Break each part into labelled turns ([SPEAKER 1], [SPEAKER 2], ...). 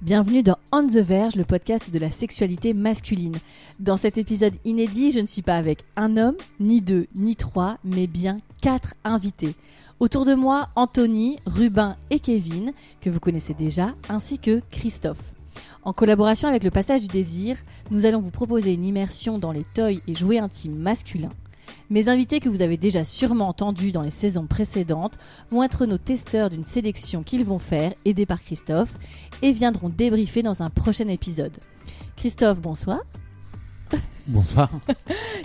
[SPEAKER 1] Bienvenue dans On the Verge, le podcast de la sexualité masculine. Dans cet épisode inédit, je ne suis pas avec un homme, ni deux, ni trois, mais bien quatre invités. Autour de moi, Anthony, Rubin et Kevin, que vous connaissez déjà, ainsi que Christophe. En collaboration avec le Passage du Désir, nous allons vous proposer une immersion dans les toys et jouets intimes masculins. Mes invités que vous avez déjà sûrement entendus dans les saisons précédentes vont être nos testeurs d'une sélection qu'ils vont faire, aidés par Christophe, et viendront débriefer dans un prochain épisode. Christophe, bonsoir.
[SPEAKER 2] Bonsoir.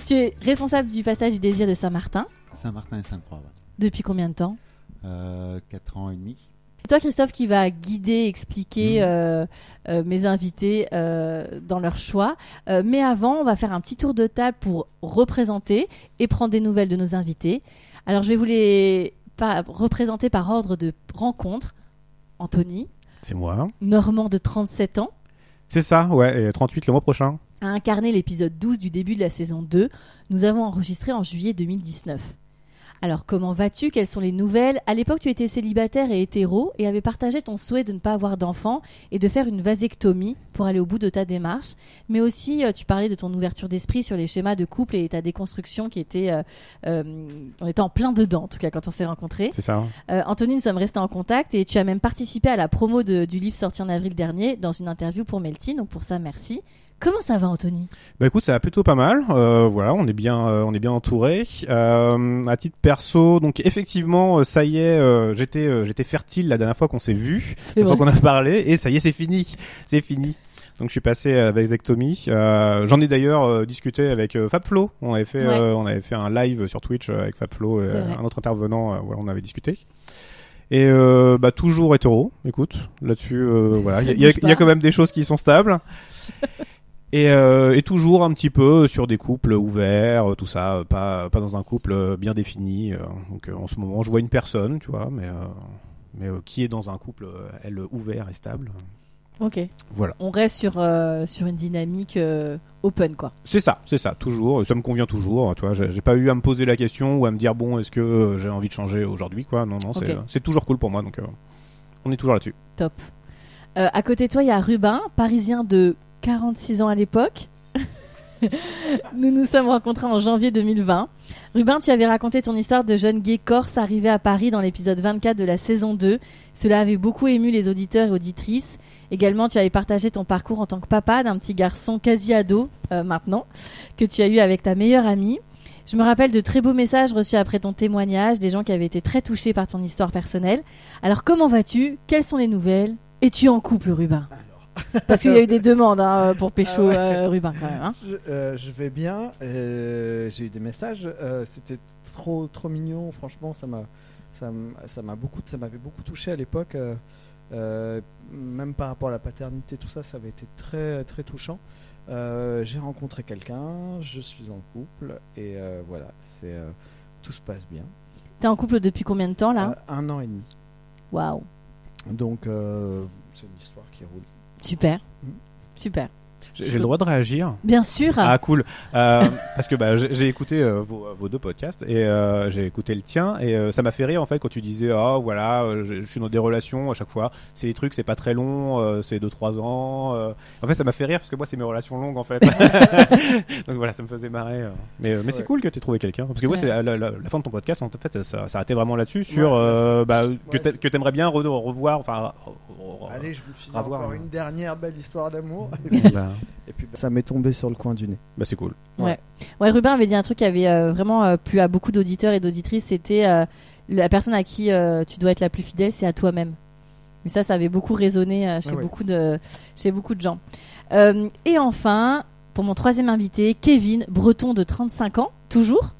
[SPEAKER 1] Tu es responsable du passage du désir de Saint-Martin.
[SPEAKER 2] Saint-Martin et Sainte-Croix, ouais.
[SPEAKER 1] Depuis combien de temps
[SPEAKER 2] Euh, 4 ans et demi.
[SPEAKER 1] C'est toi, Christophe, qui va guider, expliquer
[SPEAKER 2] Mhm.
[SPEAKER 1] euh, euh, mes invités euh, dans leur choix. Euh, mais avant, on va faire un petit tour de table pour représenter et prendre des nouvelles de nos invités. Alors, je vais vous les pa- représenter par ordre de rencontre. Anthony,
[SPEAKER 3] C'est moi.
[SPEAKER 1] Normand de 37 ans,
[SPEAKER 3] C'est ça, ouais, et 38 le mois prochain.
[SPEAKER 1] a incarné l'épisode 12 du début de la saison 2. Nous avons enregistré en juillet 2019. Alors comment vas-tu Quelles sont les nouvelles À l'époque, tu étais célibataire et hétéro et avais partagé ton souhait de ne pas avoir d'enfant et de faire une vasectomie pour aller au bout de ta démarche. Mais aussi, euh, tu parlais de ton ouverture d'esprit sur les schémas de couple et ta déconstruction qui était... euh, euh, on était en plein dedans, en tout cas, quand on s'est rencontrés.
[SPEAKER 3] C'est ça.
[SPEAKER 1] Euh, Anthony, nous sommes restés en contact et tu as même participé à la promo de- du livre sorti en avril dernier dans une interview pour Melty, donc pour ça, merci. Comment ça va, Anthony
[SPEAKER 3] Bah écoute, ça va plutôt pas mal. Euh, voilà, on est bien, euh, on est bien entouré. Euh, à titre perso, donc effectivement, euh, ça y est, euh, j'étais, euh, j'étais fertile la dernière fois qu'on s'est vu,
[SPEAKER 1] C'est
[SPEAKER 3] la fois
[SPEAKER 1] vrai.
[SPEAKER 3] qu'on a parlé, et ça y est, c'est fini, c'est fini. Donc je suis passé à la vasectomie. Euh, J'en ai d'ailleurs euh, discuté avec euh, Fab Flo. On avait fait,
[SPEAKER 1] Ouais.
[SPEAKER 3] euh, on avait fait un live sur Twitch euh, avec Fab Flo, et,
[SPEAKER 1] C'est
[SPEAKER 3] euh,
[SPEAKER 1] vrai.
[SPEAKER 3] un autre intervenant. euh, voilà, on avait discuté. Et euh, bah toujours hétéro. Écoute, là-dessus, euh, voilà,
[SPEAKER 1] Ça
[SPEAKER 3] il y, a-
[SPEAKER 1] bouge
[SPEAKER 3] il y a
[SPEAKER 1] pas.
[SPEAKER 3] quand même des choses qui sont stables. Et, euh, et toujours un petit peu sur des couples ouverts, euh, tout ça, euh, pas, pas dans un couple euh, bien défini. euh, Donc euh, en ce moment, je vois une personne, tu vois, mais, euh, mais euh, qui est dans un couple, euh, elle, ouvert et stable.
[SPEAKER 1] Ok.
[SPEAKER 3] Voilà.
[SPEAKER 1] On reste sur, euh, sur une dynamique euh, open, quoi.
[SPEAKER 3] C'est ça, c'est ça, toujours. Ça me convient toujours, hein, tu vois. J'ai j'ai pas eu à me poser la question ou à me dire, bon, est-ce que euh, j'ai envie de changer aujourd'hui, quoi. Non, non, c'est
[SPEAKER 1] Ok.
[SPEAKER 3] c'est toujours cool pour moi, donc euh, on est toujours là-dessus.
[SPEAKER 1] Top. Euh, à côté de toi, il y a Rubin, parisien de 46 ans à l'époque. nous nous sommes rencontrés en janvier 2020. Rubin, tu avais raconté ton histoire de jeune gay corse arrivé à Paris dans l'épisode 24 de la saison 2. Cela avait beaucoup ému les auditeurs et auditrices. Également, tu avais partagé ton parcours en tant que papa d'un petit garçon quasi ado euh, maintenant que tu as eu avec ta meilleure amie. Je me rappelle de très beaux messages reçus après ton témoignage, des gens qui avaient été très touchés par ton histoire personnelle. Alors comment vas-tu Quelles sont les nouvelles Es-tu en couple, Rubin Parce qu'il y a eu des demandes hein, pour Pécho,
[SPEAKER 4] Ah ouais.
[SPEAKER 1] euh, Rubin quand même. hein.
[SPEAKER 4] Je, euh, je vais bien. euh, J'ai eu des messages. euh, C'était trop trop mignon. Franchement, ça m'a ça m- ça m'a beaucoup ça m'avait beaucoup touché à l'époque. euh, euh, même par rapport à la paternité, tout ça, ça avait été très très touchant. Euh, J'ai rencontré quelqu'un. Je suis en couple et euh, voilà. C'est euh, tout se passe bien.
[SPEAKER 1] T'es en couple depuis combien de temps là
[SPEAKER 4] Euh, un an et demi.
[SPEAKER 1] Waouh,
[SPEAKER 4] Donc euh, c'est une histoire qui roule.
[SPEAKER 1] super,
[SPEAKER 4] Mm.
[SPEAKER 1] super.
[SPEAKER 3] J'ai j'ai le droit de réagir
[SPEAKER 1] Bien sûr.
[SPEAKER 3] Ah cool, Euh, parce que bah, j'ai j'ai écouté euh, vos, vos deux podcasts et euh, j'ai écouté le tien et euh, ça m'a fait rire en fait quand tu disais ah voilà euh, je, je suis dans des relations à chaque fois c'est des trucs c'est pas très long euh, c'est deux trois ans euh. en fait ça m'a fait rire parce que moi c'est mes relations longues en fait donc voilà ça me faisait marrer euh. mais euh, mais c'est
[SPEAKER 4] Ouais.
[SPEAKER 3] cool que tu aies trouvé quelqu'un parce que ouais,
[SPEAKER 1] Ouais.
[SPEAKER 3] c'est la, la- la- la fin de ton podcast en fait ça- ça s'arrêtait vraiment là-dessus sur
[SPEAKER 4] Ouais,
[SPEAKER 3] euh, bah, que
[SPEAKER 4] Ouais,
[SPEAKER 3] t'a-
[SPEAKER 4] c'est-
[SPEAKER 3] que t'aimerais bien re- revoir enfin re- re-
[SPEAKER 4] Allez, je me suis dit
[SPEAKER 3] à voir,
[SPEAKER 4] encore
[SPEAKER 3] hein.
[SPEAKER 4] une dernière belle histoire d'amour.
[SPEAKER 3] bah,
[SPEAKER 4] et puis bah, ça m'est tombé sur le coin du nez.
[SPEAKER 3] bah, c'est cool
[SPEAKER 1] Ouais, Rubin avait dit un truc qui avait euh, vraiment euh, plu à beaucoup d'auditeurs et d'auditrices. C'était euh, la personne à qui euh, tu dois être la plus fidèle, c'est à toi-même. Mais ça, ça avait beaucoup résonné euh, chez,
[SPEAKER 4] Ah ouais.
[SPEAKER 1] beaucoup de, chez beaucoup de gens. Euh, et enfin, pour mon troisième invité, Kevin, breton de 35 ans, toujours.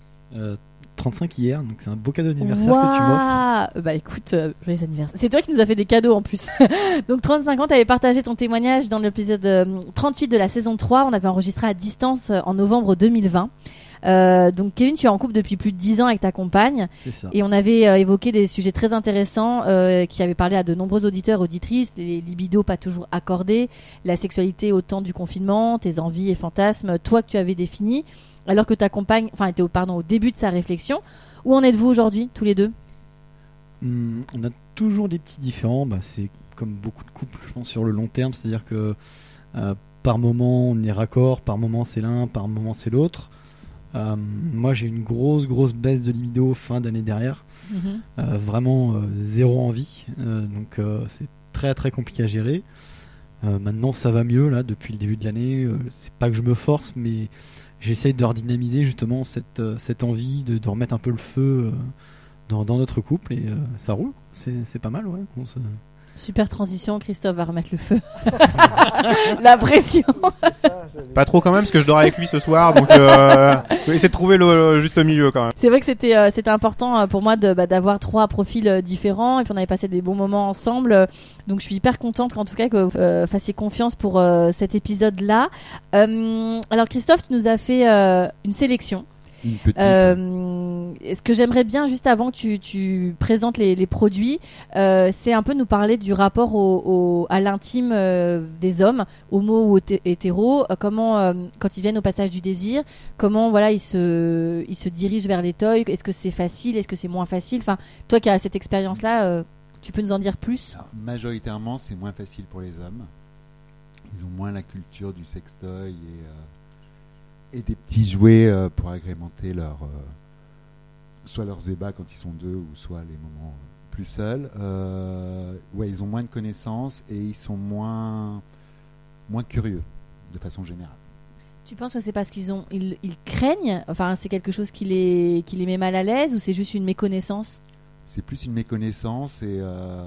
[SPEAKER 5] 35 Euh, hier, donc c'est un beau cadeau d'anniversaire que tu m'offres.
[SPEAKER 1] Waouh Bah écoute, euh, joyeux anniversaire. C'est toi qui nous as fait des cadeaux en plus. Donc 35 ans, t'avais partagé ton témoignage dans l'épisode euh, 38 de la saison 3. On avait enregistré à distance euh, en novembre 2020. Euh, donc Kevin, tu es en couple depuis plus de 10 ans avec ta compagne
[SPEAKER 5] C'est ça.
[SPEAKER 1] et on avait euh, évoqué des sujets très intéressants euh, qui avaient parlé à de nombreux auditeurs auditrices, les libidos pas toujours accordés, la sexualité au temps du confinement, tes envies et fantasmes, toi que tu avais défini, alors que ta compagne, enfin était au, pardon, au début de sa réflexion. Où en êtes-vous aujourd'hui tous les deux
[SPEAKER 5] Hum, on a toujours des petits différends. Bah, c'est comme beaucoup de couples, je pense, sur le long terme. C'est-à-dire que euh, par moment, on est raccord, par moment, c'est l'un, par moment, c'est l'autre. Euh, moi, j'ai une grosse, grosse baisse de libido fin d'année dernière.
[SPEAKER 1] Mhm.
[SPEAKER 5] Euh, vraiment euh, zéro envie. Euh, donc, euh, c'est très, très compliqué à gérer. Euh, maintenant, ça va mieux, là, depuis le début de l'année. Euh, c'est pas que je me force, mais j'essaye de redynamiser justement cette, euh, cette envie de, de remettre un peu le feu. euh, dans, dans notre couple et euh, ça roule. C'est c'est pas mal, ouais. On se-
[SPEAKER 1] Super transition, Christophe va remettre le feu. la pression.
[SPEAKER 4] C'est ça, j'allais-
[SPEAKER 3] Pas trop quand même, parce que je dors avec lui ce soir, donc euh, faut essayer de trouver le, le juste milieu quand même.
[SPEAKER 1] C'est vrai que c'était euh, c'était important euh, pour moi de bah, d'avoir trois profils euh, différents et puis on avait passé des bons moments ensemble. Euh, Donc je suis hyper contente qu'en tout cas que vous euh, fassiez confiance pour euh, cet épisode là. alors Christophe, tu nous as fait euh, une sélection.
[SPEAKER 2] Une petite.
[SPEAKER 1] Euh, ce que j'aimerais bien juste avant que tu, tu présentes les, les produits, euh, c'est un peu nous parler du rapport au, au- à l'intime euh, des hommes, homo ou hété- hétéro, euh, comment euh, quand ils viennent au passage du désir, comment voilà ils se ils se dirigent vers les toys, est-ce que c'est facile, est-ce que c'est moins facile, enfin toi qui as cette expérience là, tu peux nous en dire plus
[SPEAKER 2] Alors, Majoritairement, c'est moins facile pour les hommes. Ils ont moins la culture du sextoy et, euh, et des petits jouets euh, pour agrémenter leur, euh, soit leurs débats quand ils sont deux ou soit les moments plus seuls. Euh, ouais, ils ont moins de connaissances et ils sont moins, moins curieux de façon générale.
[SPEAKER 1] Tu penses que c'est parce qu'ils ont ils, ils craignent, enfin c'est quelque chose qui les qui les met mal à l'aise ou c'est juste une méconnaissance
[SPEAKER 2] C'est plus une méconnaissance et, euh,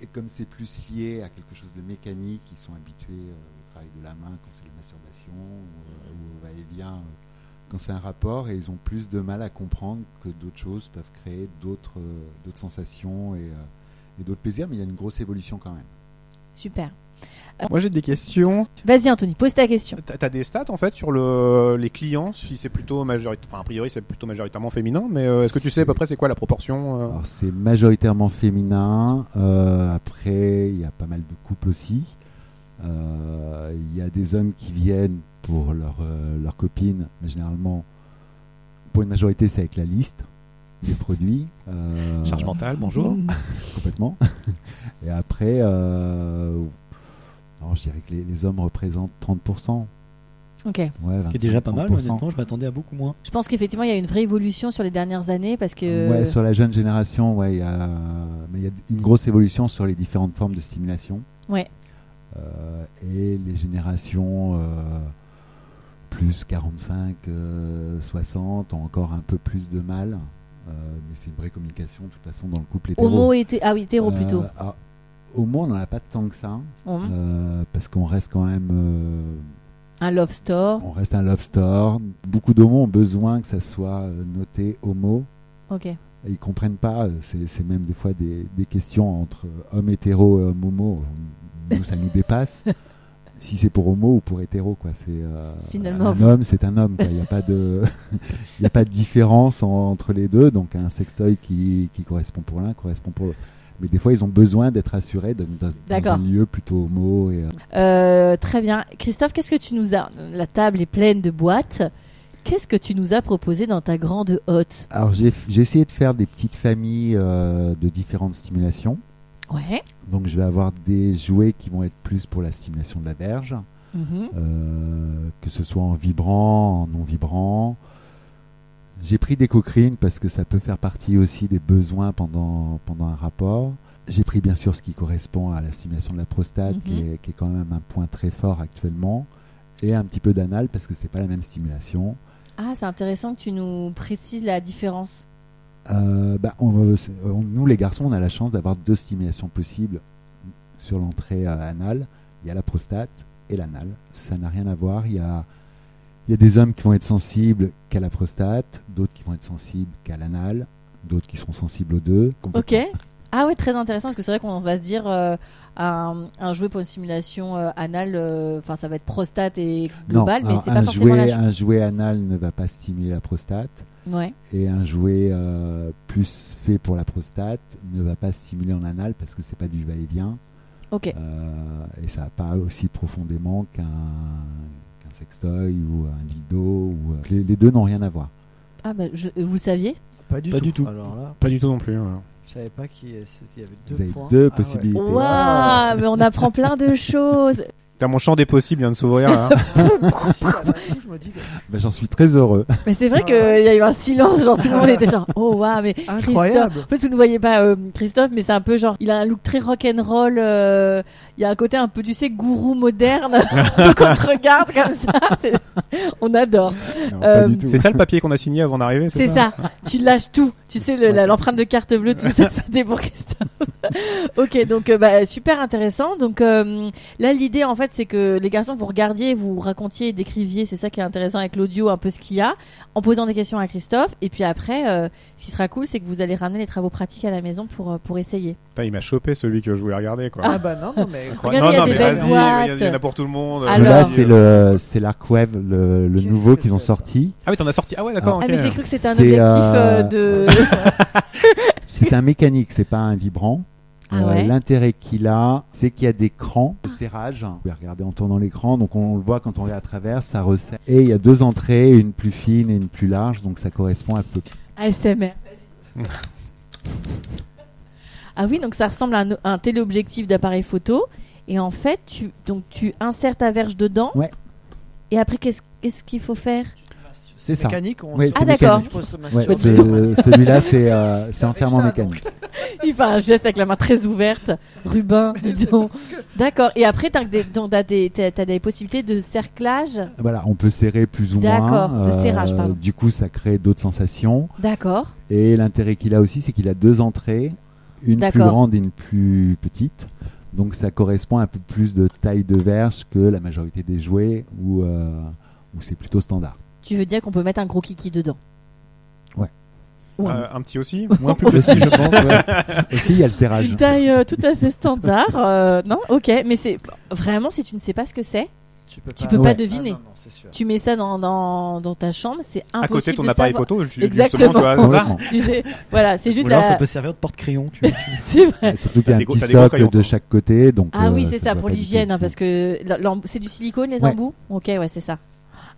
[SPEAKER 2] et comme c'est plus lié à quelque chose de mécanique, ils sont habitués euh, au travail de la main quand c'est la masturbation ou, euh, ou au va-et-vient euh, quand c'est un rapport et ils ont plus de mal à comprendre que d'autres choses peuvent créer d'autres euh, d'autres sensations et, euh, et d'autres plaisirs, mais il y a une grosse évolution quand même.
[SPEAKER 1] Super.
[SPEAKER 3] Euh, Moi j'ai des questions.
[SPEAKER 1] Vas-y Anthony, pose ta question.
[SPEAKER 3] T'as t'as des stats en fait sur le, les clients, si c'est plutôt majoritairement, enfin a priori c'est plutôt majoritairement féminin, mais euh, est-ce que tu sais à peu près c'est quoi la proportion euh
[SPEAKER 2] Alors c'est majoritairement féminin. Euh, après, il y a pas mal de couples aussi. Euh, Il y a des hommes qui viennent pour leur, euh, leur copine, mais généralement, pour une majorité, c'est avec la liste des produits. Euh,
[SPEAKER 5] Charge mentale, bonjour.
[SPEAKER 2] Complètement. Et après, euh, non, je dirais que les, les hommes représentent 30%.
[SPEAKER 1] Ok.
[SPEAKER 2] Ouais,
[SPEAKER 5] Ce qui est déjà pas mal,
[SPEAKER 2] 25-30%.
[SPEAKER 5] honnêtement, je m'attendais à beaucoup moins.
[SPEAKER 1] Je pense qu'effectivement, il y a une vraie évolution sur les dernières années parce que.
[SPEAKER 2] Ouais, sur la jeune génération, ouais, il y a, mais il y a une grosse évolution sur les différentes formes de stimulation.
[SPEAKER 1] Ouais.
[SPEAKER 2] Euh, et les générations euh, plus 45, euh, 60 ont encore un peu plus de mal. Euh, mais c'est une vraie communication, de toute façon, dans le couple hétéro.
[SPEAKER 1] Homo et hété- ah oui, hétéro
[SPEAKER 2] Euh,
[SPEAKER 1] plutôt.
[SPEAKER 2] alors, homo, on n'en a pas tant que ça,
[SPEAKER 1] Hum.
[SPEAKER 2] euh, parce qu'on reste quand même... euh,
[SPEAKER 1] Un love store.
[SPEAKER 2] on reste un love store. Beaucoup d'homos ont besoin que ça soit euh, noté homo.
[SPEAKER 1] Ok.
[SPEAKER 2] Et ils comprennent pas, euh, c'est c'est même des fois des, des questions entre euh, homme hétéro et homme homo. Nous, ça nous dépasse. Si c'est pour homo ou pour hétéro, quoi. C'est euh,
[SPEAKER 1] Finalement.
[SPEAKER 2] un homme, c'est un homme. quoi. Il n'y a pas de, il y a pas de différence en- entre les deux. Donc un sextoy qui, qui correspond pour l'un correspond pour l'autre. Mais des fois, ils ont besoin d'être assurés dans, dans- dans
[SPEAKER 1] D'accord.
[SPEAKER 2] un lieu plutôt homo. Et, euh,
[SPEAKER 1] Euh, très bien. Christophe, qu'est-ce que tu nous as La table est pleine de boîtes. Qu'est-ce que tu nous as proposé dans ta grande hotte
[SPEAKER 2] Alors j'ai j'ai essayé de faire des petites familles euh, de différentes stimulations.
[SPEAKER 1] Ouais.
[SPEAKER 2] Donc je vais avoir des jouets qui vont être plus pour la stimulation de la verge.
[SPEAKER 1] Mhm.
[SPEAKER 2] Euh, que ce soit en vibrant, en non vibrant. J'ai pris des coquerines parce que ça peut faire partie aussi des besoins pendant, pendant un rapport. J'ai pris bien sûr ce qui correspond à la stimulation de la prostate,
[SPEAKER 1] Mhm.
[SPEAKER 2] qui, est, qui est quand même un point très fort actuellement, et un petit peu d'anal parce que c'est pas la même stimulation.
[SPEAKER 1] Ah, c'est intéressant que tu nous précises la différence.
[SPEAKER 2] Euh, bah, on- c'est- on- nous les garçons, on a la chance d'avoir deux stimulations possibles sur l'entrée euh, anale. Il y a la prostate et l'anal. Ça n'a rien à voir. Il y a, Il y a des hommes qui vont être sensibles qu'à la prostate, d'autres qui vont être sensibles qu'à l'anal, d'autres qui seront sensibles aux deux.
[SPEAKER 1] Ok. Ah ouais, très intéressant parce que c'est vrai qu'on va se dire euh, un, un jouet pour une simulation euh, anale, euh, enfin ça va être prostate et
[SPEAKER 2] Non,
[SPEAKER 1] global, mais
[SPEAKER 2] alors,
[SPEAKER 1] c'est pas
[SPEAKER 2] un
[SPEAKER 1] forcément la
[SPEAKER 2] jouet,
[SPEAKER 1] chose.
[SPEAKER 2] un jouet anal ne va pas stimuler la prostate
[SPEAKER 1] Ouais.
[SPEAKER 2] et un jouet euh, plus fait pour la prostate ne va pas stimuler en anal parce que c'est pas du va-et-vient
[SPEAKER 1] Ok.
[SPEAKER 2] Euh, et ça va pas aussi profondément qu'un qu'un sextoy ou un dildo. Ou, euh, les, les deux n'ont rien à voir.
[SPEAKER 1] Ah bah je- vous le saviez
[SPEAKER 4] Pas du
[SPEAKER 3] Pas
[SPEAKER 4] tout.
[SPEAKER 3] du tout.
[SPEAKER 4] Alors là,
[SPEAKER 3] Pas du tout non plus. hein.
[SPEAKER 4] je savais pas qu'il y avait deux
[SPEAKER 2] Vous avez
[SPEAKER 4] points.
[SPEAKER 2] deux
[SPEAKER 4] Ah ouais.
[SPEAKER 2] possibilités.
[SPEAKER 1] Waouh,
[SPEAKER 2] Ah.
[SPEAKER 1] Ah, mais on apprend plein de choses.
[SPEAKER 3] mon champ des possibles vient de s'ouvrir là. hein.
[SPEAKER 4] Si, ah bah, du coup, je me dis que-
[SPEAKER 2] Bah, J'en suis très heureux.
[SPEAKER 1] Mais c'est vrai qu'il y a eu un silence, genre tout le monde était genre oh waouh mais
[SPEAKER 4] Incroyable.
[SPEAKER 1] Christophe. En fait, vous ne voyez pas euh, Christophe, mais c'est un peu genre il a un look très rock'n'roll. euh, il y a un côté un peu tu sais gourou moderne. Donc on te regarde comme ça, c'est- on adore.
[SPEAKER 2] Non,
[SPEAKER 1] Euh,
[SPEAKER 2] pas du tout.
[SPEAKER 3] c'est ça le papier qu'on a signé avant d'arriver
[SPEAKER 1] C'est ça. Tu lâches tout. Tu sais, le- la- l'empreinte de carte bleue, tout ça, c'était pour Christophe. ok, donc euh, bah, super intéressant. Donc euh, là, l'idée, en fait, c'est que les garçons, vous regardiez, vous racontiez, décriviez, c'est ça qui est intéressant avec l'audio, un peu ce qu'il y a, en posant des questions à Christophe. Et puis après, euh, ce qui sera cool, c'est que vous allez ramener les travaux pratiques à la maison pour, euh, pour essayer.
[SPEAKER 3] Putain, il m'a chopé celui que je voulais regarder quoi.
[SPEAKER 4] Ah bah non, non, mais
[SPEAKER 1] Regardez, il y a des belles
[SPEAKER 3] vas-y,
[SPEAKER 1] boîtes.
[SPEAKER 3] il y, en a pour tout le monde.
[SPEAKER 1] Alors-
[SPEAKER 2] Là, c'est le c'est l'Arcweb, le, le
[SPEAKER 4] Qu'est-ce
[SPEAKER 2] nouveau
[SPEAKER 4] que
[SPEAKER 2] qu'ils ont
[SPEAKER 4] c'est, ça
[SPEAKER 2] sorti.
[SPEAKER 3] Ah oui, t'en as sorti. Ah ouais, d'accord.
[SPEAKER 1] Ah,
[SPEAKER 3] ok.
[SPEAKER 1] mais j'ai cru que c'était un
[SPEAKER 2] C'est,
[SPEAKER 1] objectif euh,
[SPEAKER 2] euh,
[SPEAKER 1] de.
[SPEAKER 2] C'est un mécanique, c'est pas un vibrant.
[SPEAKER 1] Ah
[SPEAKER 2] Euh,
[SPEAKER 1] ouais
[SPEAKER 2] L'intérêt qu'il a, c'est qu'il y a des crans de serrage. Vous pouvez regarder en tournant l'écran, donc on le voit quand on regarde à travers, ça resserre. Et il y a deux entrées, une plus fine et une plus large, donc ça correspond à peu
[SPEAKER 1] ASMR. ah oui, donc ça ressemble à un, un téléobjectif d'appareil photo. Et en fait, tu, donc tu insères ta verge dedans.
[SPEAKER 2] Ouais.
[SPEAKER 1] Et après, qu'est-ce qu'est-ce qu'il faut faire
[SPEAKER 2] C'est ça.
[SPEAKER 4] Mécanique, on
[SPEAKER 2] Oui,
[SPEAKER 4] se-
[SPEAKER 1] c'est Ah, d'accord.
[SPEAKER 4] Il faut
[SPEAKER 2] mécanique.
[SPEAKER 4] se
[SPEAKER 2] Ouais,
[SPEAKER 4] masturber.
[SPEAKER 2] c'est- celui-là, c'est euh, c'est
[SPEAKER 4] Avec
[SPEAKER 2] entièrement
[SPEAKER 4] ça,
[SPEAKER 2] mécanique.
[SPEAKER 1] Il fait un geste avec la main très ouverte. Rubin, dis donc. D'accord. Et après, t'as des, donc, t'as des, t'as- t'as des possibilités de cerclage.
[SPEAKER 2] Voilà, on peut serrer plus ou moins. euh,
[SPEAKER 1] D'accord, le serrage, pardon.
[SPEAKER 2] Du coup, ça crée d'autres sensations.
[SPEAKER 1] D'accord.
[SPEAKER 2] Et l'intérêt qu'il a aussi, c'est qu'il a deux entrées, une plus
[SPEAKER 1] D'accord.
[SPEAKER 2] grande et une plus petite. Donc ça correspond à un peu plus de taille de verge que la majorité des jouets où, euh, où c'est plutôt standard.
[SPEAKER 1] Tu veux dire qu'on peut mettre un gros kiki dedans
[SPEAKER 3] Euh, un petit aussi.
[SPEAKER 5] Moi, plus
[SPEAKER 2] Aussi,
[SPEAKER 5] petit,
[SPEAKER 2] je pense, ouais. Aussi, il y a le serrage.
[SPEAKER 1] Une taille euh, tout à fait standard. euh, non Ok. Mais c'est vraiment, si tu ne sais pas ce que c'est,
[SPEAKER 4] Tu peux
[SPEAKER 1] Tu
[SPEAKER 4] pas,
[SPEAKER 1] peux
[SPEAKER 2] pas
[SPEAKER 4] Ah,
[SPEAKER 1] deviner.
[SPEAKER 4] non, non, c'est sûr.
[SPEAKER 1] tu mets ça dans, dans, dans ta chambre, c'est impossible.
[SPEAKER 3] À côté de ton
[SPEAKER 1] de
[SPEAKER 3] appareil
[SPEAKER 1] savoir-
[SPEAKER 3] photo, ju-
[SPEAKER 1] Exactement.
[SPEAKER 3] justement, tu vois, c'est ça.
[SPEAKER 2] Complètement.
[SPEAKER 1] Tu sais, voilà, c'est juste
[SPEAKER 5] Ou alors
[SPEAKER 1] la-
[SPEAKER 5] ça peut servir de porte-crayon. Tu vois.
[SPEAKER 1] c'est vrai.
[SPEAKER 2] Et Surtout qu'il y a
[SPEAKER 3] T'as
[SPEAKER 2] un
[SPEAKER 3] des gros-
[SPEAKER 2] petit
[SPEAKER 3] t'as des gros
[SPEAKER 2] socle
[SPEAKER 3] crayons,
[SPEAKER 2] de
[SPEAKER 3] quoi.
[SPEAKER 2] chaque côté. Donc,
[SPEAKER 1] Ah oui,
[SPEAKER 2] euh,
[SPEAKER 1] c'est
[SPEAKER 2] va
[SPEAKER 1] ça, pour
[SPEAKER 2] pas du
[SPEAKER 1] l'hygiène,
[SPEAKER 2] tout.
[SPEAKER 1] hein, parce que la- l'em- c'est du silicone les
[SPEAKER 2] Ouais.
[SPEAKER 1] embouts. Ok, ouais, c'est ça.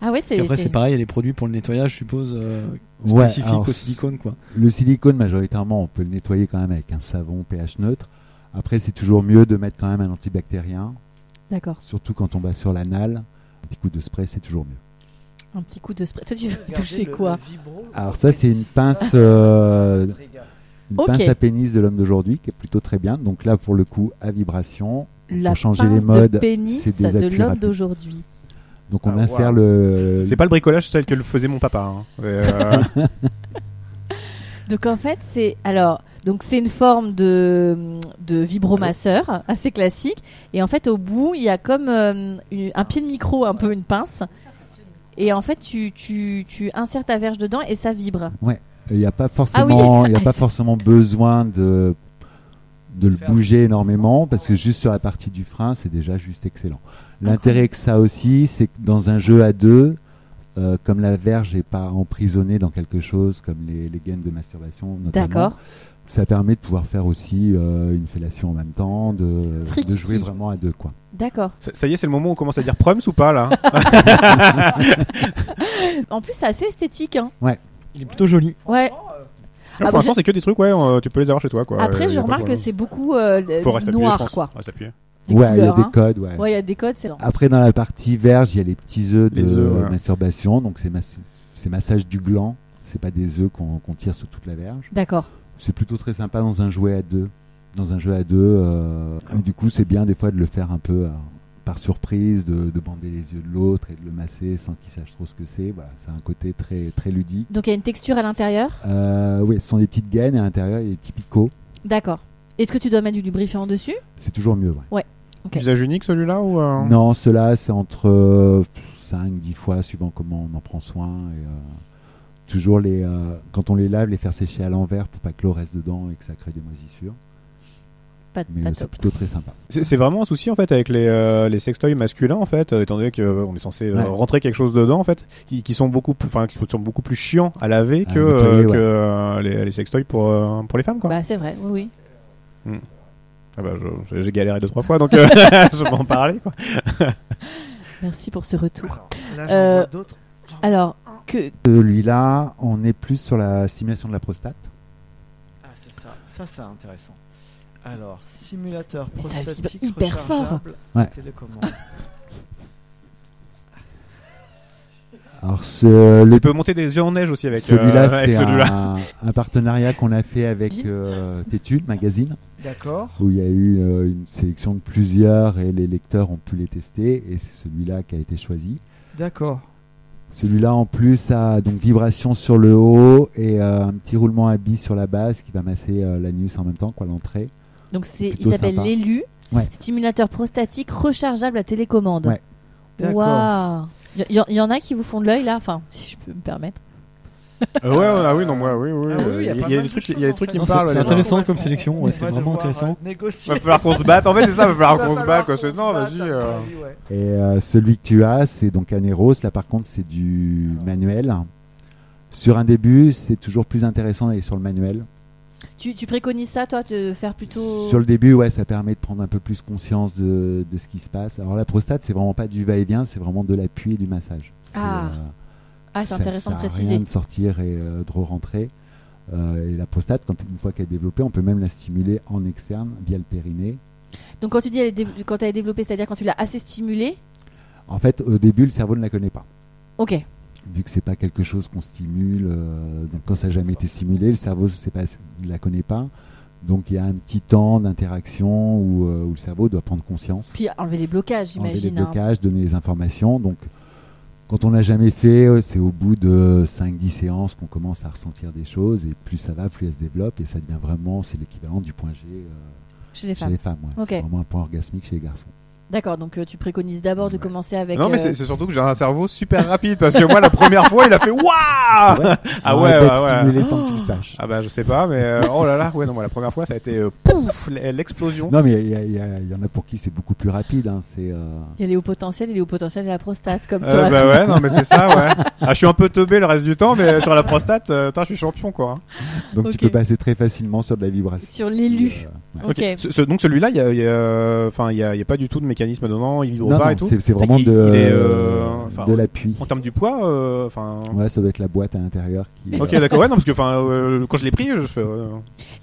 [SPEAKER 1] Ah ouais, c'est.
[SPEAKER 5] Puis après,
[SPEAKER 1] c'est-
[SPEAKER 5] c'est pareil, il y a les produits pour le nettoyage, je suppose, euh,
[SPEAKER 2] Ouais,
[SPEAKER 5] spécifiques
[SPEAKER 2] alors,
[SPEAKER 5] au silicone. Quoi.
[SPEAKER 2] Le silicone, majoritairement, on peut le nettoyer quand même avec un savon pH neutre. Après, c'est toujours mieux de mettre quand même un antibactérien,
[SPEAKER 1] D'accord.
[SPEAKER 2] surtout quand on va sur l'anal. Un petit coup de spray, c'est toujours mieux.
[SPEAKER 1] Un petit coup de spray. Toi, tu veux
[SPEAKER 4] Regardez
[SPEAKER 1] toucher
[SPEAKER 4] le-
[SPEAKER 1] quoi
[SPEAKER 4] le vibro.
[SPEAKER 2] Alors ça, c'est une pince, euh,
[SPEAKER 4] Ça, très gars.
[SPEAKER 2] une
[SPEAKER 1] Ok.
[SPEAKER 2] pince à pénis de l'homme d'aujourd'hui qui est plutôt très bien. Donc là, pour le coup, à vibration.
[SPEAKER 1] La
[SPEAKER 2] pour changer
[SPEAKER 1] pince
[SPEAKER 2] les modes,
[SPEAKER 1] de pénis
[SPEAKER 2] c'est des
[SPEAKER 1] de
[SPEAKER 2] appuis
[SPEAKER 1] l'homme
[SPEAKER 2] rapides.
[SPEAKER 1] d'aujourd'hui.
[SPEAKER 2] Donc on
[SPEAKER 3] Ah,
[SPEAKER 2] insère
[SPEAKER 3] waouh.
[SPEAKER 2] le.
[SPEAKER 3] C'est pas le bricolage tel que le faisait mon papa. hein. Euh,
[SPEAKER 1] Donc en fait, c'est alors donc c'est une forme de de vibromasseur assez classique et en fait au bout, il y a comme euh, une- un pied de micro, un peu une pince. Et en fait, tu, tu, tu insères ta verge dedans et ça vibre.
[SPEAKER 2] Il n'y a pas forcément,
[SPEAKER 1] Ah oui.
[SPEAKER 2] il y a pas forcément besoin de de le bouger énormément parce que juste sur la partie du frein, c'est déjà juste excellent. L'intérêt que ça a aussi, c'est que dans un jeu à deux, euh, comme la verge n'est pas emprisonnée dans quelque chose, comme les, les gaines de masturbation notamment,
[SPEAKER 1] D'accord.
[SPEAKER 2] ça permet de pouvoir faire aussi euh, une fellation en même temps, de,
[SPEAKER 1] Frikiki.
[SPEAKER 2] de jouer vraiment à deux. Quoi.
[SPEAKER 1] D'accord.
[SPEAKER 3] ça, ça y est, c'est le moment où on commence à dire proms ou pas là.
[SPEAKER 1] En plus, c'est assez esthétique. Hein.
[SPEAKER 5] Il est plutôt joli.
[SPEAKER 1] Ouais.
[SPEAKER 3] Pour
[SPEAKER 1] bah,
[SPEAKER 3] l'instant,
[SPEAKER 1] je-
[SPEAKER 3] c'est que des trucs, ouais, on- tu peux les avoir chez toi quoi. Euh,
[SPEAKER 1] Après,
[SPEAKER 3] y
[SPEAKER 1] je
[SPEAKER 3] a pas de
[SPEAKER 1] remarque que
[SPEAKER 3] problème.
[SPEAKER 1] c'est beaucoup euh, le-
[SPEAKER 3] Faut rester appuyé, je
[SPEAKER 1] noir,
[SPEAKER 3] pense.
[SPEAKER 1] quoi.
[SPEAKER 3] Reste appuyé.
[SPEAKER 1] Les
[SPEAKER 2] ouais, il y a
[SPEAKER 1] couleurs,
[SPEAKER 2] des
[SPEAKER 1] hein.
[SPEAKER 2] codes. Ouais.
[SPEAKER 1] Ouais, il y a des codes, c'est
[SPEAKER 2] Après, dans la partie verge, il y a les petits œufs de
[SPEAKER 3] Les œufs, ouais.
[SPEAKER 2] masturbation, donc c'est mas- c'est massage du gland. C'est pas des œufs qu'on qu'on tire sur toute la verge.
[SPEAKER 1] D'accord.
[SPEAKER 2] C'est plutôt très sympa dans un jouet à deux. Dans un jeu à deux, euh, et du coup, c'est bien des fois de le faire un peu euh, par surprise, de, de bander les yeux de l'autre et de le masser sans qu'il sache trop ce que c'est. Voilà, c'est un côté très très ludique.
[SPEAKER 1] Donc, il y a une texture à l'intérieur.
[SPEAKER 2] Euh, oui, ce sont des petites gaines et à l'intérieur, il y a des petits picots.
[SPEAKER 1] D'accord. Est-ce que tu dois mettre du lubrifiant dessus
[SPEAKER 2] C'est toujours mieux. ouais.
[SPEAKER 1] Ok.
[SPEAKER 3] Usage unique celui-là ou euh,
[SPEAKER 2] Non, cela c'est entre euh, 5, 10 fois, suivant comment on en prend soin. Et, euh, toujours, les, euh, quand on les lave, les faire sécher à l'envers pour pas que l'eau reste dedans et que ça crée des moisissures.
[SPEAKER 1] Pas,
[SPEAKER 2] Mais
[SPEAKER 1] pas
[SPEAKER 2] euh, c'est
[SPEAKER 1] top.
[SPEAKER 2] plutôt très sympa.
[SPEAKER 3] C'est c'est vraiment un souci en fait avec les, euh, les sextoys masculins en fait, euh, étant donné qu'on est censé euh,
[SPEAKER 2] Ouais.
[SPEAKER 3] rentrer quelque chose dedans en fait, qui, qui sont beaucoup plus, enfin qui sont beaucoup plus chiants à laver
[SPEAKER 2] À
[SPEAKER 3] que,
[SPEAKER 2] nettoyer,
[SPEAKER 3] euh,
[SPEAKER 2] ouais.
[SPEAKER 3] que euh, les, les sextoys pour euh, pour les femmes quoi.
[SPEAKER 1] Bah, c'est vrai, oui, oui.
[SPEAKER 3] Ah bah, je- J'ai galéré deux trois fois donc euh, je vais en parler. Quoi.
[SPEAKER 1] Merci pour ce retour.
[SPEAKER 4] Alors, là, j'en
[SPEAKER 1] Euh,
[SPEAKER 4] vois d'autres.
[SPEAKER 1] Alors, que.
[SPEAKER 2] Celui-là, on est plus sur la stimulation de la prostate.
[SPEAKER 4] Ah, c'est ça. Ça, c'est intéressant. Alors, simulateur
[SPEAKER 1] Mais ça vibre
[SPEAKER 4] prostatique
[SPEAKER 1] hyper fort.
[SPEAKER 4] rechargeable,
[SPEAKER 2] Ouais.
[SPEAKER 4] télécommande.
[SPEAKER 2] Alors, ce- le
[SPEAKER 3] Tu peux monter des yeux en neige aussi avec
[SPEAKER 2] Celui-là,
[SPEAKER 3] euh, avec
[SPEAKER 2] c'est
[SPEAKER 3] celui-là.
[SPEAKER 2] un, un partenariat qu'on a fait avec
[SPEAKER 1] Dis.
[SPEAKER 2] euh, Tétude Magazine,
[SPEAKER 4] D'accord.
[SPEAKER 2] où il y a eu euh, une sélection de plusieurs et les lecteurs ont pu les tester, et c'est celui-là qui a été choisi.
[SPEAKER 4] D'accord.
[SPEAKER 2] Celui-là, en plus, a donc vibration sur le haut et euh, un petit roulement à billes sur la base qui va masser euh, l'anus en même temps, quoi, l'entrée.
[SPEAKER 1] Donc, c'est- il
[SPEAKER 2] Plutôt
[SPEAKER 1] s'appelle
[SPEAKER 2] sympa.
[SPEAKER 1] l'élu.
[SPEAKER 2] Ouais.
[SPEAKER 1] Stimulateur prostatique rechargeable à télécommande.
[SPEAKER 2] Ouais.
[SPEAKER 4] D'accord.
[SPEAKER 1] Waouh Il y, y- y en a qui vous font de l'œil là, enfin, si je peux me permettre.
[SPEAKER 3] Euh, ouais, ouais, ah oui, non, moi, oui, oui.
[SPEAKER 4] Ah
[SPEAKER 3] euh,
[SPEAKER 4] oui, oui,
[SPEAKER 3] il
[SPEAKER 4] y a pas
[SPEAKER 3] y a
[SPEAKER 4] mal
[SPEAKER 3] des
[SPEAKER 4] de
[SPEAKER 3] trucs, il y a
[SPEAKER 4] choses,
[SPEAKER 3] des
[SPEAKER 4] en
[SPEAKER 3] trucs
[SPEAKER 4] fait.
[SPEAKER 3] qui me
[SPEAKER 5] Non, c'est-
[SPEAKER 3] parlent.
[SPEAKER 5] c'est
[SPEAKER 3] là.
[SPEAKER 5] intéressant.
[SPEAKER 4] On va-
[SPEAKER 5] comme sélection,
[SPEAKER 4] on
[SPEAKER 5] ouais,
[SPEAKER 4] va
[SPEAKER 5] c'est vraiment
[SPEAKER 4] devoir, euh,
[SPEAKER 5] intéressant.
[SPEAKER 3] Il
[SPEAKER 4] Négocier.
[SPEAKER 3] va falloir qu'on se batte. En fait, c'est ça, il va falloir
[SPEAKER 4] Il va
[SPEAKER 3] qu'on se
[SPEAKER 4] falloir
[SPEAKER 3] batte. Quoi. C'est-
[SPEAKER 4] qu'on
[SPEAKER 3] Non,
[SPEAKER 4] se batte, hein.
[SPEAKER 3] vas-y.
[SPEAKER 4] à mon
[SPEAKER 3] euh,
[SPEAKER 4] avis, ouais.
[SPEAKER 2] Et euh, celui que tu as, c'est donc Aneros. Là, par contre, c'est du manuel. Sur un début, c'est toujours plus intéressant d'aller sur le manuel.
[SPEAKER 1] Tu, tu préconises ça, toi, de faire plutôt.
[SPEAKER 2] Sur le début, ouais, ça permet de prendre un peu plus conscience de, de ce qui se passe. Alors la prostate, c'est vraiment pas du va-et-vient, c'est vraiment de l'appui et du massage. C'est,
[SPEAKER 1] Ah, Ah, c'est
[SPEAKER 2] Euh, ça
[SPEAKER 1] intéressant de
[SPEAKER 2] sert à
[SPEAKER 1] préciser.
[SPEAKER 2] Rien de sortir et euh, de re-rentrer. Euh, et la prostate, quand, une fois qu'elle est développée, on peut même la stimuler en externe via le périnée.
[SPEAKER 1] Donc, quand tu dis elle est dé- quand elle est développée, c'est-à-dire quand tu l'as assez stimulée,
[SPEAKER 2] En fait, au début, le cerveau ne la connaît pas.
[SPEAKER 1] ok.
[SPEAKER 2] Vu que c'est pas quelque chose qu'on stimule, euh, donc quand ça n'a jamais été stimulé, le cerveau c'est pas- ne la connaît pas. Donc il y a un petit temps d'interaction où, euh, où le cerveau doit prendre conscience.
[SPEAKER 1] Puis enlever les blocages,
[SPEAKER 2] enlever les
[SPEAKER 1] j'imagine. hein.
[SPEAKER 2] blocages, donner les informations. Donc, quand on n'a jamais fait, euh, c'est au bout de 5-10 séances qu'on commence à ressentir des choses. Et plus ça va, plus elle se développe. Et ça devient vraiment, c'est l'équivalent du point G euh,
[SPEAKER 1] Chez les
[SPEAKER 2] chez
[SPEAKER 1] femmes.
[SPEAKER 2] les femmes. ouais.
[SPEAKER 1] Ok.
[SPEAKER 2] C'est vraiment un point orgasmique chez les garçons.
[SPEAKER 1] D'accord, donc euh, tu préconises d'abord de
[SPEAKER 2] Ouais.
[SPEAKER 1] commencer avec.
[SPEAKER 3] Non, mais
[SPEAKER 1] euh,
[SPEAKER 3] c'est c'est surtout que j'ai un cerveau super rapide parce que moi, la première fois, il a fait Waouh
[SPEAKER 2] C'est vrai
[SPEAKER 3] Ah
[SPEAKER 2] On
[SPEAKER 3] ouais,
[SPEAKER 2] répète
[SPEAKER 3] ouais, ouais.
[SPEAKER 2] stimuler
[SPEAKER 1] Oh.
[SPEAKER 2] sans que tu le saches.
[SPEAKER 3] Ah bah je sais pas, mais euh, oh là là, ouais non, moi la première fois ça a été euh, pouf l- l'explosion.
[SPEAKER 2] Non, mais il y, a- il y a- il y en a pour qui c'est beaucoup plus rapide. hein, C'est euh,
[SPEAKER 1] Il y a les hauts potentiels, et les hauts potentiels de la prostate, comme
[SPEAKER 3] Euh,
[SPEAKER 1] toi.
[SPEAKER 3] bah ouais, non mais c'est ça, ouais. Ah, je suis un peu teubé le reste du temps, mais sur la prostate, euh, putain, je suis champion quoi.
[SPEAKER 2] Donc
[SPEAKER 1] Ok.
[SPEAKER 2] tu peux passer très facilement sur de la vibration.
[SPEAKER 1] Sur l'élu.
[SPEAKER 2] Euh, ouais.
[SPEAKER 1] Ok.
[SPEAKER 3] Ce- ce- donc celui-là, il y a, il y a- enfin il y a, il y a pas du tout de mécanisme dedans, il vibre
[SPEAKER 2] Non,
[SPEAKER 3] pas
[SPEAKER 2] non,
[SPEAKER 3] et tout.
[SPEAKER 2] c'est c'est vraiment
[SPEAKER 3] Il-
[SPEAKER 2] de,
[SPEAKER 3] il est, euh, enfin,
[SPEAKER 2] de l'appui.
[SPEAKER 3] En termes du poids, euh, enfin.
[SPEAKER 2] Ouais, ça doit être la boîte à l'intérieur qui.
[SPEAKER 3] Ok
[SPEAKER 2] euh,
[SPEAKER 3] d'accord, ouais non parce que enfin euh, quand je l'ai pris, je fais. euh,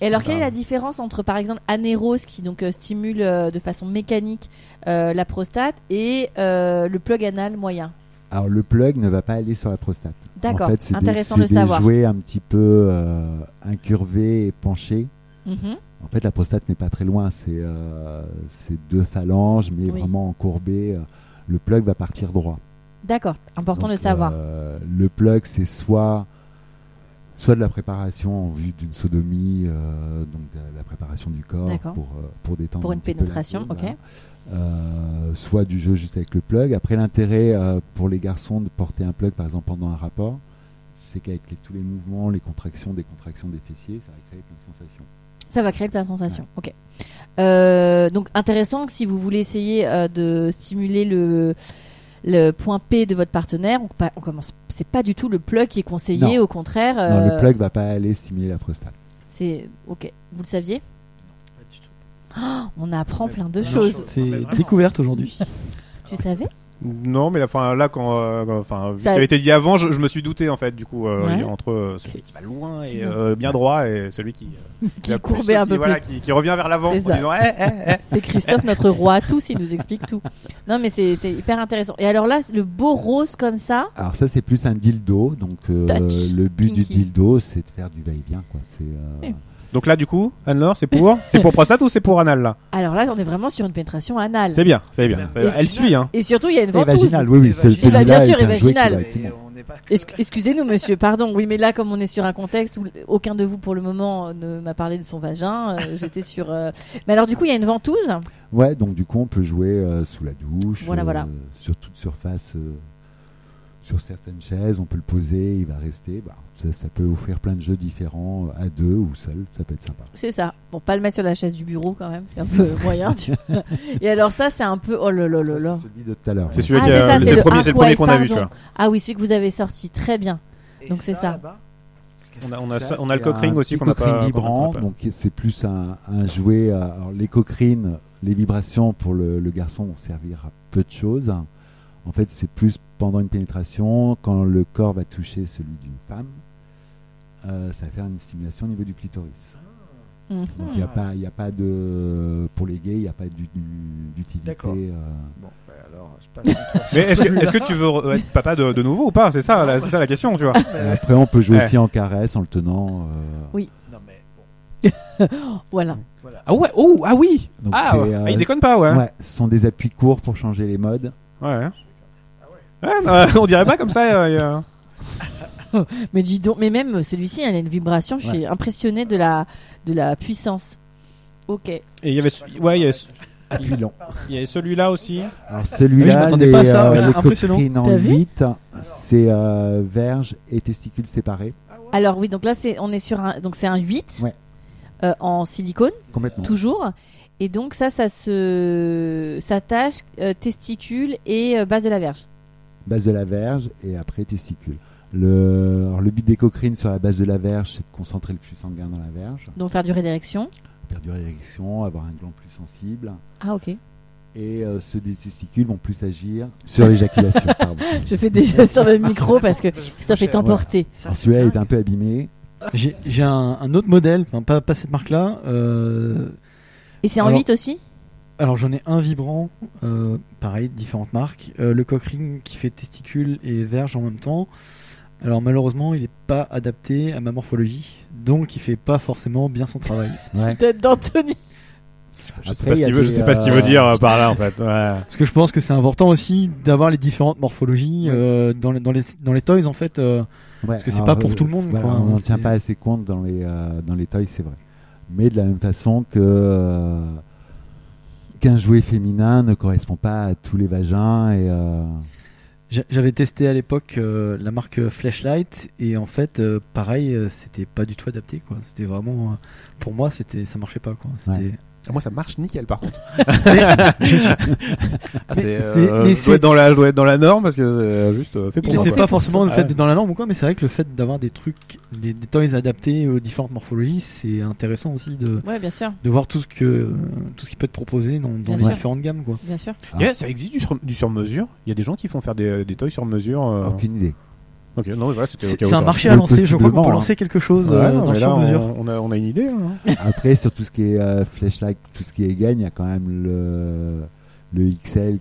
[SPEAKER 1] Et alors, quelle est
[SPEAKER 3] Ah.
[SPEAKER 1] la différence entre, par exemple, Anéros, qui donc euh, stimule euh, de façon mécanique euh, la prostate, et euh, le plug anal moyen
[SPEAKER 2] Alors le plug ne va pas aller sur la prostate.
[SPEAKER 1] D'accord,
[SPEAKER 2] En fait, c'est des-
[SPEAKER 1] intéressant
[SPEAKER 2] c'est
[SPEAKER 1] de
[SPEAKER 2] des
[SPEAKER 1] savoir.
[SPEAKER 2] jouets un petit peu euh, incurvés et penchés.
[SPEAKER 1] Mhm.
[SPEAKER 2] En fait, la prostate n'est pas très loin. C'est euh, c'est deux phalanges, mais
[SPEAKER 1] Oui.
[SPEAKER 2] vraiment encourbées. euh, Le plug va partir droit.
[SPEAKER 1] D'accord, important
[SPEAKER 2] Donc,
[SPEAKER 1] de savoir.
[SPEAKER 2] euh, le plug, c'est soit soit de la préparation en vue d'une sodomie, euh, donc de la préparation du corps
[SPEAKER 1] D'accord.
[SPEAKER 2] pour euh, pour détendre
[SPEAKER 1] Pour
[SPEAKER 2] un
[SPEAKER 1] une
[SPEAKER 2] petit peu
[SPEAKER 1] pénétration,
[SPEAKER 2] l'infime,
[SPEAKER 1] ok.
[SPEAKER 2] voilà. Euh, soit du jeu juste avec le plug. Après, l'intérêt euh, pour les garçons de porter un plug, par exemple, pendant un rapport, c'est qu'avec les- tous les mouvements, les contractions, décontractions des fessiers, ça va créer plein de sensations.
[SPEAKER 1] Ça va créer plein de sensations. Ok. Euh, donc intéressant que si vous voulez essayer euh, de stimuler le le point P de votre partenaire, on, pa- on commence. C'est pas du tout le plug qui est conseillé,
[SPEAKER 2] Non.
[SPEAKER 1] au contraire.
[SPEAKER 2] Non,
[SPEAKER 1] euh,
[SPEAKER 2] le plug va pas aller stimuler la prostate.
[SPEAKER 1] C'est ok. Vous le saviez Oh,
[SPEAKER 4] Pas du tout.
[SPEAKER 1] On apprend
[SPEAKER 4] Mais-
[SPEAKER 1] plein de
[SPEAKER 4] Non,
[SPEAKER 1] choses.
[SPEAKER 4] je-
[SPEAKER 5] C'est
[SPEAKER 4] Mais vraiment.
[SPEAKER 5] découverte aujourd'hui.
[SPEAKER 1] Tu savais
[SPEAKER 3] Non, mais là, enfin, là quand, euh, quand- enfin, vu ce
[SPEAKER 1] Ça-
[SPEAKER 3] qui avait été dit avant, je, je me suis douté en fait, du coup, euh,
[SPEAKER 1] Ouais.
[SPEAKER 3] il y a entre euh, celui qui va loin et
[SPEAKER 1] C'est ça.
[SPEAKER 3] euh, bien droit et celui qui, euh,
[SPEAKER 1] Qui
[SPEAKER 3] a
[SPEAKER 1] est courbé
[SPEAKER 3] plus-
[SPEAKER 1] un
[SPEAKER 3] qui,
[SPEAKER 1] peu
[SPEAKER 3] voilà,
[SPEAKER 1] plus.
[SPEAKER 3] qui, qui revient vers l'avant en
[SPEAKER 1] C'est ça.
[SPEAKER 3] disant, Eh, eh, eh.
[SPEAKER 1] C'est Christophe, notre roi à tous, il nous explique tout. Non, mais c'est c'est hyper intéressant. Et alors là, le beau rose comme ça,
[SPEAKER 2] Alors ça, c'est plus un dildo. Donc euh,
[SPEAKER 1] Touch,
[SPEAKER 2] le but
[SPEAKER 1] kinky.
[SPEAKER 2] du dildo, c'est de faire du va-et-vient. quoi. C'est, euh,
[SPEAKER 1] Oui.
[SPEAKER 3] Donc là, du coup, Anne-Laure, c'est pour, c'est pour prostate ou c'est pour anal là
[SPEAKER 1] alors là, on est vraiment sur une pénétration anale.
[SPEAKER 3] C'est bien, c'est bien.
[SPEAKER 4] Et-
[SPEAKER 3] Elle suit, hein.
[SPEAKER 1] Et surtout, il y a une
[SPEAKER 2] Et
[SPEAKER 1] ventouse.
[SPEAKER 2] vaginal, oui, oui.
[SPEAKER 4] Et
[SPEAKER 2] c'est-
[SPEAKER 4] vaginal.
[SPEAKER 2] celui-là
[SPEAKER 1] Bah, bien sûr,
[SPEAKER 2] est
[SPEAKER 1] et
[SPEAKER 2] un jouet qui va
[SPEAKER 1] vaginal.
[SPEAKER 2] avec tout le
[SPEAKER 4] Et
[SPEAKER 2] monde.
[SPEAKER 4] on n'est pas que-
[SPEAKER 1] Excu- Excusez-nous, monsieur, pardon. Oui, mais là, comme on est sur un contexte où aucun de vous, pour le moment, ne m'a parlé de son vagin, euh, j'étais sur. euh, Mais alors, du coup, il y a une ventouse.
[SPEAKER 2] Ouais, donc du coup, on peut jouer euh, sous la douche,
[SPEAKER 1] Voilà, voilà.
[SPEAKER 2] sur toute surface euh, sur certaines chaises, on peut le poser, il va rester. Bah, ça, ça peut offrir plein de jeux différents euh, à deux ou seul, ça peut être sympa.
[SPEAKER 1] C'est ça. Bon, pas le mettre sur la chaise du bureau quand même, c'est un peu moyen. tu vois. Et alors ça, c'est un peu oh là là là là.
[SPEAKER 2] Ça, c'est celui de tout à l'heure.
[SPEAKER 3] C'est
[SPEAKER 2] ouais.
[SPEAKER 3] celui
[SPEAKER 1] Ah,
[SPEAKER 3] qui
[SPEAKER 1] c'est ça,
[SPEAKER 3] a- le-
[SPEAKER 1] c'est
[SPEAKER 3] c'est
[SPEAKER 1] le
[SPEAKER 3] le premier, c'est le premier
[SPEAKER 1] Arkwell,
[SPEAKER 3] qu'on a vu,
[SPEAKER 1] pardon.
[SPEAKER 3] celui-là.
[SPEAKER 1] Ah oui, celui que vous avez sorti, très bien.
[SPEAKER 4] Et
[SPEAKER 1] Donc, c'est ça.
[SPEAKER 4] là-bas,
[SPEAKER 3] On a-
[SPEAKER 4] qu'est-ce
[SPEAKER 3] on
[SPEAKER 4] que
[SPEAKER 3] a
[SPEAKER 4] c'est
[SPEAKER 3] ça- on a le
[SPEAKER 2] C'est
[SPEAKER 3] cockring
[SPEAKER 2] un
[SPEAKER 3] aussi
[SPEAKER 2] petit
[SPEAKER 3] qu'on n'a pas-
[SPEAKER 2] cockring
[SPEAKER 3] qu'on n'a
[SPEAKER 2] vibrant,
[SPEAKER 3] pas.
[SPEAKER 2] donc c'est plus un, un jouet. à- alors, les coquerines, les vibrations pour le, le garçon vont servir à peu de choses. En fait, c'est plus pendant une pénétration, quand le corps va toucher celui d'une femme, euh, ça va faire une stimulation au niveau du clitoris.
[SPEAKER 1] Mhm.
[SPEAKER 2] Donc il n'y a, pas- il y a pas de. Pour les gays, il n'y a pas du- du- d'utilité.
[SPEAKER 4] D'accord.
[SPEAKER 2] euh,
[SPEAKER 4] Bon, bah, alors, je passe.
[SPEAKER 3] Mais est-ce que, est-ce que tu veux re- être papa de, de nouveau ou pas C'est ça, la- c'est ça la question, tu vois.
[SPEAKER 2] et après, on peut jouer
[SPEAKER 3] Ouais.
[SPEAKER 2] aussi en caresse, en le tenant. euh,
[SPEAKER 1] Oui.
[SPEAKER 4] non, mais bon.
[SPEAKER 1] Voilà.
[SPEAKER 3] Ah ouais, oh, ah oui.
[SPEAKER 2] donc
[SPEAKER 3] ah,
[SPEAKER 2] c'est,
[SPEAKER 3] ouais.
[SPEAKER 2] euh,
[SPEAKER 3] Ah, il déconne pas, ouais.
[SPEAKER 2] ouais, ce sont des appuis courts pour changer les modes.
[SPEAKER 3] Ouais. Ouais, non, on dirait pas comme ça. euh, il y a-
[SPEAKER 1] Mais dis donc, mais même celui-ci, il a une vibration. Je suis impressionnée de la de la puissance. Ok.
[SPEAKER 3] Et il y avait, ce- ouais, il y avait, ce-
[SPEAKER 2] Appuis longs.
[SPEAKER 3] il y avait celui-là aussi.
[SPEAKER 2] Alors celui-là,
[SPEAKER 5] m'attendais
[SPEAKER 2] les,
[SPEAKER 5] pas à ça,
[SPEAKER 2] euh,
[SPEAKER 5] ouais,
[SPEAKER 2] les
[SPEAKER 5] impressionnant.
[SPEAKER 2] coquerines en
[SPEAKER 1] T'as vu
[SPEAKER 2] 8, c'est euh, verge et testicules séparés.
[SPEAKER 1] Alors oui, donc là, c'est on est sur un donc c'est un 8
[SPEAKER 2] Ouais.
[SPEAKER 1] euh, en silicone
[SPEAKER 2] Complètement.
[SPEAKER 1] toujours. Et donc ça, ça se s'attache euh, testicule et euh, base de la verge.
[SPEAKER 2] Base de la verge et après testicules. Le, alors, le but des coquerines sur la base de la verge, c'est de concentrer le flux sanguin dans la verge,
[SPEAKER 1] Donc faire durer l'érection.
[SPEAKER 2] perdurer l'érection, avoir un gland plus sensible.
[SPEAKER 1] Ah ok.
[SPEAKER 2] Et euh, ceux des testicules vont plus agir sur l'éjaculation. pardon.
[SPEAKER 1] Je fais déjà sur le micro parce que ça
[SPEAKER 4] Cher,
[SPEAKER 1] fait emporter.
[SPEAKER 4] Ça,
[SPEAKER 2] Alors,
[SPEAKER 4] c'est
[SPEAKER 2] celui-là
[SPEAKER 4] dingue.
[SPEAKER 2] est un peu abîmé.
[SPEAKER 5] J'ai j'ai un, un autre modèle, enfin, pas, pas cette marque-là. euh,
[SPEAKER 1] Et c'est en
[SPEAKER 5] Alors-
[SPEAKER 1] 8 aussi
[SPEAKER 5] alors j'en ai un vibrant, euh, pareil, différentes marques. Euh, le cockring qui fait testicule et verge en même temps. Alors malheureusement, il n'est pas adapté à ma morphologie, donc il fait pas forcément bien son travail.
[SPEAKER 2] Ouais.
[SPEAKER 1] Peut-être d'Anthony.
[SPEAKER 3] Je sais
[SPEAKER 2] Après,
[SPEAKER 3] pas
[SPEAKER 2] il
[SPEAKER 3] ce
[SPEAKER 2] y a
[SPEAKER 3] qu'il veut, je
[SPEAKER 2] des,
[SPEAKER 3] sais pas ce qu'il veut
[SPEAKER 2] euh,
[SPEAKER 3] dire euh, par là, en fait. Ouais.
[SPEAKER 5] Parce que je pense que c'est important aussi d'avoir les différentes morphologies euh, dans, les, dans, les, dans les toys en fait. euh,
[SPEAKER 2] Ouais,
[SPEAKER 5] Parce que c'est
[SPEAKER 2] alors,
[SPEAKER 5] pas pour
[SPEAKER 2] euh,
[SPEAKER 5] tout le monde,
[SPEAKER 2] voilà,
[SPEAKER 5] quoi, hein,
[SPEAKER 2] on n'en
[SPEAKER 5] c'est-
[SPEAKER 2] tient pas assez compte dans les, euh, dans les toys, c'est vrai. Mais de la même façon que euh, qu'un jouet féminin ne correspond pas à tous les vagins et euh,
[SPEAKER 5] J'a- J'avais testé à l'époque euh, la marque Flashlight et en fait euh, pareil euh, c'était pas du tout adapté quoi c'était vraiment euh, pour moi c'était ça marchait pas quoi C'était-
[SPEAKER 2] Ouais.
[SPEAKER 3] Ah, Moi, ça marche nickel, par contre. Ah,
[SPEAKER 5] Mais
[SPEAKER 3] c'est,
[SPEAKER 5] c'est-
[SPEAKER 3] euh,
[SPEAKER 5] mais
[SPEAKER 3] je
[SPEAKER 5] c'est-
[SPEAKER 3] dois être dans la, je dois être dans la norme parce que euh, juste euh, fait pour
[SPEAKER 5] Mais
[SPEAKER 3] moi.
[SPEAKER 5] c'est
[SPEAKER 3] quoi.
[SPEAKER 5] pas forcément le
[SPEAKER 3] Ah
[SPEAKER 5] fait
[SPEAKER 3] ouais.
[SPEAKER 5] d'être dans la norme ou quoi mais c'est vrai que le fait d'avoir des trucs des, des toys adaptés aux différentes morphologies c'est intéressant aussi de,
[SPEAKER 1] Ouais, bien sûr,
[SPEAKER 5] de voir tout ce que euh, tout ce qui peut être proposé dans, dans
[SPEAKER 1] Bien
[SPEAKER 5] les
[SPEAKER 1] sûr.
[SPEAKER 5] différentes gammes quoi
[SPEAKER 1] bien sûr.
[SPEAKER 2] Ah.
[SPEAKER 3] Yeah, ça existe du sur, du sur mesure. Il y a des gens qui font faire des, des toys sur mesure. euh.
[SPEAKER 2] aucune idée.
[SPEAKER 3] Ok, non, mais voilà, c'était au
[SPEAKER 5] c'est
[SPEAKER 3] cas où,
[SPEAKER 5] c'est un
[SPEAKER 3] quoi.
[SPEAKER 5] marché à lancer je crois qu'on peut
[SPEAKER 2] Possiblement,
[SPEAKER 5] lancer quelque chose
[SPEAKER 3] hein. Ouais,
[SPEAKER 5] euh,
[SPEAKER 3] non,
[SPEAKER 5] dans
[SPEAKER 3] mais
[SPEAKER 5] le
[SPEAKER 3] là, on,
[SPEAKER 5] sur-mesure
[SPEAKER 3] on a, on a une idée. hein.
[SPEAKER 2] Après, sur tout ce qui est euh, flashlight, tout ce qui est gagne, il y a quand même le, le XL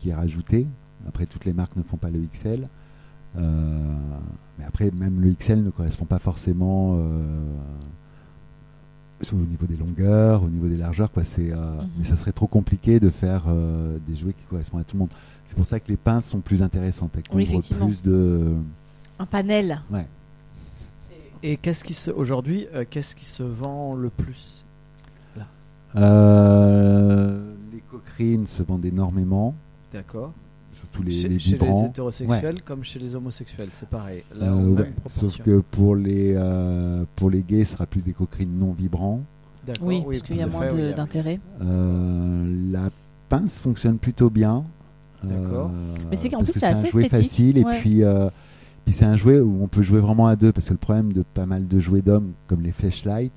[SPEAKER 2] qui est rajouté. Après, toutes les marques ne font pas le XL. Euh, mais après, même le XL ne correspond pas forcément euh, sur- au niveau des longueurs, au niveau des largeurs. Quoi. C'est, euh,
[SPEAKER 1] Mhm.
[SPEAKER 2] Mais ça serait trop compliqué de faire euh, des jouets qui correspondent à tout le monde. C'est pour ça que les pinces sont plus intéressantes. Elles
[SPEAKER 1] Oui,
[SPEAKER 2] couvrent
[SPEAKER 1] effectivement.
[SPEAKER 2] plus de.
[SPEAKER 1] Un panel.
[SPEAKER 4] Et qu'est-ce qui se aujourd'hui, euh, qu'est-ce qui se vend le plus
[SPEAKER 2] Euh, les coquerines se vendent énormément.
[SPEAKER 4] D'accord.
[SPEAKER 2] Surtout les,
[SPEAKER 4] chez,
[SPEAKER 2] les
[SPEAKER 4] chez
[SPEAKER 2] vibrants.
[SPEAKER 4] les hétérosexuels comme chez les homosexuels, c'est pareil. Là,
[SPEAKER 2] Euh,
[SPEAKER 4] on a
[SPEAKER 2] ouais,
[SPEAKER 4] une
[SPEAKER 2] Sauf
[SPEAKER 4] proportion.
[SPEAKER 2] que pour les, euh, pour les gays, ce sera plus des coquerines non vibrants.
[SPEAKER 4] D'accord,
[SPEAKER 1] Oui, parce qu'il y a
[SPEAKER 4] tout à
[SPEAKER 1] moins
[SPEAKER 4] fait, Ah oui,
[SPEAKER 1] de-
[SPEAKER 4] oui.
[SPEAKER 1] d'intérêt.
[SPEAKER 2] Euh, la pince fonctionne plutôt bien. Euh,
[SPEAKER 4] D'accord.
[SPEAKER 1] Mais c'est qu'en
[SPEAKER 2] parce
[SPEAKER 1] plus,
[SPEAKER 2] que
[SPEAKER 1] c'est assez
[SPEAKER 2] un jouet
[SPEAKER 1] esthétique.
[SPEAKER 2] facile.
[SPEAKER 1] Ouais.
[SPEAKER 2] Et puis, euh, puis c'est un jouet où on peut jouer vraiment à deux. Parce que le problème de pas mal de jouets d'hommes, comme les flashlights,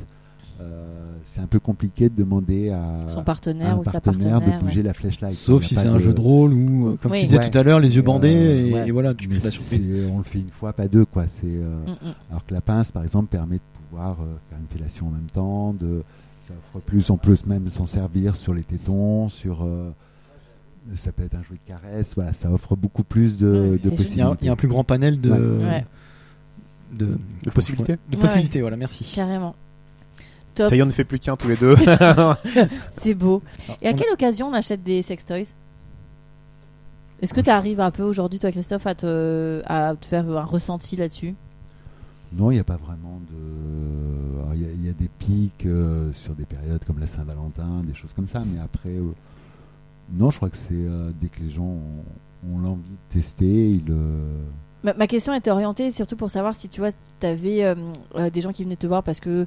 [SPEAKER 2] euh, c'est un peu compliqué de demander à
[SPEAKER 1] Son
[SPEAKER 2] à
[SPEAKER 1] partenaire
[SPEAKER 2] un
[SPEAKER 1] ou sa
[SPEAKER 2] partenaire
[SPEAKER 1] partenaire.
[SPEAKER 2] de bouger la flashlight.
[SPEAKER 5] sauf
[SPEAKER 2] Il y a
[SPEAKER 5] si
[SPEAKER 2] pas
[SPEAKER 5] c'est un jeu de rôle ou euh, comme
[SPEAKER 1] Oui.
[SPEAKER 5] tu disais
[SPEAKER 2] Ouais.
[SPEAKER 5] tout à l'heure les yeux bandés
[SPEAKER 2] Euh,
[SPEAKER 5] et,
[SPEAKER 2] ouais.
[SPEAKER 5] et voilà tu
[SPEAKER 2] Mais
[SPEAKER 5] crées la surprise
[SPEAKER 2] c'est- On le fait une fois, pas deux. quoi. C'est. euh,
[SPEAKER 1] ouais. Mm, mm.
[SPEAKER 2] Alors que la pince, par exemple, permet de pouvoir euh, faire une fellation en même temps, de, ça offre plus, on peut même s'en servir sur les tétons, sur, euh, ça peut être un jouet de caresse, voilà, ça offre beaucoup plus
[SPEAKER 1] Ouais,
[SPEAKER 2] de, de
[SPEAKER 1] c'est
[SPEAKER 5] Il y, a,
[SPEAKER 2] possibilités.
[SPEAKER 5] il y a un plus grand panel de,
[SPEAKER 2] Ouais.
[SPEAKER 1] Ouais.
[SPEAKER 5] de,
[SPEAKER 3] De possibilités.
[SPEAKER 5] de
[SPEAKER 1] Ouais,
[SPEAKER 5] possibilités. Voilà, merci.
[SPEAKER 1] Carrément.
[SPEAKER 3] Ça y est, on ne fait plus qu'un tous les deux.
[SPEAKER 1] C'est beau. Et à
[SPEAKER 5] on a-
[SPEAKER 1] quelle occasion on achète des sextoys Est-ce que tu arrives un peu aujourd'hui, toi, Christophe, à te, à te faire un ressenti là-dessus
[SPEAKER 2] Non, il n'y a pas vraiment de. alors, Il y, a- il y a des pics euh, sur des périodes comme la Saint-Valentin, des choses comme ça, mais après, euh, non, je crois que c'est euh, dès que les gens ont, ont l'envie de tester, ils, euh,
[SPEAKER 1] Ma, ma question était orientée surtout pour savoir si tu vois, t'avais euh, euh, des gens qui venaient te voir parce que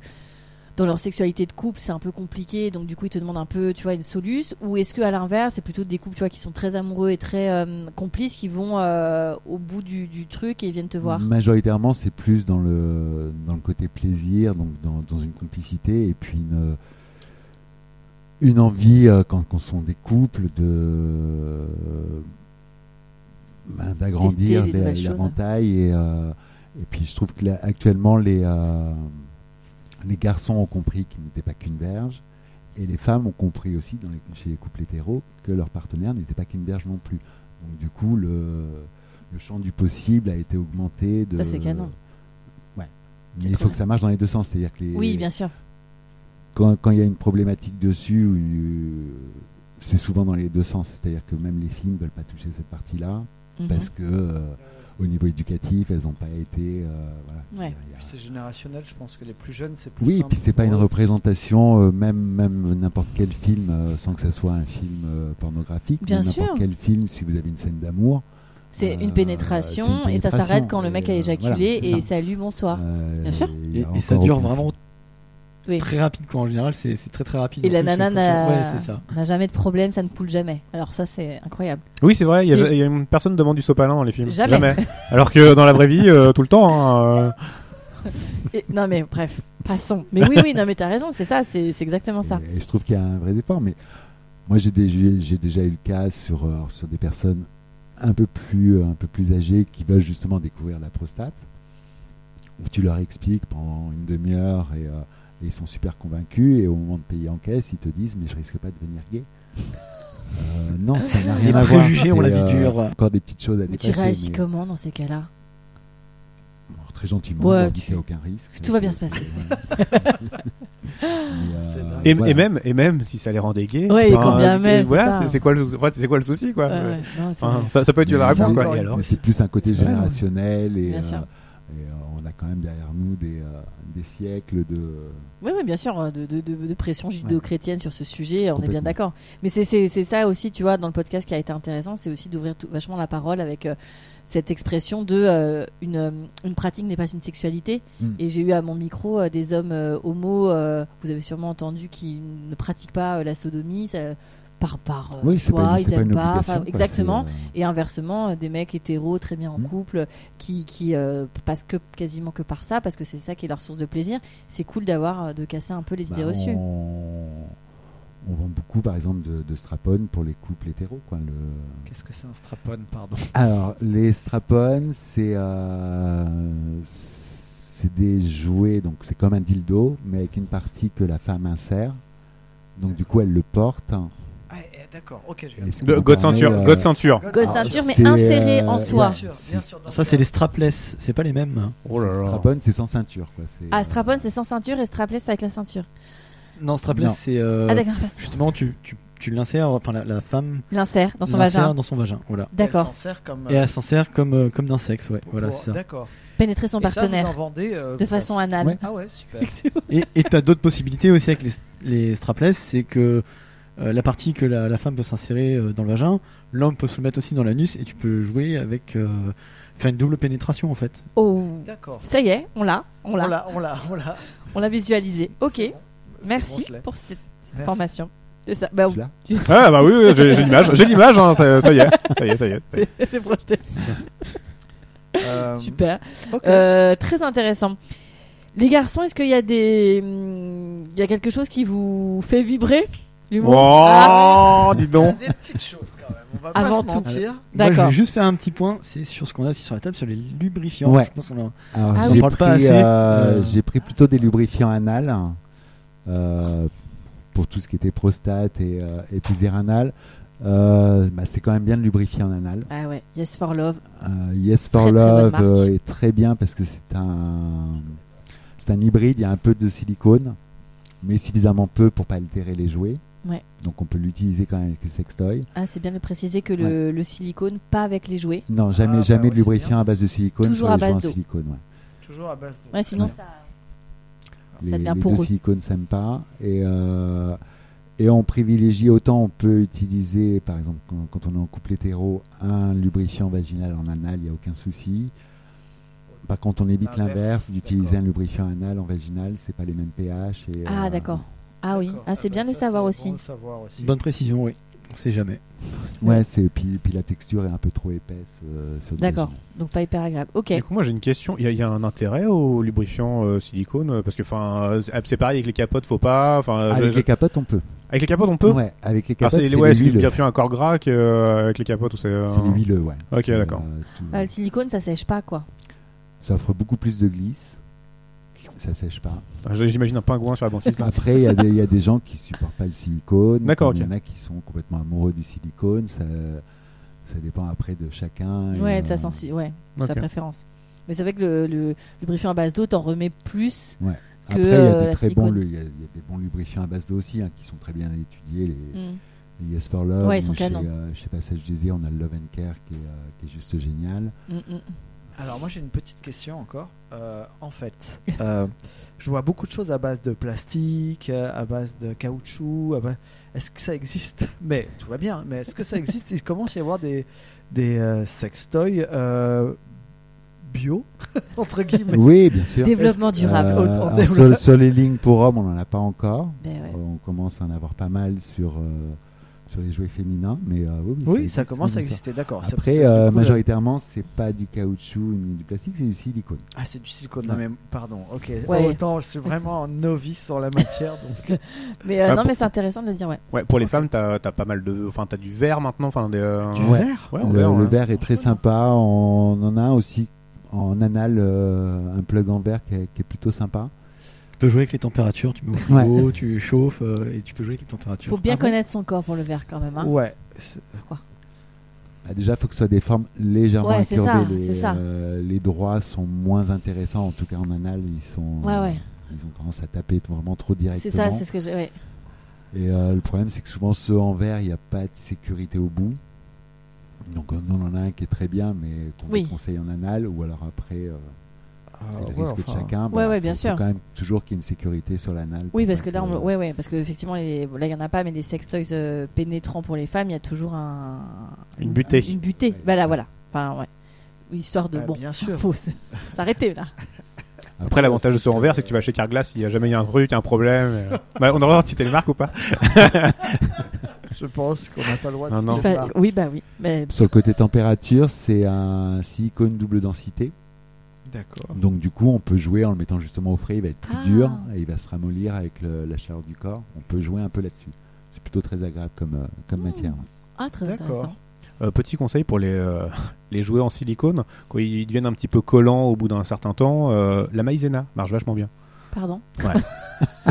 [SPEAKER 1] dans leur sexualité de couple, c'est un peu compliqué, donc du coup ils te demandent un peu, tu vois, une soluce, ou est-ce que à l'inverse, c'est plutôt des couples, tu vois, qui sont très amoureux et très euh, complices, qui vont euh, au bout du, du truc et viennent te voir.
[SPEAKER 2] Majoritairement, c'est plus dans le, dans le côté plaisir, donc dans, dans une complicité et puis une, une envie, euh, quand, quand sont des couples, de euh, ben, d'agrandir
[SPEAKER 1] Tester les
[SPEAKER 2] les-
[SPEAKER 1] nouvelles choses.
[SPEAKER 2] l'éventail. Et, euh, et puis, je trouve que là, actuellement, les, euh, les garçons ont compris qu'ils n'étaient pas qu'une verge. Et les femmes ont compris aussi dans les, chez les couples hétéros que leur partenaire n'était pas qu'une verge non plus. Donc du coup, le, le champ du possible a été augmenté. De,
[SPEAKER 1] Ça, c'est canon.
[SPEAKER 2] Ouais. Mais il faut que ça marche dans les deux sens. C'est-à-dire que les,
[SPEAKER 1] Oui, bien sûr.
[SPEAKER 2] quand quand il y a une problématique dessus, ou une- c'est souvent dans les deux sens. C'est-à-dire que même les filles ne veulent pas toucher cette partie-là
[SPEAKER 1] Mhm.
[SPEAKER 5] bah,
[SPEAKER 2] parce que euh, au niveau éducatif, elles n'ont pas été. euh, voilà.
[SPEAKER 1] Ouais.
[SPEAKER 2] Il y a-
[SPEAKER 4] Puis c'est générationnel, je pense que les plus jeunes, c'est plus.
[SPEAKER 2] oui,
[SPEAKER 4] simple
[SPEAKER 2] puis c'est pas
[SPEAKER 4] pour
[SPEAKER 2] une
[SPEAKER 4] eux.
[SPEAKER 2] représentation, euh, même, même n'importe quel film, euh, sans que ça soit un film euh, pornographique,
[SPEAKER 1] Bien
[SPEAKER 2] mais n'importe
[SPEAKER 1] sûr.
[SPEAKER 2] quel film, si vous avez une scène d'amour,
[SPEAKER 1] C'est
[SPEAKER 2] Euh,
[SPEAKER 1] une pénétration
[SPEAKER 2] c'est une
[SPEAKER 1] et ça
[SPEAKER 2] pénétration.
[SPEAKER 1] s'arrête quand le mec a
[SPEAKER 2] Et, euh,
[SPEAKER 1] éjaculé
[SPEAKER 2] voilà, c'est
[SPEAKER 1] et
[SPEAKER 2] ça.
[SPEAKER 1] salut, bonsoir.
[SPEAKER 2] euh,
[SPEAKER 1] Ah, Bien sûr.
[SPEAKER 2] il y
[SPEAKER 5] Et,
[SPEAKER 2] a
[SPEAKER 5] et ça
[SPEAKER 2] encore
[SPEAKER 5] dure
[SPEAKER 2] aucun
[SPEAKER 5] vraiment
[SPEAKER 1] Oui.
[SPEAKER 5] très rapide, quoi. En général, c'est c'est très très rapide.
[SPEAKER 1] Et
[SPEAKER 5] En
[SPEAKER 1] la
[SPEAKER 5] plus,
[SPEAKER 1] nana
[SPEAKER 5] comme ça-
[SPEAKER 1] n'a
[SPEAKER 5] Ouais, c'est ça.
[SPEAKER 1] n'a jamais de problème, ça ne poule jamais. Alors ça, c'est incroyable.
[SPEAKER 3] Oui, c'est vrai, il y, a-
[SPEAKER 1] C'est-
[SPEAKER 3] il y a une personne demande du sopalin dans les films.
[SPEAKER 1] Jamais.
[SPEAKER 3] Alors que dans la vraie vie, euh, tout le temps. hein, euh,
[SPEAKER 1] Et- non mais bref, passons. Mais oui, oui, non mais t'as raison, c'est ça, c'est c'est exactement ça.
[SPEAKER 2] Et, et je trouve qu'il y a un vrai départ. Mais moi, j'ai dé- j'ai j'ai déjà eu le cas sur, euh, sur des personnes un peu, plus, euh, un peu plus âgées qui veulent justement découvrir la prostate, où tu leur expliques pendant une demi-heure et, euh, et ils sont super convaincus. Et au moment de payer en caisse, ils te disent Mais je risque pas de devenir gay. Euh, non, ça n'a
[SPEAKER 5] Les
[SPEAKER 2] rien à voir.
[SPEAKER 5] préjugés, on
[SPEAKER 2] C'est,
[SPEAKER 5] la vie
[SPEAKER 2] euh,
[SPEAKER 5] dure.
[SPEAKER 2] Encore des petites choses à
[SPEAKER 1] Mais
[SPEAKER 2] dépasser.
[SPEAKER 1] tu réagis
[SPEAKER 2] mais-
[SPEAKER 1] comment dans ces cas-là
[SPEAKER 2] Alors, Très gentiment,
[SPEAKER 1] Ouais,
[SPEAKER 2] on leur dit
[SPEAKER 1] tu-
[SPEAKER 2] qu'il y a aucun risque.
[SPEAKER 1] Tout va bien se passer.
[SPEAKER 2] Mais, euh,
[SPEAKER 4] C'est dingue.
[SPEAKER 3] Et,
[SPEAKER 2] voilà.
[SPEAKER 3] et même, et même si ça les rendait gays.
[SPEAKER 1] Ouais, et
[SPEAKER 3] enfin,
[SPEAKER 1] quand bien
[SPEAKER 3] euh,
[SPEAKER 1] même, c'est
[SPEAKER 3] Voilà,
[SPEAKER 1] ça.
[SPEAKER 3] c'est- c'est quoi, le sou- en fait, c'est quoi le souci, quoi.
[SPEAKER 1] Ouais, ouais, Euh, non, c'est
[SPEAKER 3] Enfin,
[SPEAKER 1] vrai.
[SPEAKER 3] ça, ça peut être la
[SPEAKER 2] Mais
[SPEAKER 3] réponse,
[SPEAKER 2] c'est-
[SPEAKER 3] quoi.
[SPEAKER 4] mais
[SPEAKER 3] Et alors
[SPEAKER 2] Mais c'est plus un côté générationnel et,
[SPEAKER 1] Bien
[SPEAKER 2] euh,
[SPEAKER 1] sûr.
[SPEAKER 2] et, euh, on a quand même derrière nous des, euh, des siècles de.
[SPEAKER 1] Oui, oui, bien sûr, hein, de, de, de, de pression judéo-chrétienne sur ce sujet, on est bien
[SPEAKER 2] Complètement.
[SPEAKER 1] d'accord. Mais c'est- c'est c'est ça aussi, tu vois, dans le podcast qui a été intéressant, c'est aussi d'ouvrir tout- vachement la parole avec euh, cette expression de euh, une, euh, une pratique n'est pas une sexualité.
[SPEAKER 2] Mm.
[SPEAKER 1] Et j'ai eu à mon micro euh, des hommes euh, homo, euh, vous avez sûrement entendu, qui ne pratiquent pas euh, la sodomie ça- par, par euh, choix, ils aiment pas. enfin,
[SPEAKER 2] quoi,
[SPEAKER 1] exactement.
[SPEAKER 2] c'est, euh,
[SPEAKER 1] Et inversement, euh, des mecs hétéros très bien en
[SPEAKER 2] Mm.
[SPEAKER 1] couple qui, qui euh, passent que, quasiment que par ça parce que c'est ça qui est leur source de plaisir. C'est cool d'avoir euh, de casser un peu les
[SPEAKER 2] bah,
[SPEAKER 1] idées reçues.
[SPEAKER 2] On... on vend beaucoup, par exemple, de, de strapons pour les couples hétéros. Quoi, le...
[SPEAKER 4] Qu'est-ce que c'est un strapon, pardon
[SPEAKER 2] Alors, les strapons, c'est euh, c'est des jouets, donc c'est comme un dildo, mais avec une partie que la femme insère. Donc, du coup, elle le porte.
[SPEAKER 4] Ah, eh, d'accord, ok, je
[SPEAKER 2] Et ce qui
[SPEAKER 3] De-
[SPEAKER 2] nous
[SPEAKER 3] God
[SPEAKER 2] permet,
[SPEAKER 3] ceinture,
[SPEAKER 2] euh,
[SPEAKER 3] God ceinture.
[SPEAKER 1] Code
[SPEAKER 4] Ah,
[SPEAKER 1] ceinture, mais
[SPEAKER 2] c'est,
[SPEAKER 1] inséré
[SPEAKER 2] euh,
[SPEAKER 1] en soi.
[SPEAKER 4] Bien sûr, bien sûr.
[SPEAKER 5] Ça, c'est les strapless. C'est pas les mêmes. hein.
[SPEAKER 3] Oh là là.
[SPEAKER 2] Strapon, c'est sans ceinture. Quoi. c'est,
[SPEAKER 1] Ah,
[SPEAKER 2] euh,
[SPEAKER 1] strapon, c'est sans ceinture et strapless avec la ceinture.
[SPEAKER 5] Non, strapless,
[SPEAKER 2] Non.
[SPEAKER 5] c'est euh,
[SPEAKER 1] Ah, d'accord, passe.
[SPEAKER 5] justement tu tu, tu l'insères. Enfin, la, la femme
[SPEAKER 1] L'insère dans son
[SPEAKER 5] l'insère
[SPEAKER 1] vagin.
[SPEAKER 5] Dans son vagin. Voilà.
[SPEAKER 4] D'accord.
[SPEAKER 1] D'accord.
[SPEAKER 4] s'en sert comme.
[SPEAKER 5] Et elle s'en sert comme euh, comme d'un sexe. Ouais.
[SPEAKER 4] pour-
[SPEAKER 5] Voilà,
[SPEAKER 4] pour-
[SPEAKER 5] c'est ça.
[SPEAKER 4] D'accord.
[SPEAKER 1] Pénétrer son
[SPEAKER 4] Et ça, vous
[SPEAKER 1] partenaire
[SPEAKER 4] en vendez, euh,
[SPEAKER 1] de
[SPEAKER 4] vous-
[SPEAKER 1] façon anale.
[SPEAKER 2] Ouais.
[SPEAKER 4] Ah ouais, super.
[SPEAKER 5] Et et t'as d'autres possibilités aussi avec les, les strapless, c'est que euh, la partie que la, la femme peut s'insérer euh, dans le vagin, l'homme peut se le mettre aussi dans l'anus et tu peux jouer avec euh, faire une double pénétration en fait.
[SPEAKER 1] Oh.
[SPEAKER 4] D'accord.
[SPEAKER 1] Ça y est, on l'a, on
[SPEAKER 4] On
[SPEAKER 1] l'a,
[SPEAKER 4] l'a, on l'a, on l'a.
[SPEAKER 1] on l'a visualisé. Ok,
[SPEAKER 4] C'est bon. C'est
[SPEAKER 1] merci
[SPEAKER 4] bon, je l'ai.
[SPEAKER 1] pour cette
[SPEAKER 4] Merci.
[SPEAKER 1] formation. C'est ça. Bah,
[SPEAKER 2] Tu l'as
[SPEAKER 3] Ah bah oui, oui, j'ai j'ai l'image, j'ai l'image, hein, ça, ça y est, ça y est, ça y est. ça y est.
[SPEAKER 1] c'est projeté.
[SPEAKER 4] Euh,
[SPEAKER 1] Super.
[SPEAKER 4] ok.
[SPEAKER 1] Euh, très intéressant. Les garçons, est-ce qu'il y a des, hum, il y a quelque chose qui vous fait vibrer L'humour Ah,
[SPEAKER 3] Oh,
[SPEAKER 4] Il
[SPEAKER 3] dis
[SPEAKER 4] y a
[SPEAKER 3] donc.
[SPEAKER 4] des petites choses quand même. On va
[SPEAKER 1] Avant
[SPEAKER 4] pas se
[SPEAKER 1] tout.
[SPEAKER 4] mentir.
[SPEAKER 5] Moi, je
[SPEAKER 1] D'accord.
[SPEAKER 5] vais juste faire un petit point, c'est sur ce qu'on a aussi sur la table, sur les lubrifiants.
[SPEAKER 2] Ouais.
[SPEAKER 5] Je pense qu'on a-
[SPEAKER 2] Alors,
[SPEAKER 1] Ah
[SPEAKER 2] j'ai
[SPEAKER 5] oui. On parle
[SPEAKER 2] pris,
[SPEAKER 5] pas assez.
[SPEAKER 2] euh,
[SPEAKER 5] Euh.
[SPEAKER 2] j'ai pris plutôt des lubrifiants anal euh, pour tout ce qui était prostate et, euh, et plaisir anal. Euh, bah, c'est quand même bien de lubrifier en anal.
[SPEAKER 1] Ah ouais, Yes for Love.
[SPEAKER 2] Euh, yes for
[SPEAKER 1] Très, très bonne
[SPEAKER 2] Love
[SPEAKER 1] marque.
[SPEAKER 2] euh, est très bien parce que c'est un c'est un hybride, il y a un peu de silicone mais suffisamment peu pour pas altérer les jouets.
[SPEAKER 1] Ouais.
[SPEAKER 2] Donc on peut l'utiliser quand même avec les sextoys.
[SPEAKER 1] Ah, c'est bien de préciser que le, le silicone, pas avec les jouets.
[SPEAKER 2] Non, jamais
[SPEAKER 4] Ah, bah
[SPEAKER 2] jamais
[SPEAKER 4] ouais,
[SPEAKER 2] de
[SPEAKER 4] c'est
[SPEAKER 2] lubrifiant
[SPEAKER 4] bien.
[SPEAKER 2] à base de silicone,
[SPEAKER 1] Toujours
[SPEAKER 2] sur
[SPEAKER 1] à
[SPEAKER 2] les jouets
[SPEAKER 1] base
[SPEAKER 2] en
[SPEAKER 1] d'eau.
[SPEAKER 2] silicone, ouais.
[SPEAKER 4] Toujours à base d'eau.
[SPEAKER 1] Ouais, sinon
[SPEAKER 2] Ouais.
[SPEAKER 1] ça, ça
[SPEAKER 2] les,
[SPEAKER 1] devient
[SPEAKER 2] les deux
[SPEAKER 1] poreux.
[SPEAKER 2] silicones s'aiment pas et euh, Et on privilégie autant on peut utiliser, par exemple, quand, quand on est en couple hétéro, un lubrifiant vaginal en anal, il n'y a aucun souci. Par contre, on évite
[SPEAKER 4] L'inverse,
[SPEAKER 2] l'inverse d'utiliser
[SPEAKER 4] d'accord.
[SPEAKER 2] un lubrifiant anal en vaginal, c'est pas les mêmes pH. Et,
[SPEAKER 1] Ah,
[SPEAKER 2] euh,
[SPEAKER 1] d'accord. Ah oui,
[SPEAKER 4] D'accord.
[SPEAKER 1] ah, c'est
[SPEAKER 4] bah,
[SPEAKER 1] bien de
[SPEAKER 4] ça,
[SPEAKER 1] le savoir
[SPEAKER 4] c'est
[SPEAKER 1] aussi.
[SPEAKER 4] bon de savoir aussi.
[SPEAKER 5] Bonne précision, oui. On sait jamais.
[SPEAKER 2] Ouais, c'est puis, puis la texture est un peu trop épaisse euh, sur du
[SPEAKER 1] D'accord,
[SPEAKER 2] vaginal.
[SPEAKER 1] donc pas hyper agréable. Ok.
[SPEAKER 3] Du coup, moi j'ai une question. Il y, a- il y a un intérêt au lubrifiant euh, silicone euh, Parce que enfin, euh, c'est- c'est pareil avec les capotes, faut pas. Enfin, Euh, je- je-
[SPEAKER 2] Ah, Avec les capotes, on peut.
[SPEAKER 3] avec les capotes, on peut.
[SPEAKER 2] Ouais, avec les
[SPEAKER 3] Enfin,
[SPEAKER 2] capotes, c'est
[SPEAKER 3] ouais,
[SPEAKER 2] des
[SPEAKER 3] c'est
[SPEAKER 2] huiles.
[SPEAKER 3] bien à corps gras que, euh, avec les capotes ou c'est. euh,
[SPEAKER 2] C'est les huileux, ouais.
[SPEAKER 3] Ok,
[SPEAKER 2] C'est,
[SPEAKER 3] d'accord.
[SPEAKER 2] euh, tout-
[SPEAKER 1] Euh, le silicone, ça sèche pas quoi.
[SPEAKER 2] Ça offre beaucoup plus de glisse. Ça sèche pas.
[SPEAKER 3] Attends, J'imagine un pingouin sur la banquise. là.
[SPEAKER 2] Après, il y a des- il y, a des gens qui supportent pas le silicone.
[SPEAKER 3] D'accord,
[SPEAKER 2] comme Il
[SPEAKER 3] ok.
[SPEAKER 2] y en a qui sont complètement amoureux du silicone. Ça, ça dépend après de chacun. et,
[SPEAKER 1] Ouais, de
[SPEAKER 2] euh,
[SPEAKER 1] sa sensi- ouais, de sa
[SPEAKER 3] Ok.
[SPEAKER 1] préférence. Mais c'est vrai que le, le lubrifiant à base d'eau, t'en remets plus. que,
[SPEAKER 2] Après, il y a
[SPEAKER 1] euh,
[SPEAKER 2] des
[SPEAKER 1] la
[SPEAKER 2] très bons,
[SPEAKER 1] silicone.
[SPEAKER 2] lu- il y a, il y a des bons lubrifiants à base d'eau aussi hein, qui sont très bien étudiés. Les,
[SPEAKER 1] Mm.
[SPEAKER 2] les Yes for Love.
[SPEAKER 1] Ouais, ils
[SPEAKER 2] ou
[SPEAKER 1] sont
[SPEAKER 2] chez,
[SPEAKER 1] canons.
[SPEAKER 2] euh, chez Passage Désir, on a le Love and Care qui est, euh, qui est juste génial.
[SPEAKER 1] Mm, mm.
[SPEAKER 4] Alors moi j'ai une petite question encore. Euh, en fait, euh, je vois beaucoup de choses à base de plastique, euh, à base de caoutchouc. à ba- Est-ce que ça existe Mais tout va bien. Mais est-ce que ça existe Il commence à y avoir des des euh, sextoys euh, bio entre guillemets.
[SPEAKER 2] Oui, bien sûr.
[SPEAKER 1] Développement durable. Oh,
[SPEAKER 2] Euh,
[SPEAKER 4] Autre en
[SPEAKER 2] alors,
[SPEAKER 4] développement.
[SPEAKER 2] sur, sur les lignes pour hommes, on n'en a pas encore.
[SPEAKER 1] Ben ouais.
[SPEAKER 2] Euh, On commence à en avoir pas mal sur, euh, sur les jouets féminins. Mais, euh, oui,
[SPEAKER 4] Oui, ça
[SPEAKER 2] existe,
[SPEAKER 4] commence à
[SPEAKER 2] bien sûr.
[SPEAKER 4] exister. D'accord. C'est-
[SPEAKER 2] Après,
[SPEAKER 4] c'est-
[SPEAKER 2] euh,
[SPEAKER 4] du coup, le-
[SPEAKER 2] majoritairement, c'est pas du caoutchouc ni du plastique, c'est du silicone.
[SPEAKER 4] Ah, c'est du silicone. Non,
[SPEAKER 2] Ouais.
[SPEAKER 4] mais pardon. Ok.
[SPEAKER 1] Ouais. Ah,
[SPEAKER 4] Autant je suis vraiment novice en la matière. donc-
[SPEAKER 1] Mais euh,
[SPEAKER 3] Ah,
[SPEAKER 1] non,
[SPEAKER 3] pour-
[SPEAKER 1] mais c'est intéressant de le dire, ouais.
[SPEAKER 3] Ouais, pour les femmes, t'as as pas mal de. Enfin, t'as du verre maintenant. Enfin, des. euh,
[SPEAKER 4] Du
[SPEAKER 2] Ouais.
[SPEAKER 4] verre
[SPEAKER 3] Ouais, en
[SPEAKER 2] le,
[SPEAKER 3] verre,
[SPEAKER 2] le
[SPEAKER 3] ouais.
[SPEAKER 2] verre est très sympa. On en a aussi en anal euh, un plug en verre qui est, qui est plutôt sympa.
[SPEAKER 5] Tu peux jouer avec les températures, tu mets au frigo, tu chauffes euh, et tu peux jouer avec les températures.
[SPEAKER 1] Faut bien
[SPEAKER 4] Ah bon
[SPEAKER 1] connaître son corps pour le verre quand
[SPEAKER 2] Ah.
[SPEAKER 1] même. hein.
[SPEAKER 4] Ouais. C'est-
[SPEAKER 2] Bah, déjà, il faut que ce soit des formes légèrement
[SPEAKER 1] Ouais, c'est
[SPEAKER 2] incurvées.
[SPEAKER 1] ça, c'est
[SPEAKER 2] les,
[SPEAKER 1] ça.
[SPEAKER 2] euh, les droits sont moins intéressants, en tout cas en anal, ils sont.
[SPEAKER 1] Ouais, ouais.
[SPEAKER 2] Ils ont tendance à taper vraiment trop
[SPEAKER 1] C'est ça,
[SPEAKER 2] directement.
[SPEAKER 1] c'est ce que j'ai. ouais.
[SPEAKER 2] Et euh, le problème, c'est que souvent, ceux en verre, il n'y a pas de sécurité au bout. Donc, euh, nous, on en a un qui est très bien, mais qu'on
[SPEAKER 1] Oui.
[SPEAKER 2] conseille en anal, ou alors après, euh,
[SPEAKER 4] Ah,
[SPEAKER 2] c'est le
[SPEAKER 4] ouais,
[SPEAKER 2] risque de
[SPEAKER 4] enfin,
[SPEAKER 2] chacun.
[SPEAKER 1] Ouais, ouais, bien
[SPEAKER 2] faut- faut
[SPEAKER 1] sûr.
[SPEAKER 2] quand même toujours qu'il y ait une sécurité sur l'anal.
[SPEAKER 1] Oui,
[SPEAKER 2] pour
[SPEAKER 1] parce
[SPEAKER 2] pas euh,
[SPEAKER 1] que là, on- ouais, ouais, parce que effectivement, les... là, il y en a pas, mais les sextoys euh, pénétrants pour les femmes, il y a toujours un.
[SPEAKER 3] Une butée.
[SPEAKER 1] Une butée.
[SPEAKER 2] Ouais.
[SPEAKER 1] Voilà, voilà. Enfin, ouais. Histoire de
[SPEAKER 4] Ah,
[SPEAKER 1] bon.
[SPEAKER 4] Bien sûr.
[SPEAKER 1] Faut se- faut s'arrêter là.
[SPEAKER 3] Après, l'avantage de ce renvers, c'est que tu vas chez Carglass, il y a jamais eu un truc, un problème. et, euh, bah, on aurait cité le marque ou pas
[SPEAKER 4] Je pense qu'on n'a pas le droit de
[SPEAKER 3] Non, non.
[SPEAKER 4] se
[SPEAKER 1] Il fa-
[SPEAKER 4] mettre là.
[SPEAKER 1] Oui, bah oui. Mais
[SPEAKER 2] euh, Sur le côté température, c'est un silicone double densité.
[SPEAKER 3] Ah.
[SPEAKER 4] D'accord.
[SPEAKER 2] Donc, du coup, on peut jouer en le mettant justement au frais. Il va être plus
[SPEAKER 1] Ah.
[SPEAKER 2] dur et il va se ramollir avec le- la chaleur du corps. On peut jouer un peu là-dessus. C'est plutôt très agréable comme, euh, comme
[SPEAKER 1] Hmm.
[SPEAKER 2] matière.
[SPEAKER 1] Ah, très
[SPEAKER 4] D'accord.
[SPEAKER 1] intéressant.
[SPEAKER 3] Euh, Petit conseil pour les, euh, les jouets en silicone, quand ils deviennent un petit peu collants au bout d'un certain temps, euh, la maïzena marche vachement bien.
[SPEAKER 1] Pardon.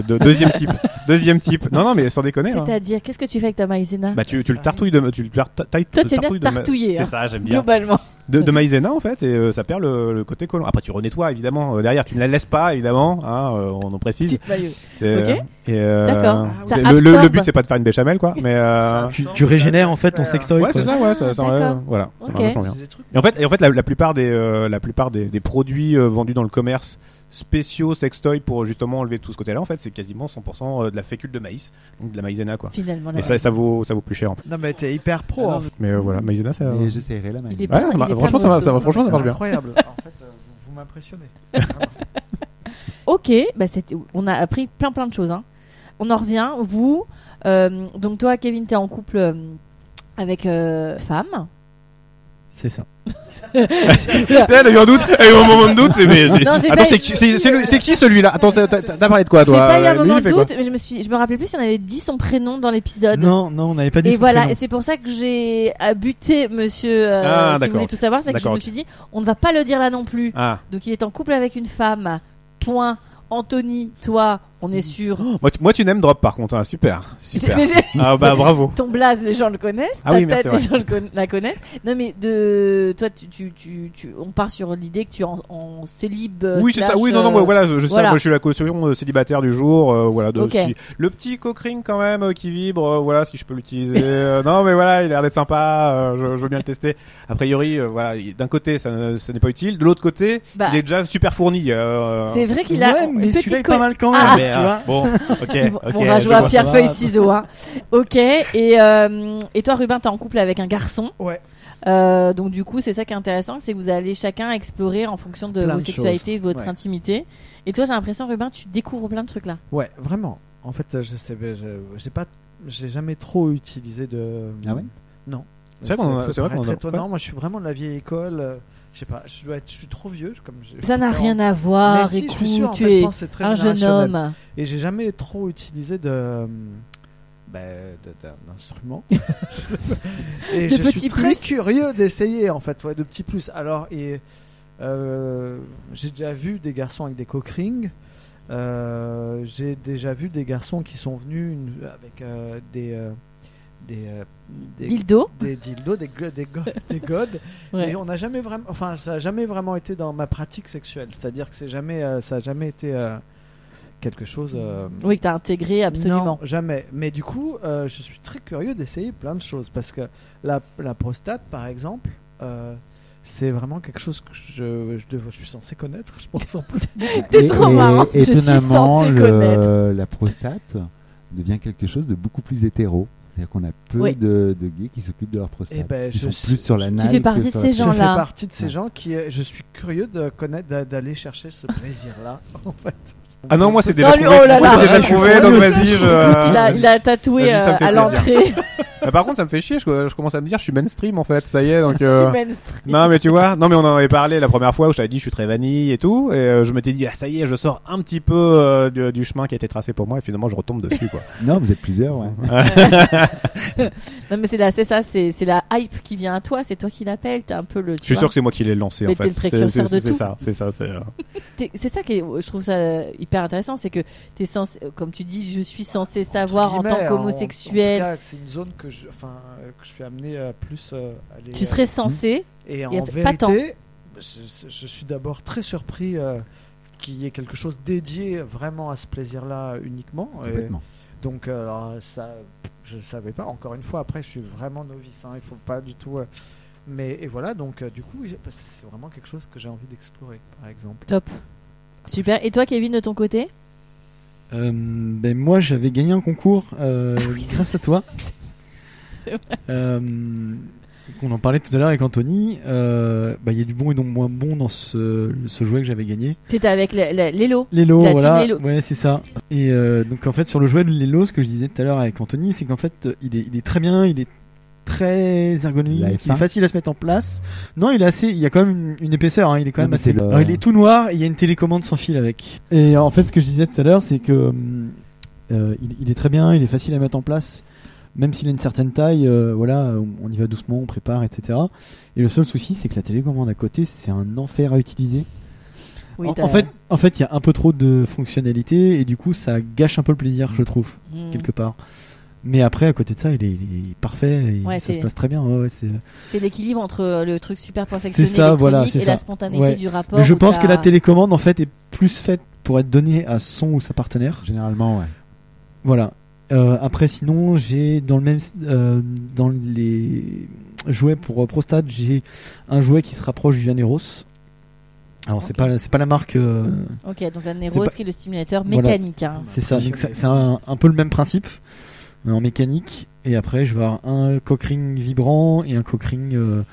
[SPEAKER 3] De- deuxième type. Deuxième type. Non, non, mais sans déconner. hein.
[SPEAKER 1] C'est-à-dire, qu'est-ce que tu fais avec ta maïzena
[SPEAKER 3] Bah, tu, tu le tartouilles de. Tu le tar- ta- taille-
[SPEAKER 1] Toi,
[SPEAKER 3] le
[SPEAKER 1] tu aimes bien
[SPEAKER 3] tartouilles de ma-
[SPEAKER 1] tartouiller, hein.
[SPEAKER 3] C'est ça, j'aime bien.
[SPEAKER 1] Globalement.
[SPEAKER 3] De, de maïzena, en fait, et euh, ça perd le, le côté collant. Après, tu renettoies, évidemment. euh, derrière, tu ne la laisses pas, évidemment. hein, euh, on en précise.
[SPEAKER 1] Petite maillot.
[SPEAKER 3] C'est-
[SPEAKER 1] Ok.
[SPEAKER 3] et, euh,
[SPEAKER 1] D'accord.
[SPEAKER 3] c'est-
[SPEAKER 1] Ça
[SPEAKER 3] le, le- le
[SPEAKER 1] absorbe.
[SPEAKER 3] but, c'est pas de faire une béchamel, quoi. Mais. euh,
[SPEAKER 5] Tu, tu régénères en fait ton
[SPEAKER 4] Super.
[SPEAKER 5] sextoy.
[SPEAKER 3] Ouais,
[SPEAKER 5] Ah quoi.
[SPEAKER 3] c'est ça, ouais, ça, ça enlève-
[SPEAKER 1] D'accord.
[SPEAKER 3] voilà. ça
[SPEAKER 1] Ok.
[SPEAKER 3] marche vachement bien.
[SPEAKER 4] C'est des trucs
[SPEAKER 3] Et en fait, et en fait la, la plupart des, euh, la plupart des, des produits euh, vendus dans le commerce spéciaux sextoy pour justement enlever tout ce côté-là, en fait, c'est quasiment 100% euh, de la fécule de maïs, donc de la maïzena, quoi.
[SPEAKER 1] Finalement, Oh là.
[SPEAKER 3] Et ça, ça vaut, ça vaut plus cher en plus.
[SPEAKER 4] Non mais t'es hyper pro.
[SPEAKER 1] Ah
[SPEAKER 4] en
[SPEAKER 1] non,
[SPEAKER 4] fait.
[SPEAKER 3] Mais euh, voilà, maïzena, ça.
[SPEAKER 2] Et j'essaierai la maille.
[SPEAKER 1] Il est
[SPEAKER 3] Ouais,
[SPEAKER 1] plein-
[SPEAKER 3] ça marche-
[SPEAKER 1] il est plein
[SPEAKER 3] franchement, ça va-
[SPEAKER 1] morceau.
[SPEAKER 3] ça va- franchement, Ah, ça
[SPEAKER 4] C'est
[SPEAKER 3] marche bien.
[SPEAKER 4] Incroyable. en fait, euh, vous, vous m'impressionnez.
[SPEAKER 1] Ok, bah c'était- on a appris plein plein de choses. hein. On en revient, vous. euh, donc toi, Kevin, t'es en couple euh, avec euh, femme.
[SPEAKER 5] C'est ça.
[SPEAKER 3] elle a eu un doute, elle a eu un moment de doute. c'est- mais c'est-
[SPEAKER 1] Non, j'ai
[SPEAKER 3] Attends,
[SPEAKER 1] pas-
[SPEAKER 3] c'est qui, c'est- c'est le- c'est qui celui-là Attends, t'as- t'as t'as parlé de quoi,
[SPEAKER 1] J'ai
[SPEAKER 3] toi
[SPEAKER 1] Ah,
[SPEAKER 3] euh,
[SPEAKER 1] pas eu un
[SPEAKER 3] Lui,
[SPEAKER 1] moment
[SPEAKER 3] il
[SPEAKER 1] de
[SPEAKER 3] fait quoi
[SPEAKER 1] doute, mais je me suis, je me rappelais plus si on avait dit son prénom dans l'épisode.
[SPEAKER 5] Non, non, on n'avait pas dit.
[SPEAKER 1] Et
[SPEAKER 5] son
[SPEAKER 1] voilà,
[SPEAKER 5] prénom.
[SPEAKER 1] et c'est pour ça que j'ai euh, buté monsieur. euh,
[SPEAKER 3] Ah,
[SPEAKER 1] si vous
[SPEAKER 3] d'accord,
[SPEAKER 1] voulez tout savoir, c'est que je
[SPEAKER 3] D'accord,
[SPEAKER 1] me
[SPEAKER 3] ok.
[SPEAKER 1] suis dit, on ne va pas le dire là non plus.
[SPEAKER 3] Ah,
[SPEAKER 1] Donc il est en couple avec une femme. Point. Anthony, toi, on est sûr.
[SPEAKER 3] moi tu, moi, tu n'aimes drop par contre, hein, super, Oh, super.
[SPEAKER 1] J'ai- j'ai-
[SPEAKER 3] Ah bah bravo.
[SPEAKER 1] Ton blaze, les gens le connaissent.
[SPEAKER 3] Ah
[SPEAKER 1] Ta
[SPEAKER 3] oui, merci,
[SPEAKER 1] tête,
[SPEAKER 3] ouais.
[SPEAKER 1] les gens le con- la connaissent. Non, mais de toi, tu, tu, tu, tu- on part sur l'idée que tu es en, en célib. euh,
[SPEAKER 3] Oui, c'est ça.
[SPEAKER 1] slash,
[SPEAKER 3] Oui, non, non,
[SPEAKER 1] euh,
[SPEAKER 3] moi, voilà, je, je sais,
[SPEAKER 1] voilà.
[SPEAKER 3] moi, je suis la caution euh, célibataire du jour, euh, voilà. De,
[SPEAKER 1] Ok.
[SPEAKER 3] si- le petit cockring quand même euh, qui vibre, euh, voilà, si je peux l'utiliser. euh, non, mais voilà, il a l'air d'être sympa. euh, je, je veux bien le tester. A priori, euh, voilà, il- d'un côté, ça, ne- ça n'est pas utile. De l'autre côté,
[SPEAKER 1] Bah.
[SPEAKER 3] il est déjà super fourni. euh,
[SPEAKER 1] C'est vrai qu'il a
[SPEAKER 5] Ouais,
[SPEAKER 1] un
[SPEAKER 5] mais
[SPEAKER 1] petit
[SPEAKER 5] celui-là est pas
[SPEAKER 1] co-
[SPEAKER 5] mal quand même.
[SPEAKER 1] Ah,
[SPEAKER 3] mais,
[SPEAKER 1] tu vois.
[SPEAKER 3] ah, bon, ok, ok.
[SPEAKER 1] on va
[SPEAKER 3] je
[SPEAKER 1] jouer à
[SPEAKER 3] vois.
[SPEAKER 1] pierre,
[SPEAKER 5] ça.
[SPEAKER 1] feuille, ciseaux. Hein. ok. Et, euh, et toi, Rubin, t'es en couple avec un garçon.
[SPEAKER 4] Ouais.
[SPEAKER 1] Euh, donc, du coup, c'est ça qui est intéressant c'est que vous allez chacun explorer en fonction de
[SPEAKER 4] Plein
[SPEAKER 1] vos
[SPEAKER 4] de
[SPEAKER 1] sexualités, de votre
[SPEAKER 4] Ouais.
[SPEAKER 1] intimité. Et toi, j'ai l'impression, Rubin, tu découvres plein de trucs là.
[SPEAKER 4] Ouais, vraiment. En fait, euh, je sais, mais je- j'ai pas, j'ai jamais trop utilisé de.
[SPEAKER 2] Ah ouais
[SPEAKER 4] Non.
[SPEAKER 3] C'est vrai qu'on en a-
[SPEAKER 4] Ça peut
[SPEAKER 3] c'est vrai qu'on en a-
[SPEAKER 4] paraître étonnant. Moi, je suis vraiment de la vieille école. euh, Je sais pas. Je dois être. Je suis trop vieux. je- Comme j'ai-
[SPEAKER 1] Ça n'a rien à
[SPEAKER 4] Mais
[SPEAKER 1] voir.
[SPEAKER 4] si,
[SPEAKER 1] écoute,
[SPEAKER 4] je suis sûr, en
[SPEAKER 1] tu
[SPEAKER 4] fait, je
[SPEAKER 1] es
[SPEAKER 4] pense que c'est très
[SPEAKER 1] un jeune
[SPEAKER 4] générationnel.
[SPEAKER 1] homme.
[SPEAKER 4] Et j'ai jamais trop utilisé de. euh, bah, de- d'un instrument. et
[SPEAKER 1] Des
[SPEAKER 4] je
[SPEAKER 1] petits
[SPEAKER 4] suis très
[SPEAKER 1] plus.
[SPEAKER 4] curieux d'essayer en fait, ouais, de petits plus. Alors, et euh, j'ai déjà vu des garçons avec des cock rings. Euh, j'ai déjà vu des garçons qui sont venus une- avec euh, des euh, des, euh, des,
[SPEAKER 1] Dildo.
[SPEAKER 4] des dildos, des go- des go- des godes.
[SPEAKER 1] Ouais.
[SPEAKER 4] Et on n'a jamais vraiment, enfin, ça n'a jamais vraiment été dans ma pratique sexuelle. C'est-à-dire que c'est jamais, euh, ça n'a jamais été euh, quelque chose. euh,
[SPEAKER 1] Oui, que t'as intégré absolument.
[SPEAKER 4] non, jamais. Mais du coup, euh, je suis très curieux d'essayer plein de choses parce que la, la prostate, par exemple, euh, c'est vraiment quelque chose que je, je, dev- je suis censé connaître, je pense en plus.
[SPEAKER 1] T'es trop marrant, je suis
[SPEAKER 2] étonnamment,
[SPEAKER 1] censée
[SPEAKER 2] le-
[SPEAKER 1] connaître.
[SPEAKER 2] la prostate devient quelque chose de beaucoup plus hétéro. C'est-à-dire qu'on a peu
[SPEAKER 1] Oui.
[SPEAKER 2] de, de gays qui s'occupent de leur prostate.
[SPEAKER 4] Eh ben,
[SPEAKER 2] Ils
[SPEAKER 4] je
[SPEAKER 2] sont
[SPEAKER 4] suis-
[SPEAKER 2] plus sur la
[SPEAKER 1] Tu fais partie de ces
[SPEAKER 4] Je fais
[SPEAKER 1] gens-là.
[SPEAKER 4] partie de ces gens qui, euh, je suis curieux de connaître, d'a- d'aller chercher ce plaisir-là. En fait.
[SPEAKER 3] Ah non, moi c'est déjà
[SPEAKER 1] Oh, lui-
[SPEAKER 3] trouvé.
[SPEAKER 1] oh là
[SPEAKER 3] Moi, c'est
[SPEAKER 1] là.
[SPEAKER 3] déjà trouvé, donc vas-y, je.
[SPEAKER 1] Écoute, il, a, il a tatoué
[SPEAKER 3] Euh, Vas-y, ça
[SPEAKER 1] euh,
[SPEAKER 3] me fait
[SPEAKER 1] à
[SPEAKER 3] plaisir.
[SPEAKER 1] l'entrée.
[SPEAKER 3] Bah, par contre, ça me fait chier. Je, je commence à me dire, je suis mainstream en fait. Ça y est, donc.
[SPEAKER 1] du
[SPEAKER 3] euh,
[SPEAKER 1] mainstream.
[SPEAKER 3] Non mais tu vois, non mais on en avait parlé la première fois où je t'avais dit je suis très vanille et tout et euh, je m'étais dit ah ça y est je sors un petit peu euh, du, du chemin qui a été tracé pour moi et finalement je retombe dessus quoi.
[SPEAKER 2] Non, vous êtes plusieurs, ouais.
[SPEAKER 1] Non, mais c'est la- c'est ça, c'est c'est la hype qui vient à toi, c'est toi qui l'appelles, t'es un peu le. tu
[SPEAKER 3] je suis
[SPEAKER 1] vois.
[SPEAKER 3] sûr que c'est moi qui l'ai lancé
[SPEAKER 1] Mais
[SPEAKER 3] en fait.
[SPEAKER 1] t'es le précurseur
[SPEAKER 3] C'est- c'est-
[SPEAKER 1] de tout.
[SPEAKER 3] C'est ça, c'est ça, c'est. euh,
[SPEAKER 1] T'es- C'est ça qui est, je trouve ça euh, hyper intéressant, c'est que t'es censé, euh, comme tu dis, je suis censé savoir en
[SPEAKER 4] Entre guillemets, hein,
[SPEAKER 1] tant qu'homosexuel.
[SPEAKER 4] en- en tout cas, C'est une zone que je, enfin, euh, que je suis amené à plus euh, aller.
[SPEAKER 1] Tu
[SPEAKER 4] euh,
[SPEAKER 1] serais censé.
[SPEAKER 4] Et en
[SPEAKER 1] y a
[SPEAKER 4] vérité,
[SPEAKER 1] pas tant.
[SPEAKER 4] je, je suis d'abord très surpris euh, qu'il y ait quelque chose dédié vraiment à ce plaisir-là uniquement. Et
[SPEAKER 2] Complètement.
[SPEAKER 4] donc, euh, alors, ça, je ne savais pas. Encore une fois, après, je suis vraiment novice. hein, il faut pas du tout. euh, mais et voilà, donc euh, du coup, j'ai- c'est vraiment quelque chose que j'ai envie d'explorer, par exemple.
[SPEAKER 1] Top.
[SPEAKER 4] hmm.
[SPEAKER 1] Super. Et toi, Kevin, de ton côté
[SPEAKER 5] Euh, ben moi j'avais gagné un concours euh,
[SPEAKER 1] Ah
[SPEAKER 5] grâce à toi.
[SPEAKER 1] C'est vrai.
[SPEAKER 5] Euh, on en parlait tout à l'heure avec Anthony. euh, bah, Il y a du bon et du moins bon dans ce, ce jouet que j'avais gagné.
[SPEAKER 1] T'étais avec le- le- l'élo.
[SPEAKER 5] Lélo,
[SPEAKER 1] La team
[SPEAKER 5] voilà.
[SPEAKER 1] Lélo.
[SPEAKER 5] Ouais, c'est ça. Et euh, donc en fait sur le jouet de Lélo, ce que je disais tout à l'heure avec Anthony, c'est qu'en fait euh, il est, il est très bien, il est très
[SPEAKER 2] La
[SPEAKER 5] ergonomique, il
[SPEAKER 2] F1.
[SPEAKER 5] est facile à se mettre en place. Non, il est assez, il y a quand même une, une épaisseur, hein, il est quand
[SPEAKER 2] Non,
[SPEAKER 5] même
[SPEAKER 2] mais
[SPEAKER 5] assez.
[SPEAKER 2] c'est le-
[SPEAKER 5] Alors, il est tout noir et il y a une télécommande sans fil avec. Et en fait ce que je disais tout à l'heure, c'est que hum, euh, il, il est très bien, il est facile à mettre en place. Même s'il a une certaine taille, euh, voilà, on- on y va doucement, on prépare, etc. Et le seul souci, c'est que la télécommande à côté, c'est un enfer à utiliser
[SPEAKER 1] Oui,
[SPEAKER 5] en,
[SPEAKER 1] t'as-
[SPEAKER 5] en fait, en fait, il y a un peu trop de fonctionnalités et du coup, ça gâche un peu le plaisir, je trouve,
[SPEAKER 1] Hmm.
[SPEAKER 5] quelque part. Mais après, à côté de ça, il est, il est parfait, et
[SPEAKER 1] Ouais,
[SPEAKER 5] ça se
[SPEAKER 1] c'est-
[SPEAKER 5] passe très bien. ouais, ouais, c'est-
[SPEAKER 1] c'est l'équilibre entre euh, le truc super perfectionné
[SPEAKER 5] C'est ça, voilà,
[SPEAKER 1] électronique
[SPEAKER 5] c'est
[SPEAKER 1] et la
[SPEAKER 5] ça.
[SPEAKER 1] spontanéité
[SPEAKER 5] Ouais.
[SPEAKER 1] du rapport.
[SPEAKER 5] Mais je
[SPEAKER 1] où
[SPEAKER 5] pense
[SPEAKER 1] t'as-
[SPEAKER 5] que la télécommande, en fait, est plus faite pour être donnée à son ou sa partenaire.
[SPEAKER 2] Généralement, ouais.
[SPEAKER 5] Voilà. Euh, après, sinon, j'ai dans le même, euh, dans les jouets pour euh, prostate, j'ai un jouet qui se rapproche du Vianeros. Alors, c'est
[SPEAKER 1] Ok.
[SPEAKER 5] pas, c'est pas la marque. euh,
[SPEAKER 1] Ok, donc la Neros
[SPEAKER 5] pas-
[SPEAKER 1] qui est le stimulateur
[SPEAKER 5] Voilà.
[SPEAKER 1] mécanique. hein.
[SPEAKER 5] C'est ça,
[SPEAKER 4] Bien
[SPEAKER 5] donc
[SPEAKER 4] sûr.
[SPEAKER 5] ça- c'est un, un peu le même principe, mais en mécanique. Et après, je vais avoir un cockring vibrant et un cockring euh,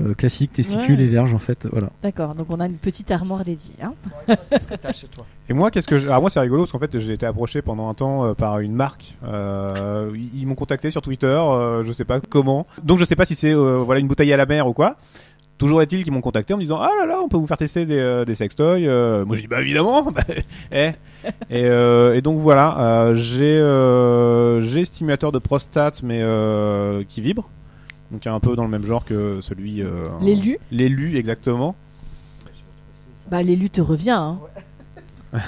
[SPEAKER 5] euh, classique, testicule
[SPEAKER 1] Ouais.
[SPEAKER 5] et verge, en fait. Voilà.
[SPEAKER 1] D'accord, donc on a une petite armoire dédiée. hein.
[SPEAKER 4] chez toi.
[SPEAKER 3] Et moi, qu'est-ce que je... Alors moi, c'est rigolo parce qu'en fait, j'ai été approché pendant un temps euh, par une marque. Euh, ils ils m'ont contacté sur Twitter, euh, je sais pas comment. Donc je sais pas si c'est euh, voilà une bouteille à la mer ou quoi. Toujours est-il qu'ils m'ont contacté en me disant ah là là, on peut vous faire tester des, euh, des sextoys. Euh, moi, j'ai dit bah évidemment. Eh. et, euh, et donc voilà, euh, j'ai euh, j'ai stimulateur de prostate mais euh, qui vibre. Donc un peu dans le même genre que celui euh,
[SPEAKER 5] Hein.
[SPEAKER 1] L'élu
[SPEAKER 3] l'élu exactement.
[SPEAKER 1] Bah, l'élu te revient. hein.
[SPEAKER 4] Vous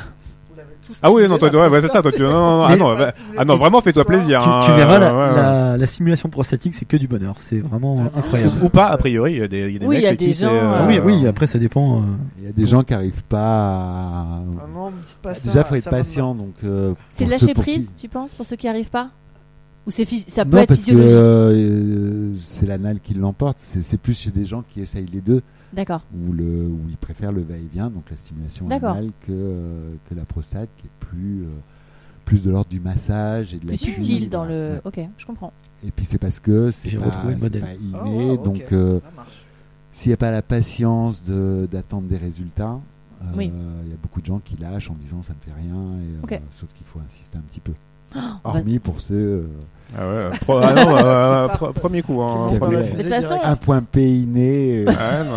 [SPEAKER 4] l'avez tous
[SPEAKER 3] Ah oui, non, toi,
[SPEAKER 4] trouvé,
[SPEAKER 3] ouais,
[SPEAKER 4] la
[SPEAKER 3] ouais, c'est ça, toi, tu, non, non, non, ah
[SPEAKER 5] Mais-
[SPEAKER 3] non, bah, ah non, vraiment, fais-toi plaisir.
[SPEAKER 5] tu,
[SPEAKER 3] hein,
[SPEAKER 5] tu verras,
[SPEAKER 3] euh,
[SPEAKER 5] la,
[SPEAKER 3] ouais, ouais.
[SPEAKER 5] la- la simulation prostatique, c'est que du bonheur. C'est vraiment
[SPEAKER 4] Ah,
[SPEAKER 5] incroyable.
[SPEAKER 3] Ou pas, a priori, il y a des, il y a des
[SPEAKER 1] Oui,
[SPEAKER 3] mecs
[SPEAKER 1] il y a
[SPEAKER 3] chez qui
[SPEAKER 1] des
[SPEAKER 3] c'est,
[SPEAKER 1] gens,
[SPEAKER 3] euh,
[SPEAKER 5] Ah oui, oui, après, ça dépend. euh,
[SPEAKER 2] Il y a des gens qui n'arrivent pas à...
[SPEAKER 4] Ah non, me dites pas ça,
[SPEAKER 2] Déjà, faut être
[SPEAKER 4] ça va me-
[SPEAKER 2] patient, donc... euh,
[SPEAKER 1] C'est de
[SPEAKER 2] pour
[SPEAKER 1] lâcher
[SPEAKER 2] ceux pour
[SPEAKER 1] prise,
[SPEAKER 2] qui-
[SPEAKER 1] tu penses, pour ceux qui n'y arrivent pas Ou c'est phys- ça peut
[SPEAKER 2] Non,
[SPEAKER 1] être
[SPEAKER 2] parce que
[SPEAKER 1] physiologique
[SPEAKER 2] euh, c'est l'anal qui l'emporte. C'est c'est plus chez des gens qui essayent les deux,
[SPEAKER 1] D'accord.
[SPEAKER 2] où, le, où ils préfèrent le va-et-vient, donc la stimulation
[SPEAKER 1] D'accord.
[SPEAKER 2] anale, que, euh, que la prostate, qui est plus, euh, plus de l'ordre du massage et de la
[SPEAKER 1] Plus
[SPEAKER 2] pub,
[SPEAKER 1] subtil dans
[SPEAKER 2] voilà.
[SPEAKER 1] le. Ok, je comprends.
[SPEAKER 2] Et puis c'est parce que c'est
[SPEAKER 5] J'ai
[SPEAKER 2] pas,
[SPEAKER 5] retrouvé le
[SPEAKER 2] c'est
[SPEAKER 5] modèle.
[SPEAKER 2] pas inné,
[SPEAKER 4] Ah, ouais, ok,
[SPEAKER 2] donc euh,
[SPEAKER 4] ça marche.
[SPEAKER 2] s'il n'y a pas la patience de- d'attendre des résultats, euh, il
[SPEAKER 1] Oui.
[SPEAKER 2] y a beaucoup de gens qui lâchent en disant ça ne fait rien, et, euh,
[SPEAKER 1] Ok. Oh, bah
[SPEAKER 2] sauf qu'il faut insister un petit peu.
[SPEAKER 1] on
[SPEAKER 2] Hormis pour ceux euh,
[SPEAKER 3] Ah ouais, pro- ah non, euh, pro- premier coup. hein,
[SPEAKER 4] Qui m'ont pas
[SPEAKER 2] euh,
[SPEAKER 3] premier coup.
[SPEAKER 4] refusé
[SPEAKER 1] De toute façon,
[SPEAKER 4] direct.
[SPEAKER 2] un point P inné. euh,
[SPEAKER 3] Ah ouais, non.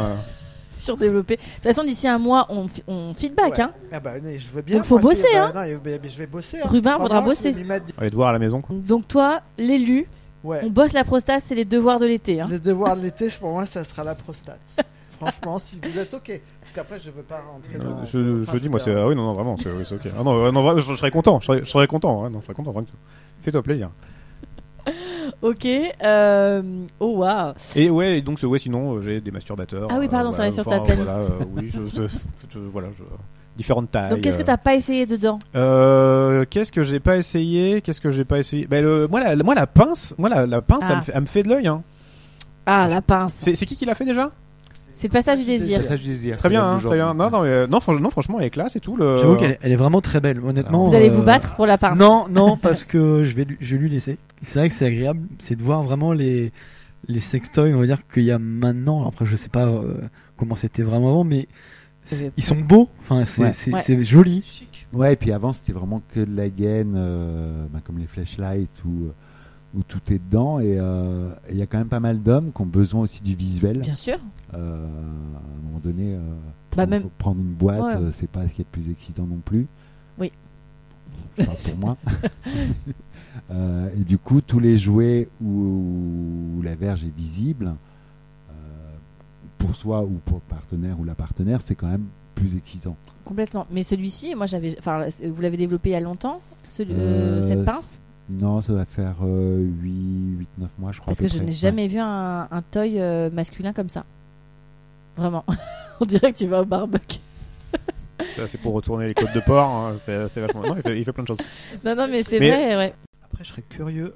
[SPEAKER 1] Surdéveloppé. De toute façon, d'ici un mois, on, fi- on feedback.
[SPEAKER 4] Ouais.
[SPEAKER 1] Hein.
[SPEAKER 4] Ah bah, non, je veux bien.
[SPEAKER 1] Donc, faut
[SPEAKER 4] moi,
[SPEAKER 1] bosser,
[SPEAKER 4] c'est-
[SPEAKER 1] hein.
[SPEAKER 4] bah, non, mais- mais je vais bosser. hein.
[SPEAKER 1] Rubin
[SPEAKER 4] Pendant
[SPEAKER 1] faudra
[SPEAKER 4] un mois, je
[SPEAKER 1] bosser.
[SPEAKER 4] vais m'y mettre-
[SPEAKER 3] On va les devoirs à la maison. quoi.
[SPEAKER 1] Donc, toi, l'élu,
[SPEAKER 4] Ouais.
[SPEAKER 1] on bosse la prostate, c'est les devoirs de l'été. hein.
[SPEAKER 4] Les devoirs de l'été, pour moi, ça sera la prostate. Franchement, si vous êtes OK. Parce qu'après, je veux pas rentrer dans.
[SPEAKER 3] Euh, Je,
[SPEAKER 4] enfin,
[SPEAKER 3] je dis, moi,
[SPEAKER 4] veux
[SPEAKER 3] c'est.
[SPEAKER 4] dire,
[SPEAKER 3] Ah oui, non, non, vraiment, c'est oui, c'est ok. Ah non, euh, non, vraiment, je, je serais content, je serais, je serais content, ouais, non, je serais content, vraiment. Fais-toi plaisir.
[SPEAKER 1] Ok. euh, Oh, waouh.
[SPEAKER 3] Et ouais, et donc, ce- ouais, sinon, euh, j'ai des masturbateurs.
[SPEAKER 1] Ah oui, pardon, ça va sur ta playlist.
[SPEAKER 3] Voilà, euh, oui, je, je- je- voilà, je- différentes tailles.
[SPEAKER 1] Donc, qu'est-ce que
[SPEAKER 3] euh.
[SPEAKER 1] t'as pas essayé dedans
[SPEAKER 3] Euh, qu'est-ce que j'ai pas essayé Qu'est-ce que j'ai pas essayé Ben, le- moi, la, moi, la pince, moi, la, la pince,
[SPEAKER 1] Ah.
[SPEAKER 3] elle, me fait, elle me fait de l'œil. Hein.
[SPEAKER 1] Ah, la pince.
[SPEAKER 3] C'est c'est qui qui l'a fait déjà
[SPEAKER 1] C'est le passage du désir.
[SPEAKER 2] c'est ça que je désire,
[SPEAKER 3] Très
[SPEAKER 2] c'est
[SPEAKER 3] bien,
[SPEAKER 2] l'homme
[SPEAKER 3] hein, très
[SPEAKER 2] d'aujourd'hui.
[SPEAKER 3] bien. Non, non, mais, euh, non, franch- non, franchement, elle est classe et tout. Le...
[SPEAKER 5] J'avoue qu'elle est- elle est vraiment très belle,
[SPEAKER 3] Ah.
[SPEAKER 5] honnêtement.
[SPEAKER 1] Vous allez vous
[SPEAKER 5] euh,
[SPEAKER 1] battre pour la pince.
[SPEAKER 5] Non, non, parce que je vais, lui- je vais lui laisser. C'est vrai que c'est agréable, c'est de voir vraiment les, les sextoys, on va dire, qu'il y a maintenant. Alors Après, je sais pas euh, comment c'était vraiment avant, mais c'est- ils sont beaux, enfin, c'est
[SPEAKER 2] Ouais.
[SPEAKER 5] c'est-
[SPEAKER 1] Ouais.
[SPEAKER 5] c'est joli.
[SPEAKER 2] Ouais, et puis avant, c'était vraiment que de la gaine, euh, bah, comme les flashlights où, où tout est dedans. Et euh, et il y a quand même pas mal d'hommes qui ont besoin aussi du visuel.
[SPEAKER 1] Bien sûr.
[SPEAKER 2] Euh, à un moment donné, euh,
[SPEAKER 1] Bah,
[SPEAKER 2] prendre,
[SPEAKER 1] même-
[SPEAKER 2] prendre une boîte,
[SPEAKER 1] Ouais.
[SPEAKER 2] euh, c'est pas ce qui est le plus excitant non plus.
[SPEAKER 1] Oui.
[SPEAKER 2] Je parle pour moi. Euh, et du coup, tous les jouets où, où la verge est visible, euh, pour soi ou pour le partenaire ou la partenaire, c'est quand même plus excitant.
[SPEAKER 1] Complètement. Mais celui-ci, moi j'avais, enfin, vous l'avez développé il y a longtemps, celui- euh,
[SPEAKER 2] Euh,
[SPEAKER 1] cette pince,
[SPEAKER 2] Non, ça va faire euh, 8-9 mois, je crois.
[SPEAKER 1] parce
[SPEAKER 2] à peu
[SPEAKER 1] que je
[SPEAKER 2] près.
[SPEAKER 1] n'ai
[SPEAKER 2] Ouais.
[SPEAKER 1] jamais vu un, un toy euh, masculin comme ça. Vraiment. On dirait que tu vas au barbecue.
[SPEAKER 3] Ça, c'est pour retourner les côtes de porc. hein, c'est c'est vachement. Non, il fait, il fait plein de choses.
[SPEAKER 1] Non, non, mais c'est
[SPEAKER 3] Mais-
[SPEAKER 1] vrai, ouais.
[SPEAKER 4] Après, je serais curieux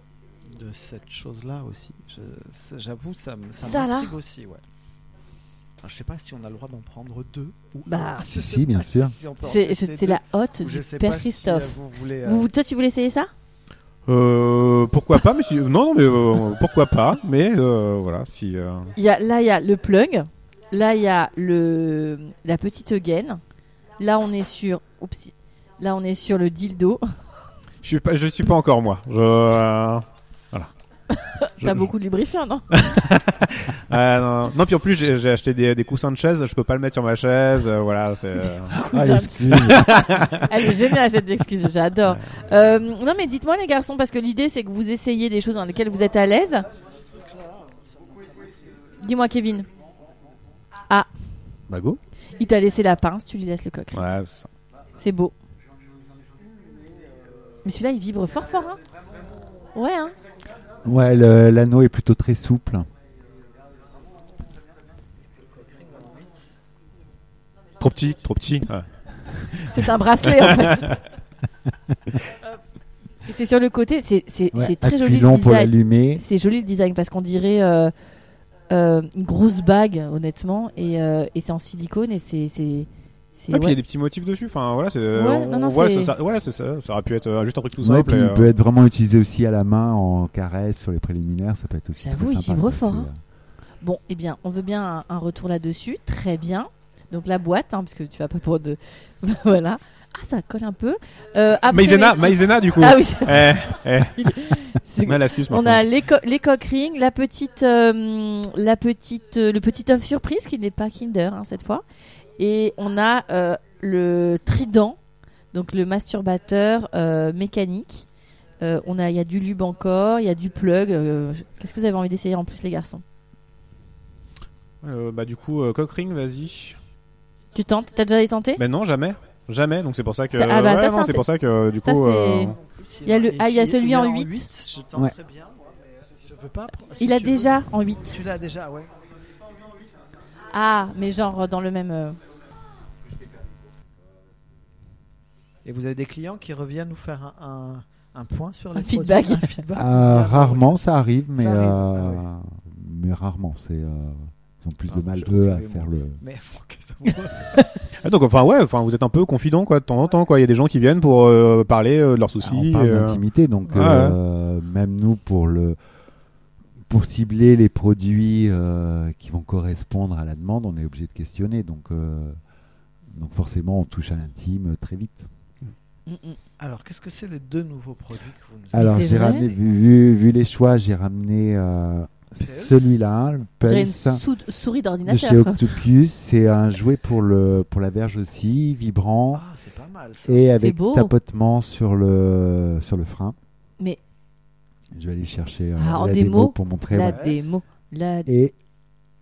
[SPEAKER 4] de cette chose-là aussi. Je- ça- J'avoue, ça, me- ça,
[SPEAKER 1] Ça, là
[SPEAKER 4] m'intrigue aussi, ouais. Enfin, je sais pas si on a le droit d'en prendre deux ou
[SPEAKER 1] Bah,
[SPEAKER 4] un.
[SPEAKER 2] Si, si, bien sûr.
[SPEAKER 4] Si on peut en
[SPEAKER 1] C'est
[SPEAKER 4] tester
[SPEAKER 1] c'est- c'est
[SPEAKER 4] deux.
[SPEAKER 1] la hotte
[SPEAKER 4] Ou je
[SPEAKER 1] du
[SPEAKER 4] sais
[SPEAKER 1] père
[SPEAKER 4] pas si, euh,
[SPEAKER 1] Christophe.
[SPEAKER 4] vous voulez. euh,
[SPEAKER 1] Vous- toi, tu voulais essayer ça
[SPEAKER 3] Euh, pourquoi pas mais si... Non, non, mais euh, pourquoi pas Mais euh, voilà, si. euh,
[SPEAKER 1] Il y a, là, il y a le plug. Là, il y a le, la petite gaine. Là, on est sur. Oups. Là, on est sur le dildo.
[SPEAKER 3] Je suis pas, je suis pas encore moi. Je. euh, Voilà. Je-
[SPEAKER 1] T'as
[SPEAKER 3] je-
[SPEAKER 1] beaucoup de lubrifiant, non
[SPEAKER 3] Ah, non, non. Non, puis en plus, j'ai j'ai acheté des, des coussins de chaise. Je peux pas le mettre sur ma chaise. euh, voilà, c'est. euh,
[SPEAKER 2] Ah,
[SPEAKER 1] Cousin.
[SPEAKER 2] excuse.
[SPEAKER 1] Elle est géniale cette excuse, j'adore. Euh, non mais dites-moi les garçons, parce que l'idée c'est que vous essayez des choses dans lesquelles vous êtes à l'aise. Dis-moi Kevin, Ah.
[SPEAKER 3] Bah go.
[SPEAKER 1] il t'a laissé la pince, tu lui laisses le coq.
[SPEAKER 3] Ouais, c'est ça.
[SPEAKER 1] C'est beau. Mais celui-là il vibre fort fort. Hein ouais, hein
[SPEAKER 2] ouais, le- l'anneau est plutôt très souple.
[SPEAKER 3] Trop petit, trop petit. ouais.
[SPEAKER 1] c'est un bracelet en fait. Hop. Et c'est sur le côté, c'est c'est-
[SPEAKER 2] Ouais,
[SPEAKER 1] c'est très joli
[SPEAKER 2] appuyons
[SPEAKER 1] le
[SPEAKER 2] pour
[SPEAKER 1] design.
[SPEAKER 2] l'allumer.
[SPEAKER 1] C'est joli le design parce qu'on dirait euh, euh, une grosse bague, honnêtement, et, euh, et c'est en silicone et c'est. c'est- c'est-
[SPEAKER 3] Et puis il y a
[SPEAKER 1] ouais.
[SPEAKER 3] des petits motifs dessus. Enfin voilà, c'est.
[SPEAKER 1] Ouais,
[SPEAKER 3] on-
[SPEAKER 1] non, non,
[SPEAKER 3] ouais,
[SPEAKER 1] c'est-
[SPEAKER 3] ça, ça- ouais, c'est ça. Ça aurait pu être euh, juste un truc tout
[SPEAKER 2] Ouais,
[SPEAKER 3] simple.
[SPEAKER 2] puis
[SPEAKER 3] et,
[SPEAKER 2] il
[SPEAKER 3] euh,
[SPEAKER 2] peut être vraiment utilisé aussi à la main, en caresse, sur les préliminaires, ça peut être aussi
[SPEAKER 1] J'avoue,
[SPEAKER 2] très
[SPEAKER 1] il
[SPEAKER 2] sympa.
[SPEAKER 1] vibre
[SPEAKER 2] quoi.
[SPEAKER 1] fort,
[SPEAKER 2] C'est,
[SPEAKER 1] hein.
[SPEAKER 2] euh,
[SPEAKER 1] Bon, eh bien, on veut bien un, un retour là-dessus. Très bien. Donc la boîte, hein, parce que tu vas pas pour de. voilà. Ah, ça colle un peu. Euh, après,
[SPEAKER 3] Maïzena,
[SPEAKER 1] les-
[SPEAKER 3] Maïzena du coup.
[SPEAKER 1] Ah oui, c'est-
[SPEAKER 3] Eh, eh,
[SPEAKER 1] c'est-
[SPEAKER 3] mal astuce.
[SPEAKER 1] On
[SPEAKER 3] maintenant.
[SPEAKER 1] a les, co- les cock rings, la petite, euh, la petite, euh, le petit œuf surprise qui n'est pas Kinder hein, cette fois, et on a euh, le trident, donc le masturbateur euh, mécanique. Euh, on a, il y a du lube encore, il y a du plug. euh, je- Qu'est-ce que vous avez envie d'essayer en plus, les garçons
[SPEAKER 3] Euh, bah du coup, euh, Cockring, vas-y.
[SPEAKER 1] Tu tentes T'as déjà tenté
[SPEAKER 3] Mais non, jamais. Jamais, donc c'est pour ça que.
[SPEAKER 1] Ça- ah bah,
[SPEAKER 3] ouais,
[SPEAKER 1] ça,
[SPEAKER 3] non,
[SPEAKER 1] c'est
[SPEAKER 3] c'est
[SPEAKER 1] un-
[SPEAKER 3] pour ça que du
[SPEAKER 1] ça,
[SPEAKER 3] coup. euh,
[SPEAKER 1] c'est- Il y a le- ah, il y a celui
[SPEAKER 4] Il est
[SPEAKER 1] en huit.
[SPEAKER 4] huit, Je
[SPEAKER 2] Ouais.
[SPEAKER 4] tenterai bien, moi, mais je veux pas. pr- si
[SPEAKER 1] Il a
[SPEAKER 4] tu veux.
[SPEAKER 1] déjà en 8.
[SPEAKER 4] Tu l'as déjà, ouais.
[SPEAKER 1] Ah, mais genre dans le même. euh,
[SPEAKER 4] Et vous avez des clients qui reviennent nous faire un, un, un point sur
[SPEAKER 1] Un
[SPEAKER 4] les
[SPEAKER 1] feedback.
[SPEAKER 2] Ah.
[SPEAKER 4] produits, un feedback.
[SPEAKER 2] euh, rarement, ça arrive, mais
[SPEAKER 4] Ça arrive,
[SPEAKER 2] euh, mais rarement. C'est, euh, ils ont plus
[SPEAKER 4] Ah,
[SPEAKER 2] de
[SPEAKER 4] je
[SPEAKER 2] malveux à
[SPEAKER 4] reconnais,
[SPEAKER 2] faire le.
[SPEAKER 4] Mais faut que ça vous-
[SPEAKER 3] Ah, donc enfin ouais, enfin vous êtes un peu confident quoi de temps en temps quoi. Il y a des gens qui viennent pour euh, parler euh, de leurs
[SPEAKER 2] Ah,
[SPEAKER 3] soucis.
[SPEAKER 2] on parle
[SPEAKER 3] euh,
[SPEAKER 2] d'intimité, donc
[SPEAKER 3] ouais,
[SPEAKER 2] euh, même nous pour le pour cibler les produits euh, qui vont correspondre à la demande, on est obligé de questionner. Donc euh, donc forcément, on touche à l'intime très vite.
[SPEAKER 1] mm,
[SPEAKER 4] Alors, qu'est-ce que c'est les deux nouveaux produits que vous nous avez
[SPEAKER 2] Alors
[SPEAKER 1] c'est
[SPEAKER 2] j'ai
[SPEAKER 1] vrai
[SPEAKER 2] ramené vu, vu- vu les choix, j'ai ramené euh,
[SPEAKER 4] Pulse.
[SPEAKER 2] celui-là, le
[SPEAKER 1] On dirait
[SPEAKER 2] Pulse.
[SPEAKER 1] une sou- souris
[SPEAKER 2] de chez
[SPEAKER 1] d'ordinateur.
[SPEAKER 2] Octopus. C'est un jouet pour, le, pour la verge aussi, vibrant
[SPEAKER 4] Ah, c'est pas mal ça.
[SPEAKER 2] et avec
[SPEAKER 1] beau.
[SPEAKER 2] tapotement sur le, sur le frein.
[SPEAKER 1] Mais-
[SPEAKER 2] Je vais aller chercher euh,
[SPEAKER 1] Ah, en
[SPEAKER 2] la
[SPEAKER 1] démo,
[SPEAKER 2] démo pour montrer.
[SPEAKER 1] La
[SPEAKER 2] ouais.
[SPEAKER 1] démo. La...
[SPEAKER 2] Et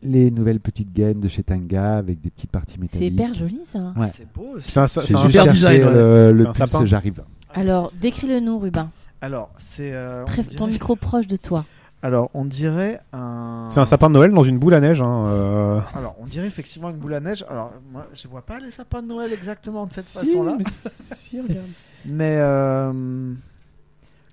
[SPEAKER 2] les nouvelles petites gaines de chez Tanga avec des petites parties
[SPEAKER 1] C'est
[SPEAKER 2] métalliques.
[SPEAKER 1] hyper joli ça.
[SPEAKER 2] Ouais.
[SPEAKER 4] C'est beau aussi.
[SPEAKER 3] C'est un, c'est
[SPEAKER 2] J'ai
[SPEAKER 3] un
[SPEAKER 2] juste
[SPEAKER 3] sapin.
[SPEAKER 2] cherché
[SPEAKER 5] design, ouais.
[SPEAKER 2] le, le
[SPEAKER 3] C'est un
[SPEAKER 2] Pulse,
[SPEAKER 3] sapin.
[SPEAKER 2] j'arrive.
[SPEAKER 4] Ah,
[SPEAKER 1] Alors,
[SPEAKER 4] c'est-
[SPEAKER 1] décris le nom, Rubin.
[SPEAKER 4] alors c'est. euh, on
[SPEAKER 1] Très-
[SPEAKER 4] dirait-
[SPEAKER 1] Ton micro proche de toi.
[SPEAKER 4] Alors, on dirait un.
[SPEAKER 3] C'est un sapin de Noël dans une boule à neige. Hein, euh.
[SPEAKER 4] Alors, on dirait effectivement une boule à neige. Alors, moi, je vois pas les sapins de Noël exactement de cette façon-là. Mais. euh,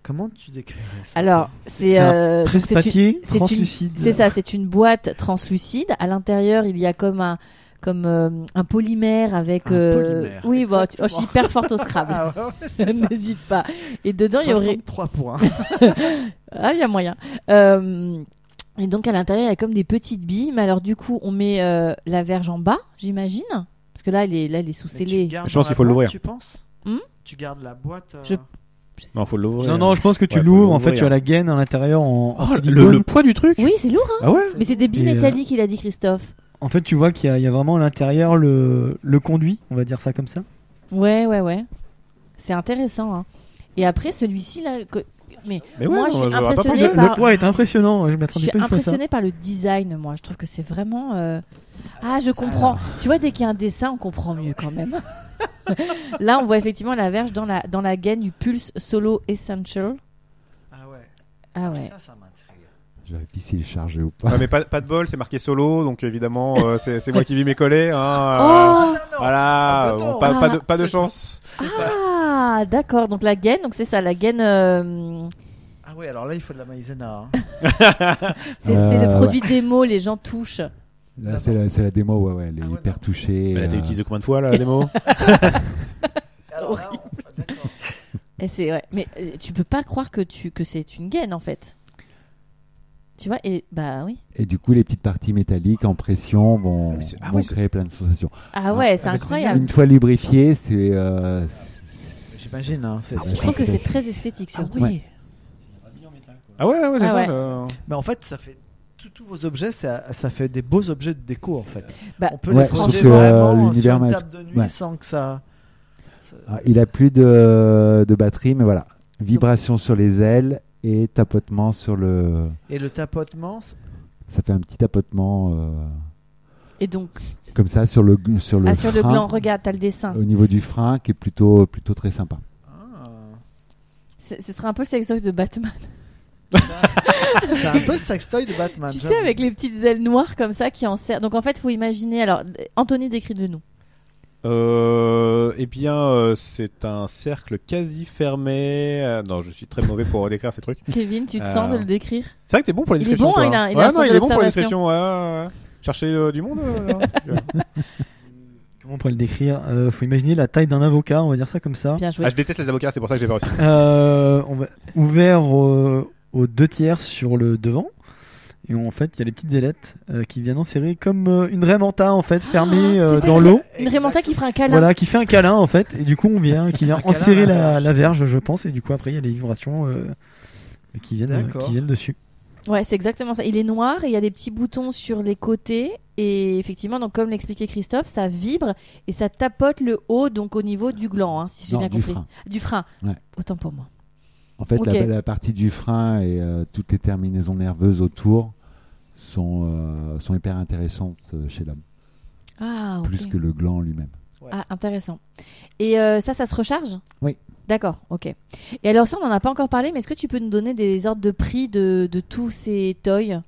[SPEAKER 4] Comment tu décrirais ça
[SPEAKER 1] Alors, c'est
[SPEAKER 5] C'est un
[SPEAKER 1] euh, donc c'est une-
[SPEAKER 5] Presse-papier,
[SPEAKER 1] c'est une-
[SPEAKER 5] translucide.
[SPEAKER 1] c'est ça, c'est une boîte translucide. À l'intérieur, il y a comme un comme euh, un polymère avec
[SPEAKER 4] Un
[SPEAKER 1] euh,
[SPEAKER 4] polymère,
[SPEAKER 1] oui, bah, tu- oh, je suis
[SPEAKER 4] exactement.
[SPEAKER 1] hyper forte au Scrabble.
[SPEAKER 4] Ah, ouais, ouais, c'est ça.
[SPEAKER 1] N'hésite pas. Et dedans, il y aurait
[SPEAKER 4] 63 points.
[SPEAKER 1] Ah, il y a moyen. Euh, et donc à l'intérieur, il y a comme des petites billes. Mais alors du coup, on met euh, la verge en bas, j'imagine, parce que là, elle est, là, elle est sous
[SPEAKER 4] Mais tu
[SPEAKER 1] scellée.
[SPEAKER 4] gardes
[SPEAKER 3] Je pense
[SPEAKER 4] dans
[SPEAKER 3] qu'il
[SPEAKER 4] la
[SPEAKER 3] faut
[SPEAKER 4] boîte,
[SPEAKER 3] l'ouvrir.
[SPEAKER 4] Tu penses
[SPEAKER 1] Hmm
[SPEAKER 4] Tu gardes la boîte. euh,
[SPEAKER 1] Je- Je sais
[SPEAKER 3] Non, faut l'ouvrir.
[SPEAKER 5] Non, non, je pense que tu
[SPEAKER 3] Ouais, faut
[SPEAKER 5] l'ouvres. En fait,
[SPEAKER 3] l'ouvrir.
[SPEAKER 5] tu as la gaine à l'intérieur en, en
[SPEAKER 3] Oh, le- le,
[SPEAKER 5] silicone.
[SPEAKER 3] poids du truc.
[SPEAKER 1] pas. Oui, c'est lourd. hein.
[SPEAKER 3] Ah ouais.
[SPEAKER 1] Mais c'est des billes
[SPEAKER 5] Et, euh,
[SPEAKER 1] métalliques, il a dit Christophe.
[SPEAKER 5] En fait, tu vois qu'il y, a- il y a vraiment à l'intérieur le, le conduit, on va dire ça comme ça.
[SPEAKER 1] Ouais, ouais, ouais. C'est intéressant. hein. Et après, celui-ci là. que- Mais
[SPEAKER 3] Mais
[SPEAKER 1] Moi, je suis
[SPEAKER 3] j'aurais pas
[SPEAKER 1] impressionnée
[SPEAKER 3] pensé.
[SPEAKER 1] Et par-
[SPEAKER 5] Le poids est impressionnant. Je
[SPEAKER 1] je
[SPEAKER 5] m'attendais
[SPEAKER 1] suis
[SPEAKER 5] pas du tout à ça.
[SPEAKER 1] impressionnée par le design, moi. Je trouve que c'est vraiment. euh, Ah, je comprends. Tu vois, dès qu'il y a un dessin, on comprend mieux quand même. Là, on voit effectivement la verge dans la, dans la gaine du Pulse Solo Essential.
[SPEAKER 4] Ah ouais.
[SPEAKER 1] Ah ouais.
[SPEAKER 4] Ça, ça m'intrigue.
[SPEAKER 2] Je vérifie s'il est chargé ou pas.
[SPEAKER 3] Ouais, mais pas, pas de bol, c'est marqué solo, donc évidemment euh, c'est c'est moi qui vis mes collets. Hein, euh,
[SPEAKER 1] Oh
[SPEAKER 4] Non, non.
[SPEAKER 3] Voilà,
[SPEAKER 4] Ah, bah
[SPEAKER 3] on
[SPEAKER 4] non.
[SPEAKER 3] pas, pas de,
[SPEAKER 1] Ah,
[SPEAKER 3] pas de
[SPEAKER 4] c'est-
[SPEAKER 3] chance.
[SPEAKER 1] Ah, d'accord. Donc la gaine, donc c'est ça, la gaine. euh,
[SPEAKER 4] Ah oui, alors là, il faut de la maïzena. hein.
[SPEAKER 1] c'est
[SPEAKER 2] Euh,
[SPEAKER 1] c'est le
[SPEAKER 2] ouais.
[SPEAKER 1] produit démo, les gens touchent.
[SPEAKER 3] Ah,
[SPEAKER 2] Là, c'est la, c'est la démo, ouais, ouais, elle est
[SPEAKER 4] Ah ouais,
[SPEAKER 2] hyper
[SPEAKER 4] non.
[SPEAKER 2] touchée.
[SPEAKER 3] Mais t'as
[SPEAKER 2] euh,
[SPEAKER 3] utilisé combien de fois la démo
[SPEAKER 4] Alors là, on- ah, d'accord.
[SPEAKER 1] Et c'est ouais. Mais euh, tu peux pas croire que tu que c'est une gaine en fait. Tu vois et bah oui.
[SPEAKER 2] Et du coup, les petites parties métalliques en pression vont,
[SPEAKER 3] mais c'est- ah
[SPEAKER 2] vont
[SPEAKER 3] oui, c'est-
[SPEAKER 2] créer plein de sensations.
[SPEAKER 1] Ah ouais, c'est
[SPEAKER 4] ah, mais c'est
[SPEAKER 1] incroyable.
[SPEAKER 2] Une fois lubrifié, c'est. euh,
[SPEAKER 4] J'imagine. hein,
[SPEAKER 2] Ah
[SPEAKER 4] c'est-
[SPEAKER 1] Je trouve que c'est très esthétique surtout.
[SPEAKER 2] ouais.
[SPEAKER 3] Ah ouais, ouais, c'est
[SPEAKER 1] Ah
[SPEAKER 3] ça.
[SPEAKER 1] ouais.
[SPEAKER 3] euh.
[SPEAKER 4] Mais en fait, ça fait tous tous vos objets, ça, ça fait des beaux objets de déco en fait.
[SPEAKER 1] Bah,
[SPEAKER 4] on peut
[SPEAKER 2] ouais,
[SPEAKER 4] les
[SPEAKER 2] sauf
[SPEAKER 4] poser
[SPEAKER 2] que, euh,
[SPEAKER 4] vraiment euh, sur
[SPEAKER 2] l'univers
[SPEAKER 4] une
[SPEAKER 2] mas-
[SPEAKER 4] table de nuit
[SPEAKER 2] ouais.
[SPEAKER 4] sans que ça. ça-
[SPEAKER 2] ah, il a plus de, de batterie, mais voilà. Vibration sur les ailes et tapotement sur le.
[SPEAKER 4] Et le tapotement, c'est-
[SPEAKER 2] Ça fait un petit tapotement euh,
[SPEAKER 1] Et donc
[SPEAKER 2] comme ça sur le sur le,
[SPEAKER 1] ah, sur le
[SPEAKER 2] frein,
[SPEAKER 1] gland, regarde, t'as le dessin.
[SPEAKER 2] au niveau du frein qui est plutôt plutôt très sympa.
[SPEAKER 4] ah.
[SPEAKER 1] C'est- Ce serait un peu le sextoy de Batman.
[SPEAKER 4] c'est un peu le sextoy de Batman.
[SPEAKER 1] tu sais,
[SPEAKER 4] Ah, j'avoue.
[SPEAKER 1] avec les petites ailes noires comme ça qui en servent. Donc en fait, faut imaginer. Alors, Anthony décrit de nous.
[SPEAKER 3] Euh, eh bien, euh, c'est un cercle quasi fermé. Euh, non, je suis très mauvais pour décrire ces trucs.
[SPEAKER 1] Kevin, tu te
[SPEAKER 3] Euh,
[SPEAKER 1] sens de le décrire
[SPEAKER 3] C'est vrai que t'es bon pour les
[SPEAKER 1] Il est
[SPEAKER 3] descriptions.
[SPEAKER 1] bon,
[SPEAKER 3] toi,
[SPEAKER 1] hein, il a- il a
[SPEAKER 3] Ouais,
[SPEAKER 1] un
[SPEAKER 3] non,
[SPEAKER 1] sens
[SPEAKER 3] il
[SPEAKER 1] de
[SPEAKER 3] est bon pour les
[SPEAKER 1] l'observation.
[SPEAKER 3] descriptions. ouais, ouais, ouais. Chercher euh, du monde. euh, là.
[SPEAKER 5] Comment on pourrait le décrire Euh, Faut imaginer la taille d'un avocat, on va dire ça comme ça.
[SPEAKER 1] Bien joué.
[SPEAKER 3] ah, je déteste les avocats, c'est pour ça que j'ai pas réussi.
[SPEAKER 5] Euh, on va- ouvert euh, aux deux tiers sur le devant. Et en fait, il y a les petites ailettes euh, qui viennent enserrer comme euh, une vraie manta en fait, fermée
[SPEAKER 1] Ah,
[SPEAKER 5] euh,
[SPEAKER 1] c'est ça,
[SPEAKER 5] dans
[SPEAKER 1] une-
[SPEAKER 5] l'eau.
[SPEAKER 1] Une Raymanta qui fera un câlin.
[SPEAKER 5] Voilà, qui fait un câlin en fait. Et du coup, on vient, qui vient
[SPEAKER 4] câlin
[SPEAKER 5] enserrer
[SPEAKER 4] à la
[SPEAKER 5] la, la verge, je pense. Et du coup, après, il y a les vibrations euh, qui viennent, euh,
[SPEAKER 4] D'accord.
[SPEAKER 5] qui viennent dessus.
[SPEAKER 1] Ouais, c'est exactement ça. Il est noir et il y a des petits boutons sur les côtés. Et effectivement, donc comme l'expliquait Christophe, ça vibre et ça tapote le haut, donc au niveau du gland, hein, si j'ai
[SPEAKER 2] Non,
[SPEAKER 1] bien
[SPEAKER 2] du
[SPEAKER 1] compris.
[SPEAKER 2] frein.
[SPEAKER 1] Du frein.
[SPEAKER 2] Ouais.
[SPEAKER 1] Autant pour moi.
[SPEAKER 2] En fait, la-
[SPEAKER 1] Ok.
[SPEAKER 2] la, partie du frein et euh, toutes les terminaisons nerveuses autour sont euh, sont hyper intéressantes euh, chez l'homme,
[SPEAKER 1] Ah, ok.
[SPEAKER 2] plus que le gland lui-même.
[SPEAKER 1] Ah, intéressant. Et euh, ça, ça se recharge
[SPEAKER 2] Oui.
[SPEAKER 1] D'accord, ok. Et alors ça, on n'en a pas encore parlé, mais est-ce que tu peux nous donner des ordres de prix de, de tous ces toys
[SPEAKER 2] Alors,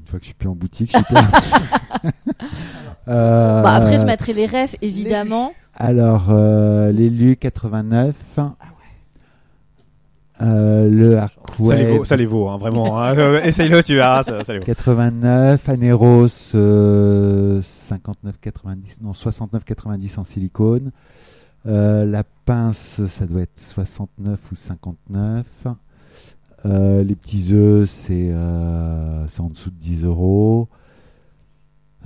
[SPEAKER 2] Une fois que je suis plus en boutique, je suis plus- Euh,
[SPEAKER 1] Bah, Après, je mettrai les refs, évidemment. Ah
[SPEAKER 2] Alors, euh, l'élu 89. Euh, le
[SPEAKER 3] Ça les
[SPEAKER 2] Arcweb
[SPEAKER 3] vaut, ça les vaut hein, vraiment. hein. Euh, Essaye-le, tu verras, ça, ça les vaut.
[SPEAKER 2] 89, Aneros euh, 59,90, non 69,90 en silicone. Euh, la pince, ça doit être 69 ou 59. Euh, les petits œufs, c'est euh, c'est en dessous de 10 euros.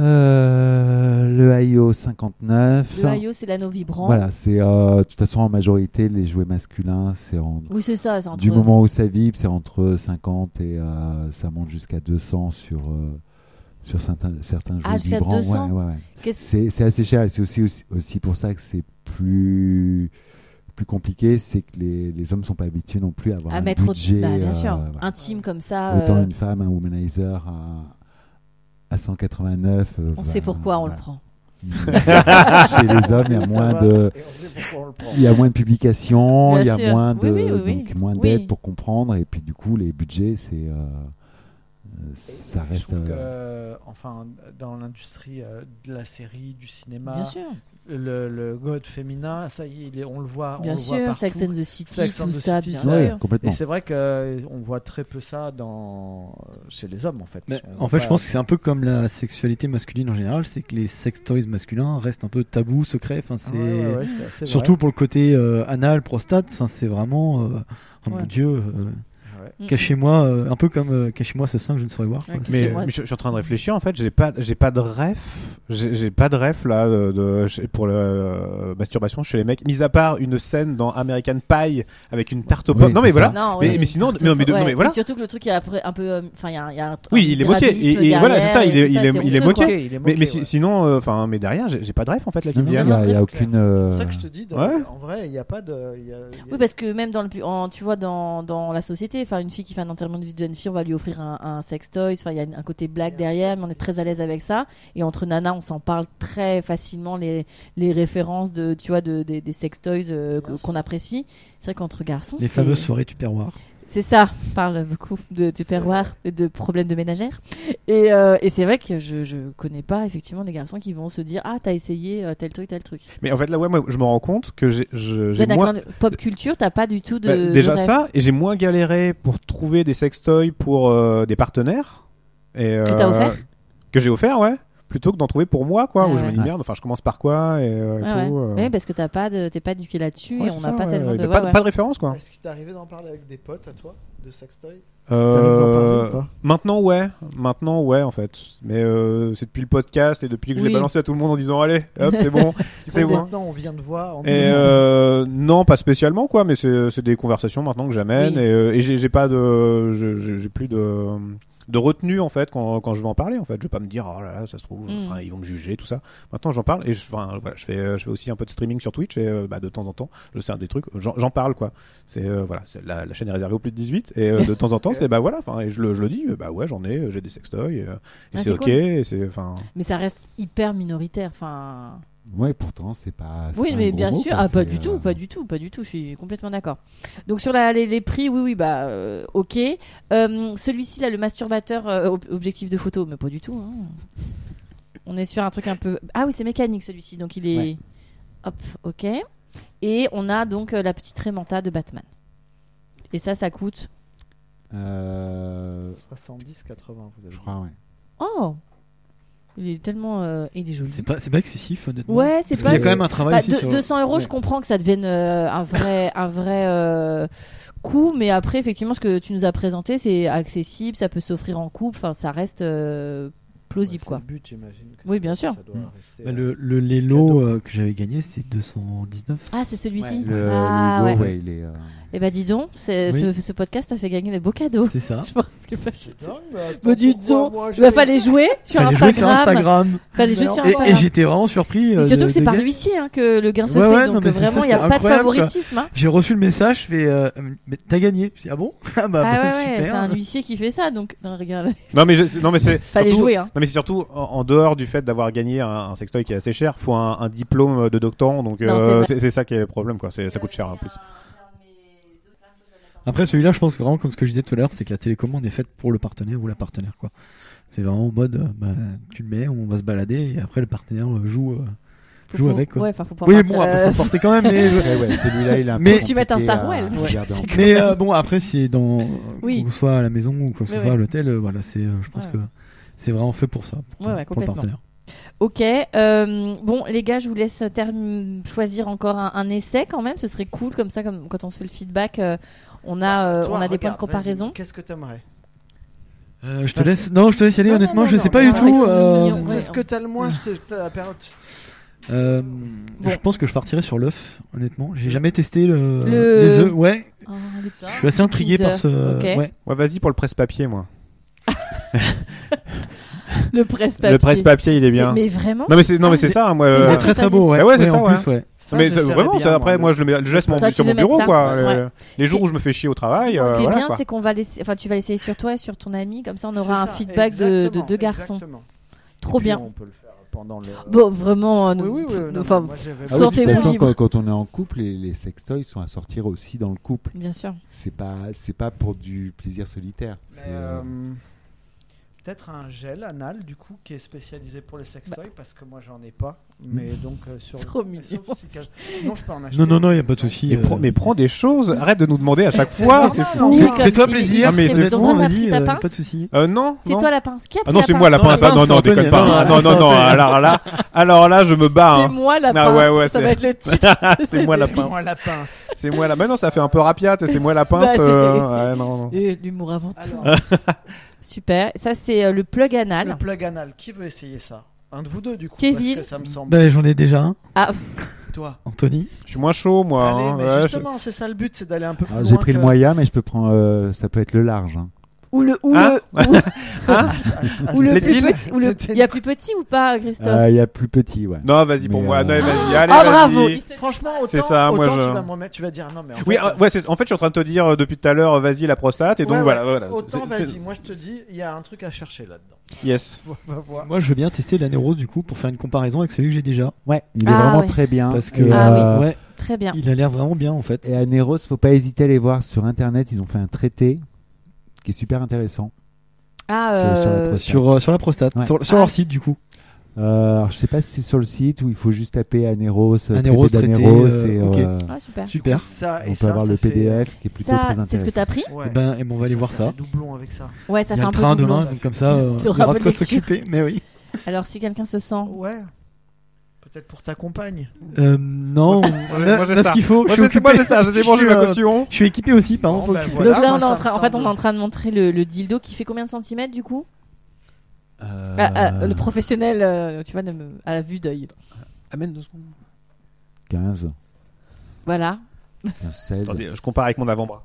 [SPEAKER 2] Euh, le IO 59.
[SPEAKER 1] Le haillot, c'est l'anneau vibrant.
[SPEAKER 2] Voilà, c'est euh, de toute façon en majorité les jouets masculins, c'est en
[SPEAKER 1] Oui, c'est ça. c'est entre-
[SPEAKER 2] du moment où ça vibre, c'est entre 50 et euh, ça monte jusqu'à 200 sur, euh, sur certains, certains jeux
[SPEAKER 1] Ah, jusqu'à
[SPEAKER 2] vibrants.
[SPEAKER 1] 200?
[SPEAKER 2] Ouais, ouais, ouais.
[SPEAKER 1] Qu'est-ce-
[SPEAKER 2] C'est c'est assez cher et c'est aussi, aussi, aussi pour ça que c'est plus, plus compliqué, c'est que les, les hommes sont pas habitués non plus à avoir
[SPEAKER 1] à
[SPEAKER 2] un
[SPEAKER 1] mettre
[SPEAKER 2] budget.
[SPEAKER 1] au... bah, bien
[SPEAKER 2] euh,
[SPEAKER 1] sûr.
[SPEAKER 2] voilà.
[SPEAKER 1] Intime comme ça.
[SPEAKER 2] Autant
[SPEAKER 1] euh,
[SPEAKER 2] une femme, un womanizer à, à 189. euh,
[SPEAKER 1] On
[SPEAKER 2] bah,
[SPEAKER 1] sait pourquoi on
[SPEAKER 2] voilà.
[SPEAKER 1] le prend.
[SPEAKER 2] Chez les hommes, il y a
[SPEAKER 4] Ça
[SPEAKER 2] moins
[SPEAKER 4] va,
[SPEAKER 2] de...
[SPEAKER 4] et on sait pourquoi on le prend.
[SPEAKER 2] Il y a moins de publications,
[SPEAKER 1] Bien
[SPEAKER 2] il y a
[SPEAKER 1] sûr.
[SPEAKER 2] moins de
[SPEAKER 1] Oui, oui, oui,
[SPEAKER 2] donc
[SPEAKER 1] oui.
[SPEAKER 2] moins d'aide
[SPEAKER 1] Oui.
[SPEAKER 2] pour comprendre et puis du coup les budgets c'est euh, euh, ça
[SPEAKER 4] Je
[SPEAKER 2] reste
[SPEAKER 4] trouve que,
[SPEAKER 2] euh,
[SPEAKER 4] euh, enfin, dans l'industrie euh, de la série, du cinéma,
[SPEAKER 1] Bien sûr.
[SPEAKER 4] le, le god féminin, ça y est, il est- on le voit, on
[SPEAKER 1] Bien
[SPEAKER 4] le voit
[SPEAKER 1] sûr.
[SPEAKER 4] partout.
[SPEAKER 1] Sex and the City,
[SPEAKER 4] Sex and
[SPEAKER 1] tout
[SPEAKER 4] the
[SPEAKER 1] ça,
[SPEAKER 4] City,
[SPEAKER 1] bien
[SPEAKER 4] ça.
[SPEAKER 2] ouais,
[SPEAKER 1] sûr.
[SPEAKER 4] Et
[SPEAKER 2] complètement.
[SPEAKER 4] c'est vrai que euh, on voit très peu ça dans chez les hommes en fait.
[SPEAKER 5] Mais
[SPEAKER 4] On
[SPEAKER 5] en
[SPEAKER 4] voit
[SPEAKER 5] fait, je
[SPEAKER 4] pas-
[SPEAKER 5] pense que c'est un peu comme la sexualité masculine en général, c'est que les sex toys masculins restent un peu tabous, secrets. Enfin, c'est
[SPEAKER 4] Ouais, ouais, ouais, c'est assez
[SPEAKER 5] surtout pour le côté euh, anal, prostate. Enfin, c'est vraiment, euh, oh
[SPEAKER 1] Ouais.
[SPEAKER 5] mon dieu, euh,
[SPEAKER 4] vrai. Ouais.
[SPEAKER 1] Mm.
[SPEAKER 5] cachez-moi, euh, un peu comme euh, cachez-moi ce sein que je ne saurais voir. quoi.
[SPEAKER 1] Ouais,
[SPEAKER 3] Mais,
[SPEAKER 1] Chez moi,
[SPEAKER 3] mais
[SPEAKER 1] c'est-
[SPEAKER 3] je, je suis en train de réfléchir en fait, j'ai pas j'ai pas de ref, j'ai j'ai pas de ref là de, de- chez- pour la euh, masturbation chez les mecs, mis à part une scène dans American Pie avec une tarte aux
[SPEAKER 2] Oui,
[SPEAKER 3] pommes. non mais
[SPEAKER 2] c'est
[SPEAKER 3] voilà.
[SPEAKER 2] ça.
[SPEAKER 1] Non,
[SPEAKER 3] Mais-
[SPEAKER 1] ouais,
[SPEAKER 3] mais sinon,
[SPEAKER 1] surtout-
[SPEAKER 3] mais non, mais de- non, mais
[SPEAKER 1] ouais,
[SPEAKER 3] voilà.
[SPEAKER 1] et Surtout que le truc, il y a après un peu. euh, Enfin, il y a, il y a un-
[SPEAKER 3] Oui,
[SPEAKER 1] un
[SPEAKER 3] il est moqué,
[SPEAKER 1] misérabilisme
[SPEAKER 3] et- et voilà,
[SPEAKER 1] derrière,
[SPEAKER 3] c'est ça, il
[SPEAKER 1] et
[SPEAKER 3] est-
[SPEAKER 1] tout
[SPEAKER 3] il est-
[SPEAKER 1] c'est
[SPEAKER 3] il est
[SPEAKER 1] honteux,
[SPEAKER 3] moqué.
[SPEAKER 1] quoi.
[SPEAKER 4] il est
[SPEAKER 3] Mais, mais
[SPEAKER 4] moqué,
[SPEAKER 3] si-
[SPEAKER 4] ouais.
[SPEAKER 3] sinon euh, enfin mais derrière j'ai j'ai pas de ref en fait la
[SPEAKER 2] Non, non,
[SPEAKER 3] vidéo.
[SPEAKER 2] il y a, il y a
[SPEAKER 4] c'est
[SPEAKER 2] aucune
[SPEAKER 4] clair.
[SPEAKER 2] euh,
[SPEAKER 4] C'est pour ça que je te dis, dans-
[SPEAKER 3] Ouais.
[SPEAKER 4] en vrai, il n'y a pas de. il y a- il y a-
[SPEAKER 1] Oui, parce que même dans le, pu- en, tu vois, dans, dans la société, enfin, une fille qui fait un enterrement de vie de jeune fille, on va lui offrir un, un sex toys. Enfin, il y a une- un côté blague derrière, mais on est très à l'aise avec ça. Et entre nanas, on s'en parle très facilement les, les références de, tu vois, de, des- des sex toys euh,
[SPEAKER 4] Bien sûr.
[SPEAKER 1] qu'on apprécie. C'est vrai qu'entre garçons,
[SPEAKER 5] Les
[SPEAKER 1] c'est-
[SPEAKER 5] fameuses soirées tupperware.
[SPEAKER 1] c'est ça. On parle beaucoup de, de perroir, de problèmes de ménagère. Et, euh, et c'est vrai que je, je connais pas effectivement des garçons qui vont se dire ah t'as essayé euh, tel truc, tel truc.
[SPEAKER 3] Mais en fait là ouais moi je me rends compte que j'ai je- j'ai
[SPEAKER 1] Toi, t'as
[SPEAKER 3] moins
[SPEAKER 1] quand même- Pop culture, t'as pas du tout de.
[SPEAKER 3] Bah, déjà
[SPEAKER 1] de rêve.
[SPEAKER 3] ça et j'ai moins galéré pour trouver des sextoys pour euh, des partenaires et euh,
[SPEAKER 1] t'as offert
[SPEAKER 3] que j'ai offert ouais plutôt que d'en trouver pour moi quoi
[SPEAKER 1] Ah
[SPEAKER 3] où je
[SPEAKER 1] ouais. Ah
[SPEAKER 3] me dis merde enfin je commence par quoi et, euh, et
[SPEAKER 1] Ouais, ouais.
[SPEAKER 3] tout, euh.
[SPEAKER 1] Oui, parce que t'as pas de, t'es pas éduqué là-dessus
[SPEAKER 3] Ouais,
[SPEAKER 1] et
[SPEAKER 3] c'est
[SPEAKER 1] on
[SPEAKER 3] ça,
[SPEAKER 1] n'a pas
[SPEAKER 3] ouais,
[SPEAKER 1] tellement
[SPEAKER 3] ouais.
[SPEAKER 1] de.
[SPEAKER 3] Pas,
[SPEAKER 1] ouais, ouais.
[SPEAKER 3] pas de référence quoi.
[SPEAKER 4] Est-ce que t'es arrivé d'en parler avec des potes à toi de sextoy
[SPEAKER 3] Euh, maintenant ouais, maintenant ouais en fait. Mais euh, c'est depuis le podcast et depuis que je
[SPEAKER 1] Oui.
[SPEAKER 3] l'ai balancé à tout le monde en disant allez, hop c'est bon, c'est bon.
[SPEAKER 4] Maintenant, on vient de voir. on-
[SPEAKER 3] Et euh, non pas spécialement quoi, mais c'est c'est des conversations maintenant que j'amène
[SPEAKER 1] Oui.
[SPEAKER 3] et, euh, et j'ai j'ai pas de, je- j'ai j'ai plus de de retenue en fait quand, quand je vais en parler en fait je vais pas me dire oh là là ça se trouve
[SPEAKER 1] Mm.
[SPEAKER 3] enfin, ils vont me juger tout ça maintenant j'en parle et je, enfin, voilà, je fais euh, je fais aussi un peu de streaming sur Twitch et euh, bah, de temps en temps je sers des trucs j'en j'en parle quoi c'est euh, voilà c'est- la, la chaîne est réservée aux plus de 18 et euh, de temps en temps c'est bah voilà enfin et je le je le dis euh, bah ouais j'en ai euh, j'ai des sextoys euh, et,
[SPEAKER 1] Ah,
[SPEAKER 3] c'est
[SPEAKER 1] c'est
[SPEAKER 3] ok
[SPEAKER 1] cool.
[SPEAKER 3] et c'est enfin
[SPEAKER 1] Mais ça reste hyper minoritaire. Enfin.
[SPEAKER 2] ouais pourtant c'est pas c'est
[SPEAKER 1] Oui,
[SPEAKER 2] pas un
[SPEAKER 1] mais
[SPEAKER 2] gros
[SPEAKER 1] bien
[SPEAKER 2] mot,
[SPEAKER 1] sûr.
[SPEAKER 2] quoi,
[SPEAKER 1] Ah, pas
[SPEAKER 2] c'est,
[SPEAKER 1] du
[SPEAKER 2] euh,
[SPEAKER 1] tout, pas du tout, pas du tout. Je suis complètement d'accord. Donc sur la, les, les prix, oui, oui, bah, euh, ok. Euh, Celui-ci là, le masturbateur, euh, ob- objectif de photo, mais pas du tout. hein. On est sur un truc un peu. Ah oui, c'est mécanique celui-ci, donc il est.
[SPEAKER 2] Ouais.
[SPEAKER 1] Hop, ok. Et on a donc euh, la petite Rémanta de Batman. Et ça, ça coûte.
[SPEAKER 2] euh,
[SPEAKER 4] 70, 80, vous avez
[SPEAKER 2] je
[SPEAKER 4] dit.
[SPEAKER 2] crois ouais.
[SPEAKER 1] Oh, il est tellement, euh, il est joli.
[SPEAKER 5] C'est pas, c'est pas excessif, honnêtement.
[SPEAKER 1] Ouais, c'est
[SPEAKER 5] Parce qu'il y
[SPEAKER 1] pas.
[SPEAKER 5] a quand même un travail
[SPEAKER 1] Bah,
[SPEAKER 5] aussi
[SPEAKER 1] de-
[SPEAKER 5] sur- euh,
[SPEAKER 1] 200 euros,
[SPEAKER 5] Ouais.
[SPEAKER 1] je comprends que ça devienne euh, un vrai, un vrai euh, coût, mais après, effectivement, ce que tu nous as présenté, c'est accessible, ça peut s'offrir en couple, enfin, ça reste euh, plausible,
[SPEAKER 4] Ouais,
[SPEAKER 1] quoi.
[SPEAKER 4] C'est le but, j'imagine. que
[SPEAKER 1] Oui,
[SPEAKER 4] ça-
[SPEAKER 1] bien sûr.
[SPEAKER 4] ça doit
[SPEAKER 5] Mm.
[SPEAKER 4] rester,
[SPEAKER 5] Bah,
[SPEAKER 4] euh,
[SPEAKER 5] le, le Lelo euh, que j'avais gagné, c'est 219.
[SPEAKER 1] Ah, c'est celui-ci.
[SPEAKER 2] Le,
[SPEAKER 1] ah
[SPEAKER 2] le logo,
[SPEAKER 1] ouais.
[SPEAKER 2] ouais, il est euh,
[SPEAKER 1] Et bah dis donc, c'est-
[SPEAKER 5] Oui.
[SPEAKER 1] ce, ce podcast a fait gagner des beaux cadeaux.
[SPEAKER 5] C'est ça.
[SPEAKER 1] Je me rappelais pas.
[SPEAKER 4] C'est dingue, mais attends,
[SPEAKER 1] Bah, dis
[SPEAKER 4] pourquoi
[SPEAKER 1] donc,
[SPEAKER 4] moi,
[SPEAKER 1] Il va
[SPEAKER 4] j'ai-
[SPEAKER 1] fallait jouer sur
[SPEAKER 5] Fallait jouer sur
[SPEAKER 1] Instagram.
[SPEAKER 5] Instagram.
[SPEAKER 1] Fallait jouer sur
[SPEAKER 5] Et, et
[SPEAKER 1] Instagram.
[SPEAKER 5] j'étais vraiment surpris. euh,
[SPEAKER 1] Et surtout
[SPEAKER 5] de-
[SPEAKER 1] que c'est
[SPEAKER 5] de
[SPEAKER 1] par
[SPEAKER 5] gagner.
[SPEAKER 1] lui hein, que le gain se
[SPEAKER 5] Ouais,
[SPEAKER 1] fait,
[SPEAKER 5] ouais, non,
[SPEAKER 1] donc
[SPEAKER 5] mais c'est ça,
[SPEAKER 1] vraiment, il n'y a
[SPEAKER 5] c'est
[SPEAKER 1] pas de
[SPEAKER 5] incroyable, quoi.
[SPEAKER 1] favoritisme. hein.
[SPEAKER 5] J'ai reçu le message, je fais euh, mais t'as gagné. Je dis, ah bon
[SPEAKER 1] Ah
[SPEAKER 5] Ah bah, bah,
[SPEAKER 1] ouais, ouais, c'est
[SPEAKER 5] super.
[SPEAKER 1] un huissier qui fait ça, donc non, regarde,
[SPEAKER 3] non mais je- non mais c'est
[SPEAKER 1] fallait
[SPEAKER 3] surtout-
[SPEAKER 1] jouer. Hein.
[SPEAKER 3] Non mais c'est surtout en, en dehors du fait d'avoir gagné un, un sextoy qui est assez cher, faut un, un diplôme de doctorant donc
[SPEAKER 1] Non,
[SPEAKER 3] euh,
[SPEAKER 1] c'est vrai.
[SPEAKER 3] c'est c'est ça qui est le problème quoi. C'est- Ça coûte cher hein, en plus.
[SPEAKER 5] Après celui-là, je pense que vraiment comme ce que je disais tout à l'heure, c'est que la télécommande est faite pour le partenaire ou la partenaire quoi. C'est vraiment en mode, euh, bah, tu le mets, on va se balader et après le partenaire euh, joue. euh,
[SPEAKER 1] Faut-
[SPEAKER 5] Joue
[SPEAKER 1] faut-
[SPEAKER 5] avec, quoi.
[SPEAKER 1] Ouais, enfin, faut pouvoir
[SPEAKER 5] Oui,
[SPEAKER 1] partir,
[SPEAKER 5] bon, après,
[SPEAKER 1] euh,
[SPEAKER 5] faut porter quand même. Mais,
[SPEAKER 2] Après, ouais, celui-là, il a un
[SPEAKER 5] Mais-
[SPEAKER 2] peu
[SPEAKER 1] Faut que tu mettes un
[SPEAKER 2] compliqué à-
[SPEAKER 1] sarouel.
[SPEAKER 2] à
[SPEAKER 1] Ouais,
[SPEAKER 2] garder en
[SPEAKER 1] c'est
[SPEAKER 2] compte.
[SPEAKER 5] mais, euh, bon, après, c'est dans.
[SPEAKER 1] Oui.
[SPEAKER 5] Qu'on soit à la maison ou qu'on soit
[SPEAKER 1] Ouais, ouais.
[SPEAKER 5] à l'hôtel, euh, voilà, c'est, euh, je pense
[SPEAKER 1] Ouais.
[SPEAKER 5] que c'est vraiment fait pour ça. Pour,
[SPEAKER 1] Ouais, ouais,
[SPEAKER 5] pour le
[SPEAKER 1] complètement.
[SPEAKER 5] partenaire.
[SPEAKER 1] Ok, euh, bon les gars, je vous laisse term- choisir encore un, un essai quand même. Ce serait cool comme ça, comme quand on se fait le feedback, euh, on a euh,
[SPEAKER 4] Bah, Toi,
[SPEAKER 1] on a des points de
[SPEAKER 4] regarde,
[SPEAKER 1] comparaison.
[SPEAKER 4] vas-y, Qu'est-ce que t'aimerais
[SPEAKER 5] Euh, je te
[SPEAKER 1] Bah,
[SPEAKER 4] Parce-
[SPEAKER 5] laisse. Non, je te laisse y aller.
[SPEAKER 4] Non, non,
[SPEAKER 5] honnêtement,
[SPEAKER 4] non,
[SPEAKER 5] je
[SPEAKER 4] non,
[SPEAKER 5] sais pas
[SPEAKER 4] non,
[SPEAKER 5] du
[SPEAKER 4] non,
[SPEAKER 5] tout.
[SPEAKER 1] c'est-
[SPEAKER 5] euh,
[SPEAKER 1] c'est- Ouais.
[SPEAKER 4] C'est ce que t'as le moins, je te- t'as la période.
[SPEAKER 5] euh,
[SPEAKER 1] Bon.
[SPEAKER 5] Je pense que je partirai sur l'œuf. Honnêtement, j'ai jamais testé le,
[SPEAKER 1] Le-
[SPEAKER 5] les œufs. Ouais,
[SPEAKER 1] Oh, les
[SPEAKER 4] Ça.
[SPEAKER 5] je
[SPEAKER 1] petits
[SPEAKER 5] suis assez intrigué
[SPEAKER 1] Kinder.
[SPEAKER 5] par ce.
[SPEAKER 1] Ok.
[SPEAKER 5] Ouais.
[SPEAKER 3] Ouais, vas-y pour le presse-papier, moi.
[SPEAKER 1] Le presse-papier.
[SPEAKER 3] Le presse-papier, il est
[SPEAKER 1] C'est-
[SPEAKER 3] bien.
[SPEAKER 1] Mais vraiment
[SPEAKER 3] Non mais c'est non mais c'est
[SPEAKER 5] C'est-
[SPEAKER 3] ça, hein, moi.
[SPEAKER 1] c'est
[SPEAKER 3] euh,
[SPEAKER 5] C'est
[SPEAKER 1] ça,
[SPEAKER 5] très
[SPEAKER 1] ça,
[SPEAKER 5] très beau. Ouais,
[SPEAKER 3] Ah ouais, c'est ça,
[SPEAKER 5] En plus, ouais.
[SPEAKER 4] Ça,
[SPEAKER 3] mais
[SPEAKER 4] je
[SPEAKER 3] ça-
[SPEAKER 4] serais
[SPEAKER 3] vraiment,
[SPEAKER 4] bien,
[SPEAKER 3] ça, après, moi,
[SPEAKER 4] le-
[SPEAKER 3] je le mets, je laisse mon,
[SPEAKER 1] Toi, tu
[SPEAKER 3] sur
[SPEAKER 1] veux
[SPEAKER 3] mon
[SPEAKER 1] mettre
[SPEAKER 3] bureau,
[SPEAKER 1] ça,
[SPEAKER 3] quoi.
[SPEAKER 1] ouais,
[SPEAKER 3] Le-
[SPEAKER 1] ouais.
[SPEAKER 3] Les jours où je me fais chier au travail.
[SPEAKER 1] Ce
[SPEAKER 3] euh,
[SPEAKER 1] qui est
[SPEAKER 3] voilà,
[SPEAKER 1] bien,
[SPEAKER 3] quoi.
[SPEAKER 1] c'est qu'on va laisser, enfin, tu vas l'essayer sur toi et sur ton ami, comme ça on aura
[SPEAKER 4] C'est
[SPEAKER 1] un
[SPEAKER 4] ça,
[SPEAKER 1] feedback de, de
[SPEAKER 4] exactement,
[SPEAKER 1] deux garçons.
[SPEAKER 4] exactement.
[SPEAKER 1] Trop
[SPEAKER 4] Puis
[SPEAKER 1] bien.
[SPEAKER 4] On peut le faire pendant le.
[SPEAKER 1] Bon, vraiment, euh,
[SPEAKER 4] oui, oui, oui.
[SPEAKER 1] nous-
[SPEAKER 4] non,
[SPEAKER 1] enfin,
[SPEAKER 4] non, moi, j'avais-
[SPEAKER 2] Ah oui, de
[SPEAKER 1] Sortez-le
[SPEAKER 2] toute façon,
[SPEAKER 1] libre.
[SPEAKER 2] quand, quand on est en couple, les, les sextoys sont à sortir aussi dans le couple.
[SPEAKER 1] bien sûr.
[SPEAKER 2] C'est pas, c'est pas pour du plaisir solitaire.
[SPEAKER 4] Mais,
[SPEAKER 2] C'est, euh,
[SPEAKER 4] euh, Peut-être un gel anal du coup qui est spécialisé pour les sextoys parce que moi j'en ai pas. Mais donc euh, sur.
[SPEAKER 1] Bah. Mm. Trop
[SPEAKER 4] sauf
[SPEAKER 1] mignon.
[SPEAKER 4] si quel- Sinon je peux en acheter.
[SPEAKER 5] Non, non, non, il y a pas de souci.
[SPEAKER 3] Mais,
[SPEAKER 5] euh,
[SPEAKER 3] prends- mais prends des choses. Arrête de nous demander à chaque fois.
[SPEAKER 4] normal.
[SPEAKER 3] C'est fou.
[SPEAKER 4] Non,
[SPEAKER 1] Oui,
[SPEAKER 4] mais
[SPEAKER 1] comme
[SPEAKER 5] Fais-toi
[SPEAKER 1] il est
[SPEAKER 5] plaisir.
[SPEAKER 1] hyper
[SPEAKER 3] mais
[SPEAKER 1] crémeux.
[SPEAKER 3] c'est
[SPEAKER 1] Donc toi,
[SPEAKER 5] honnêtement,
[SPEAKER 1] t'as
[SPEAKER 5] vas-y,
[SPEAKER 1] pris ta
[SPEAKER 5] euh,
[SPEAKER 1] pince
[SPEAKER 5] pas de souci.
[SPEAKER 3] Euh, non.
[SPEAKER 1] C'est
[SPEAKER 3] non.
[SPEAKER 1] toi la pince qui a
[SPEAKER 3] Ah
[SPEAKER 1] pris
[SPEAKER 3] non,
[SPEAKER 1] la
[SPEAKER 3] c'est moi la
[SPEAKER 5] Non,
[SPEAKER 3] pince.
[SPEAKER 5] la
[SPEAKER 3] Ah non,
[SPEAKER 5] pince,
[SPEAKER 3] non,
[SPEAKER 5] c'est
[SPEAKER 3] déconne
[SPEAKER 5] Antoine,
[SPEAKER 3] pas.
[SPEAKER 5] non,
[SPEAKER 3] Ah
[SPEAKER 5] la
[SPEAKER 3] Non,
[SPEAKER 5] pince,
[SPEAKER 3] non, non.
[SPEAKER 5] Antoine.
[SPEAKER 3] Alors là, alors là, je me bats.
[SPEAKER 1] C'est
[SPEAKER 3] hein.
[SPEAKER 1] moi la
[SPEAKER 3] Ah
[SPEAKER 1] pince.
[SPEAKER 3] ouais, ouais,
[SPEAKER 1] ça
[SPEAKER 3] c'est-
[SPEAKER 1] va être le titre. de
[SPEAKER 3] C'est
[SPEAKER 1] cette
[SPEAKER 3] moi la
[SPEAKER 1] émission.
[SPEAKER 3] pince.
[SPEAKER 4] Moi, la pince.
[SPEAKER 3] C'est moi la. Mais non, ça fait un peu rapiat. C'est moi la
[SPEAKER 1] Bah,
[SPEAKER 3] pince.
[SPEAKER 1] c'est-
[SPEAKER 3] euh, ouais, non, non.
[SPEAKER 1] Et l'humour avant tout.
[SPEAKER 4] Alors,
[SPEAKER 1] Super. Ça, c'est euh, le plug
[SPEAKER 4] le
[SPEAKER 1] anal.
[SPEAKER 4] plug anal, qui veut essayer ça Un de vous deux du coup.
[SPEAKER 1] Kevin.
[SPEAKER 4] Parce que ça me semble.
[SPEAKER 5] Bah, j'en ai déjà un.
[SPEAKER 1] Ah,
[SPEAKER 4] Toi.
[SPEAKER 5] Anthony.
[SPEAKER 3] Je suis moins chaud, moi.
[SPEAKER 4] Allez,
[SPEAKER 3] hein.
[SPEAKER 4] mais
[SPEAKER 3] Ouais, je-
[SPEAKER 4] justement, c'est ça le but, c'est d'aller un peu plus
[SPEAKER 2] alors,
[SPEAKER 4] loin.
[SPEAKER 2] Ah, j'ai pris le
[SPEAKER 4] que-
[SPEAKER 2] moyen, mais je peux prendre. euh, ça peut être le large. hein.
[SPEAKER 1] ou le ou
[SPEAKER 3] Hein
[SPEAKER 1] le ou-
[SPEAKER 4] Ah,
[SPEAKER 1] ou le plus
[SPEAKER 3] L'est-il
[SPEAKER 1] petit. ou le-
[SPEAKER 4] C'était-
[SPEAKER 1] Il y a plus petit ou pas, Christophe
[SPEAKER 2] Euh, Il y a plus petit, ouais.
[SPEAKER 3] Non, vas-y pour
[SPEAKER 2] Mais,
[SPEAKER 3] moi.
[SPEAKER 2] euh,
[SPEAKER 3] Non, vas-y.
[SPEAKER 1] Ah
[SPEAKER 3] Allez,
[SPEAKER 1] bravo.
[SPEAKER 3] vas-y.
[SPEAKER 1] il se-
[SPEAKER 4] Franchement, autant,
[SPEAKER 3] C'est ça, moi,
[SPEAKER 4] autant
[SPEAKER 3] je-
[SPEAKER 4] tu vas me remettre, tu vas dire non mais. En
[SPEAKER 3] Oui,
[SPEAKER 4] fait,
[SPEAKER 3] ah, ouais, c'est- en fait, je suis en train de te dire euh, depuis tout à l'heure, euh, vas-y, la prostate, et donc
[SPEAKER 4] Ouais, ouais.
[SPEAKER 3] voilà, voilà.
[SPEAKER 4] Autant
[SPEAKER 3] C'est- c'est-
[SPEAKER 4] vas-y, moi je te dis, il y a un truc à chercher là-dedans.
[SPEAKER 3] Yes.
[SPEAKER 4] Va voir.
[SPEAKER 5] Moi, je veux bien tester l'anérose du coup pour faire une comparaison avec celui que j'ai déjà.
[SPEAKER 2] Ouais, il
[SPEAKER 1] Ah,
[SPEAKER 2] est vraiment
[SPEAKER 1] ouais.
[SPEAKER 2] très bien.
[SPEAKER 5] Parce que
[SPEAKER 2] Et,
[SPEAKER 1] Ah oui.
[SPEAKER 2] euh,
[SPEAKER 5] ouais,
[SPEAKER 1] Très bien.
[SPEAKER 5] il a l'air vraiment bien en fait.
[SPEAKER 2] et Aneros, faut pas hésiter à les voir sur internet. Ils ont fait un traité qui est super intéressant.
[SPEAKER 1] Ah, euh,
[SPEAKER 5] Sur, euh,
[SPEAKER 2] Sur- sur la prostate.
[SPEAKER 5] sur la prostate,
[SPEAKER 2] Ouais.
[SPEAKER 5] sur, sur
[SPEAKER 1] Ah.
[SPEAKER 5] leur site du coup.
[SPEAKER 2] Euh, alors, je sais pas si c'est sur le site ou il faut juste taper Aneros, euh,
[SPEAKER 5] Aneros,
[SPEAKER 2] traité
[SPEAKER 5] traité,
[SPEAKER 2] d'Aneros,
[SPEAKER 5] euh,
[SPEAKER 2] et
[SPEAKER 5] ok.
[SPEAKER 2] euh,
[SPEAKER 1] ah, super.
[SPEAKER 5] Super.
[SPEAKER 4] Ça, et
[SPEAKER 2] on peut
[SPEAKER 4] ça,
[SPEAKER 2] avoir
[SPEAKER 4] ça
[SPEAKER 2] le
[SPEAKER 4] fait-
[SPEAKER 2] PDF qui est plutôt très
[SPEAKER 1] Ça,
[SPEAKER 2] intéressant.
[SPEAKER 1] c'est ce que t'as pris
[SPEAKER 4] Ouais.
[SPEAKER 5] Et ben, et ben, on va aller
[SPEAKER 4] Ça,
[SPEAKER 5] voir ça.
[SPEAKER 4] fait doublon avec ça.
[SPEAKER 1] Ouais, ça
[SPEAKER 5] Il y
[SPEAKER 1] fait
[SPEAKER 5] a
[SPEAKER 1] un
[SPEAKER 5] le
[SPEAKER 1] peu
[SPEAKER 5] train
[SPEAKER 1] doublon.
[SPEAKER 5] demain, donc comme ça, euh,
[SPEAKER 1] T'auras pas
[SPEAKER 5] on aura de
[SPEAKER 1] de
[SPEAKER 5] quoi
[SPEAKER 1] lecture.
[SPEAKER 5] s'occuper. Mais oui.
[SPEAKER 1] Alors, si quelqu'un se sent.
[SPEAKER 4] Ouais. Peut-être pour ta compagne.
[SPEAKER 5] Euh, non,
[SPEAKER 3] Moi,
[SPEAKER 5] on
[SPEAKER 3] j'ai-
[SPEAKER 5] a-
[SPEAKER 3] moi, j'ai
[SPEAKER 5] on a
[SPEAKER 3] ça.
[SPEAKER 5] ce qu'il faut.
[SPEAKER 3] Moi,
[SPEAKER 5] je suis
[SPEAKER 3] j'ai- moi,
[SPEAKER 5] occupé.
[SPEAKER 3] j'ai ça, j'ai mangé
[SPEAKER 5] Je
[SPEAKER 3] ma
[SPEAKER 5] suis, euh,
[SPEAKER 3] caution.
[SPEAKER 5] Je suis équipé aussi, par
[SPEAKER 4] Bon,
[SPEAKER 5] contre.
[SPEAKER 4] bah,
[SPEAKER 5] donc,
[SPEAKER 4] voilà.
[SPEAKER 1] Donc là,
[SPEAKER 4] moi,
[SPEAKER 1] on est en,
[SPEAKER 4] ça me
[SPEAKER 1] train, en fait, on est
[SPEAKER 4] semble.
[SPEAKER 1] en train de montrer le, le dildo qui fait combien de centimètres du coup
[SPEAKER 2] Euh,
[SPEAKER 1] Ah, ah, Le professionnel, euh, tu vois, ne me- à la vue d'œil.
[SPEAKER 3] Amène deux secondes.
[SPEAKER 2] 15,
[SPEAKER 1] Voilà.
[SPEAKER 2] 15, 16.
[SPEAKER 3] Attendez, je compare avec mon avant-bras.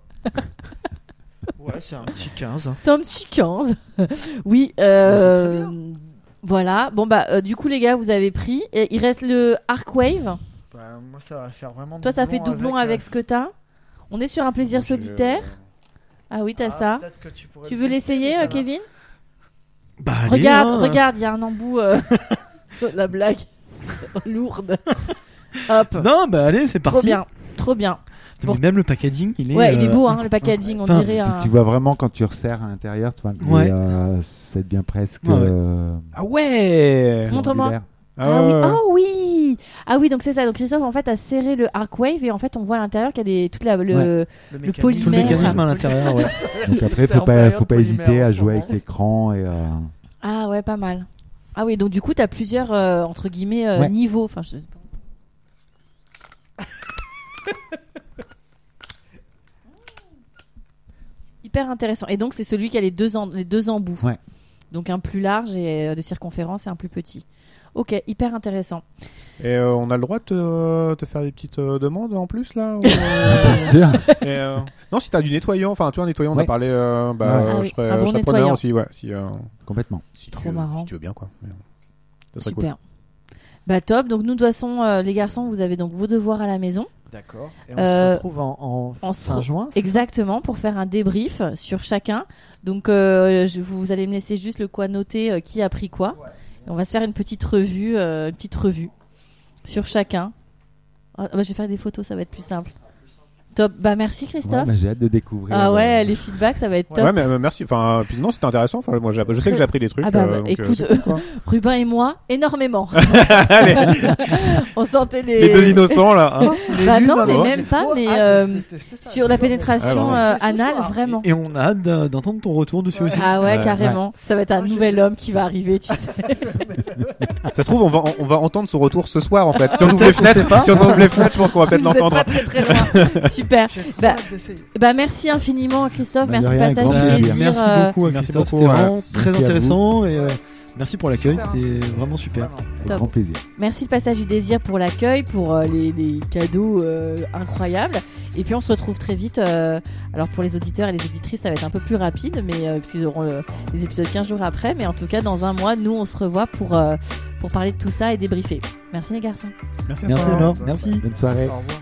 [SPEAKER 4] Ouais, c'est un petit 15. hein.
[SPEAKER 1] C'est un petit 15. oui.
[SPEAKER 5] Bah,
[SPEAKER 1] euh, voilà. Bon, bah, euh, du coup, les gars, vous avez pris. Et il reste le Arc Wave.
[SPEAKER 4] Bah, moi, ça va faire vraiment.
[SPEAKER 1] Toi, ça fait doublon avec,
[SPEAKER 5] euh,
[SPEAKER 1] ce que t'as. On est sur un plaisir
[SPEAKER 3] euh,
[SPEAKER 1] solitaire. Ah oui,
[SPEAKER 4] euh,
[SPEAKER 1] t'as
[SPEAKER 4] ah,
[SPEAKER 1] ça.
[SPEAKER 4] peut-être que tu, pourrais
[SPEAKER 1] Tu
[SPEAKER 4] le
[SPEAKER 1] veux
[SPEAKER 4] tester,
[SPEAKER 1] l'essayer,
[SPEAKER 4] mais
[SPEAKER 1] euh,
[SPEAKER 4] ça va.
[SPEAKER 1] Kevin
[SPEAKER 5] Bah, allez,
[SPEAKER 1] Regarde,
[SPEAKER 5] hein.
[SPEAKER 1] regarde, il y a un embout. euh, la blague lourde. Hop.
[SPEAKER 5] Non, bah allez, c'est
[SPEAKER 1] Trop
[SPEAKER 5] parti.
[SPEAKER 1] bien. Trop bien.
[SPEAKER 5] Mais Même le packaging, il est.
[SPEAKER 1] Ouais, il est
[SPEAKER 5] euh,
[SPEAKER 1] beau, hein, le packaging, on
[SPEAKER 5] Enfin,
[SPEAKER 1] dirait un.
[SPEAKER 2] Tu vois vraiment quand tu resserres à l'intérieur, tu vois, que,
[SPEAKER 5] Ouais.
[SPEAKER 2] euh, ça devient presque.
[SPEAKER 5] Ouais, ouais.
[SPEAKER 2] euh,
[SPEAKER 3] Ah ouais
[SPEAKER 1] Montre-moi.
[SPEAKER 2] triangulaire.
[SPEAKER 1] Ah oui. Oh oui Ah oui, donc c'est ça. Donc Christophe, en fait, a serré le Arcwave et en fait, on voit à l'intérieur qu'il y a des, toute la, le,
[SPEAKER 4] mécanisme.
[SPEAKER 5] Tout le
[SPEAKER 1] polymère.
[SPEAKER 5] mécanisme à l'intérieur, ouais.
[SPEAKER 2] Donc après,
[SPEAKER 4] C'est en
[SPEAKER 2] faut pas,
[SPEAKER 4] période
[SPEAKER 2] faut pas
[SPEAKER 4] polymère
[SPEAKER 2] hésiter
[SPEAKER 4] en
[SPEAKER 2] à
[SPEAKER 4] ce
[SPEAKER 2] jouer
[SPEAKER 4] moment.
[SPEAKER 2] avec l'écran et. euh,
[SPEAKER 1] Ah ouais, pas mal. Ah oui, donc du coup, t'as plusieurs, euh, entre guillemets, euh,
[SPEAKER 2] Ouais.
[SPEAKER 1] niveaux. Enfin, je... Hyper intéressant. Et donc, c'est celui qui a les deux, en- les deux embouts.
[SPEAKER 2] Ouais.
[SPEAKER 1] Donc, un plus large et euh, de circonférence et un plus petit. Ok, hyper intéressant.
[SPEAKER 3] Et euh, on a le droit de te, te faire des petites euh, demandes en plus là ou,
[SPEAKER 2] Bien
[SPEAKER 3] euh,
[SPEAKER 2] sûr.
[SPEAKER 3] et, euh, Non, si t'as du nettoyant, enfin tu vois, un nettoyant, on a
[SPEAKER 2] Ouais.
[SPEAKER 3] parlé, euh, bah,
[SPEAKER 2] Ah
[SPEAKER 3] euh,
[SPEAKER 1] oui,
[SPEAKER 3] je serais,
[SPEAKER 1] un bon
[SPEAKER 3] je serais
[SPEAKER 1] nettoyant.
[SPEAKER 3] preneur aussi, ouais. Si, euh,
[SPEAKER 2] Complètement.
[SPEAKER 3] si
[SPEAKER 1] Trop
[SPEAKER 3] tu veux,
[SPEAKER 1] marrant.
[SPEAKER 3] Si tu veux bien, quoi. Mais, euh, ça serait
[SPEAKER 1] Super. Bah, top. Donc, nous, de toute façon, euh, les garçons, vous avez donc vos devoirs à la maison.
[SPEAKER 4] D'accord. Et on
[SPEAKER 1] Euh,
[SPEAKER 4] se retrouve en, en,
[SPEAKER 1] on se
[SPEAKER 4] fin
[SPEAKER 1] re-
[SPEAKER 4] juin. c'est
[SPEAKER 1] Exactement, pour faire un débrief sur chacun. Donc, euh, je, vous allez me laisser juste le quoi noter, euh, qui a pris quoi. Et on va se faire une petite revue, euh, une petite revue sur chacun. Ah, bah, je vais faire des photos, ça va être plus simple. Top. Bah merci Christophe.
[SPEAKER 2] Ouais, bah, j'ai hâte de découvrir.
[SPEAKER 1] ah
[SPEAKER 2] euh,
[SPEAKER 1] ouais, les feedbacks, ça va être top.
[SPEAKER 3] Ouais, mais euh, merci. Enfin, puis non, c'était intéressant. Enfin, moi, j'ai- je sais que j'ai appris des trucs. euh,
[SPEAKER 1] Ah bah, bah,
[SPEAKER 3] donc,
[SPEAKER 1] écoute,
[SPEAKER 3] c'est cool, quoi.
[SPEAKER 1] Rubin et moi, énormément.
[SPEAKER 3] Allez,
[SPEAKER 1] On sentait les.
[SPEAKER 3] les deux innocents là. hein.
[SPEAKER 1] Bah non,
[SPEAKER 3] bah,
[SPEAKER 1] mais
[SPEAKER 3] moi,
[SPEAKER 1] même pas,
[SPEAKER 4] Ah,
[SPEAKER 1] mais euh, sur la pénétration
[SPEAKER 3] Ah,
[SPEAKER 1] euh, anale, vraiment.
[SPEAKER 5] Et on a hâte d'a- d'entendre ton retour dessus aussi.
[SPEAKER 1] Ah ouais,
[SPEAKER 3] Ouais.
[SPEAKER 1] carrément. Ça va être un
[SPEAKER 4] Ah, je-
[SPEAKER 1] nouvel homme qui va arriver, tu sais.
[SPEAKER 3] Ça se trouve, on va, on va entendre son retour ce soir en fait. Si on ouvre les fenêtres, si on ouvre les fenêtres, je pense qu'on va peut-être
[SPEAKER 1] Vous êtes
[SPEAKER 3] l'entendre.
[SPEAKER 1] pas très très loin. Super. Bah, bah merci infiniment Christophe,
[SPEAKER 2] Bah, de
[SPEAKER 1] merci
[SPEAKER 2] rien,
[SPEAKER 1] passage
[SPEAKER 2] grand
[SPEAKER 1] du
[SPEAKER 2] plaisir.
[SPEAKER 1] plaisir.
[SPEAKER 5] Merci
[SPEAKER 1] euh,
[SPEAKER 5] beaucoup, à
[SPEAKER 3] merci
[SPEAKER 5] Christophe,
[SPEAKER 3] beaucoup,
[SPEAKER 5] c'était
[SPEAKER 3] ouais.
[SPEAKER 5] vraiment très
[SPEAKER 2] Merci à
[SPEAKER 5] intéressant et euh, merci pour l'accueil, c'était
[SPEAKER 4] hein.
[SPEAKER 5] vraiment super.
[SPEAKER 2] Avec
[SPEAKER 1] top.
[SPEAKER 2] grand plaisir.
[SPEAKER 1] Merci le passage du désir pour l'accueil, pour euh, les, les cadeaux euh, incroyables. Et puis on se retrouve très vite. euh, alors pour les auditeurs et les auditrices, ça va être un peu plus rapide, mais euh, puisqu'ils auront le- les épisodes 15 jours après. Mais en tout cas, dans un mois, nous, on se revoit pour, euh, pour parler de tout ça et débriefer. Merci les garçons.
[SPEAKER 3] Merci à toi.
[SPEAKER 5] Merci alors, merci.
[SPEAKER 2] Bonne soirée.
[SPEAKER 4] Au revoir.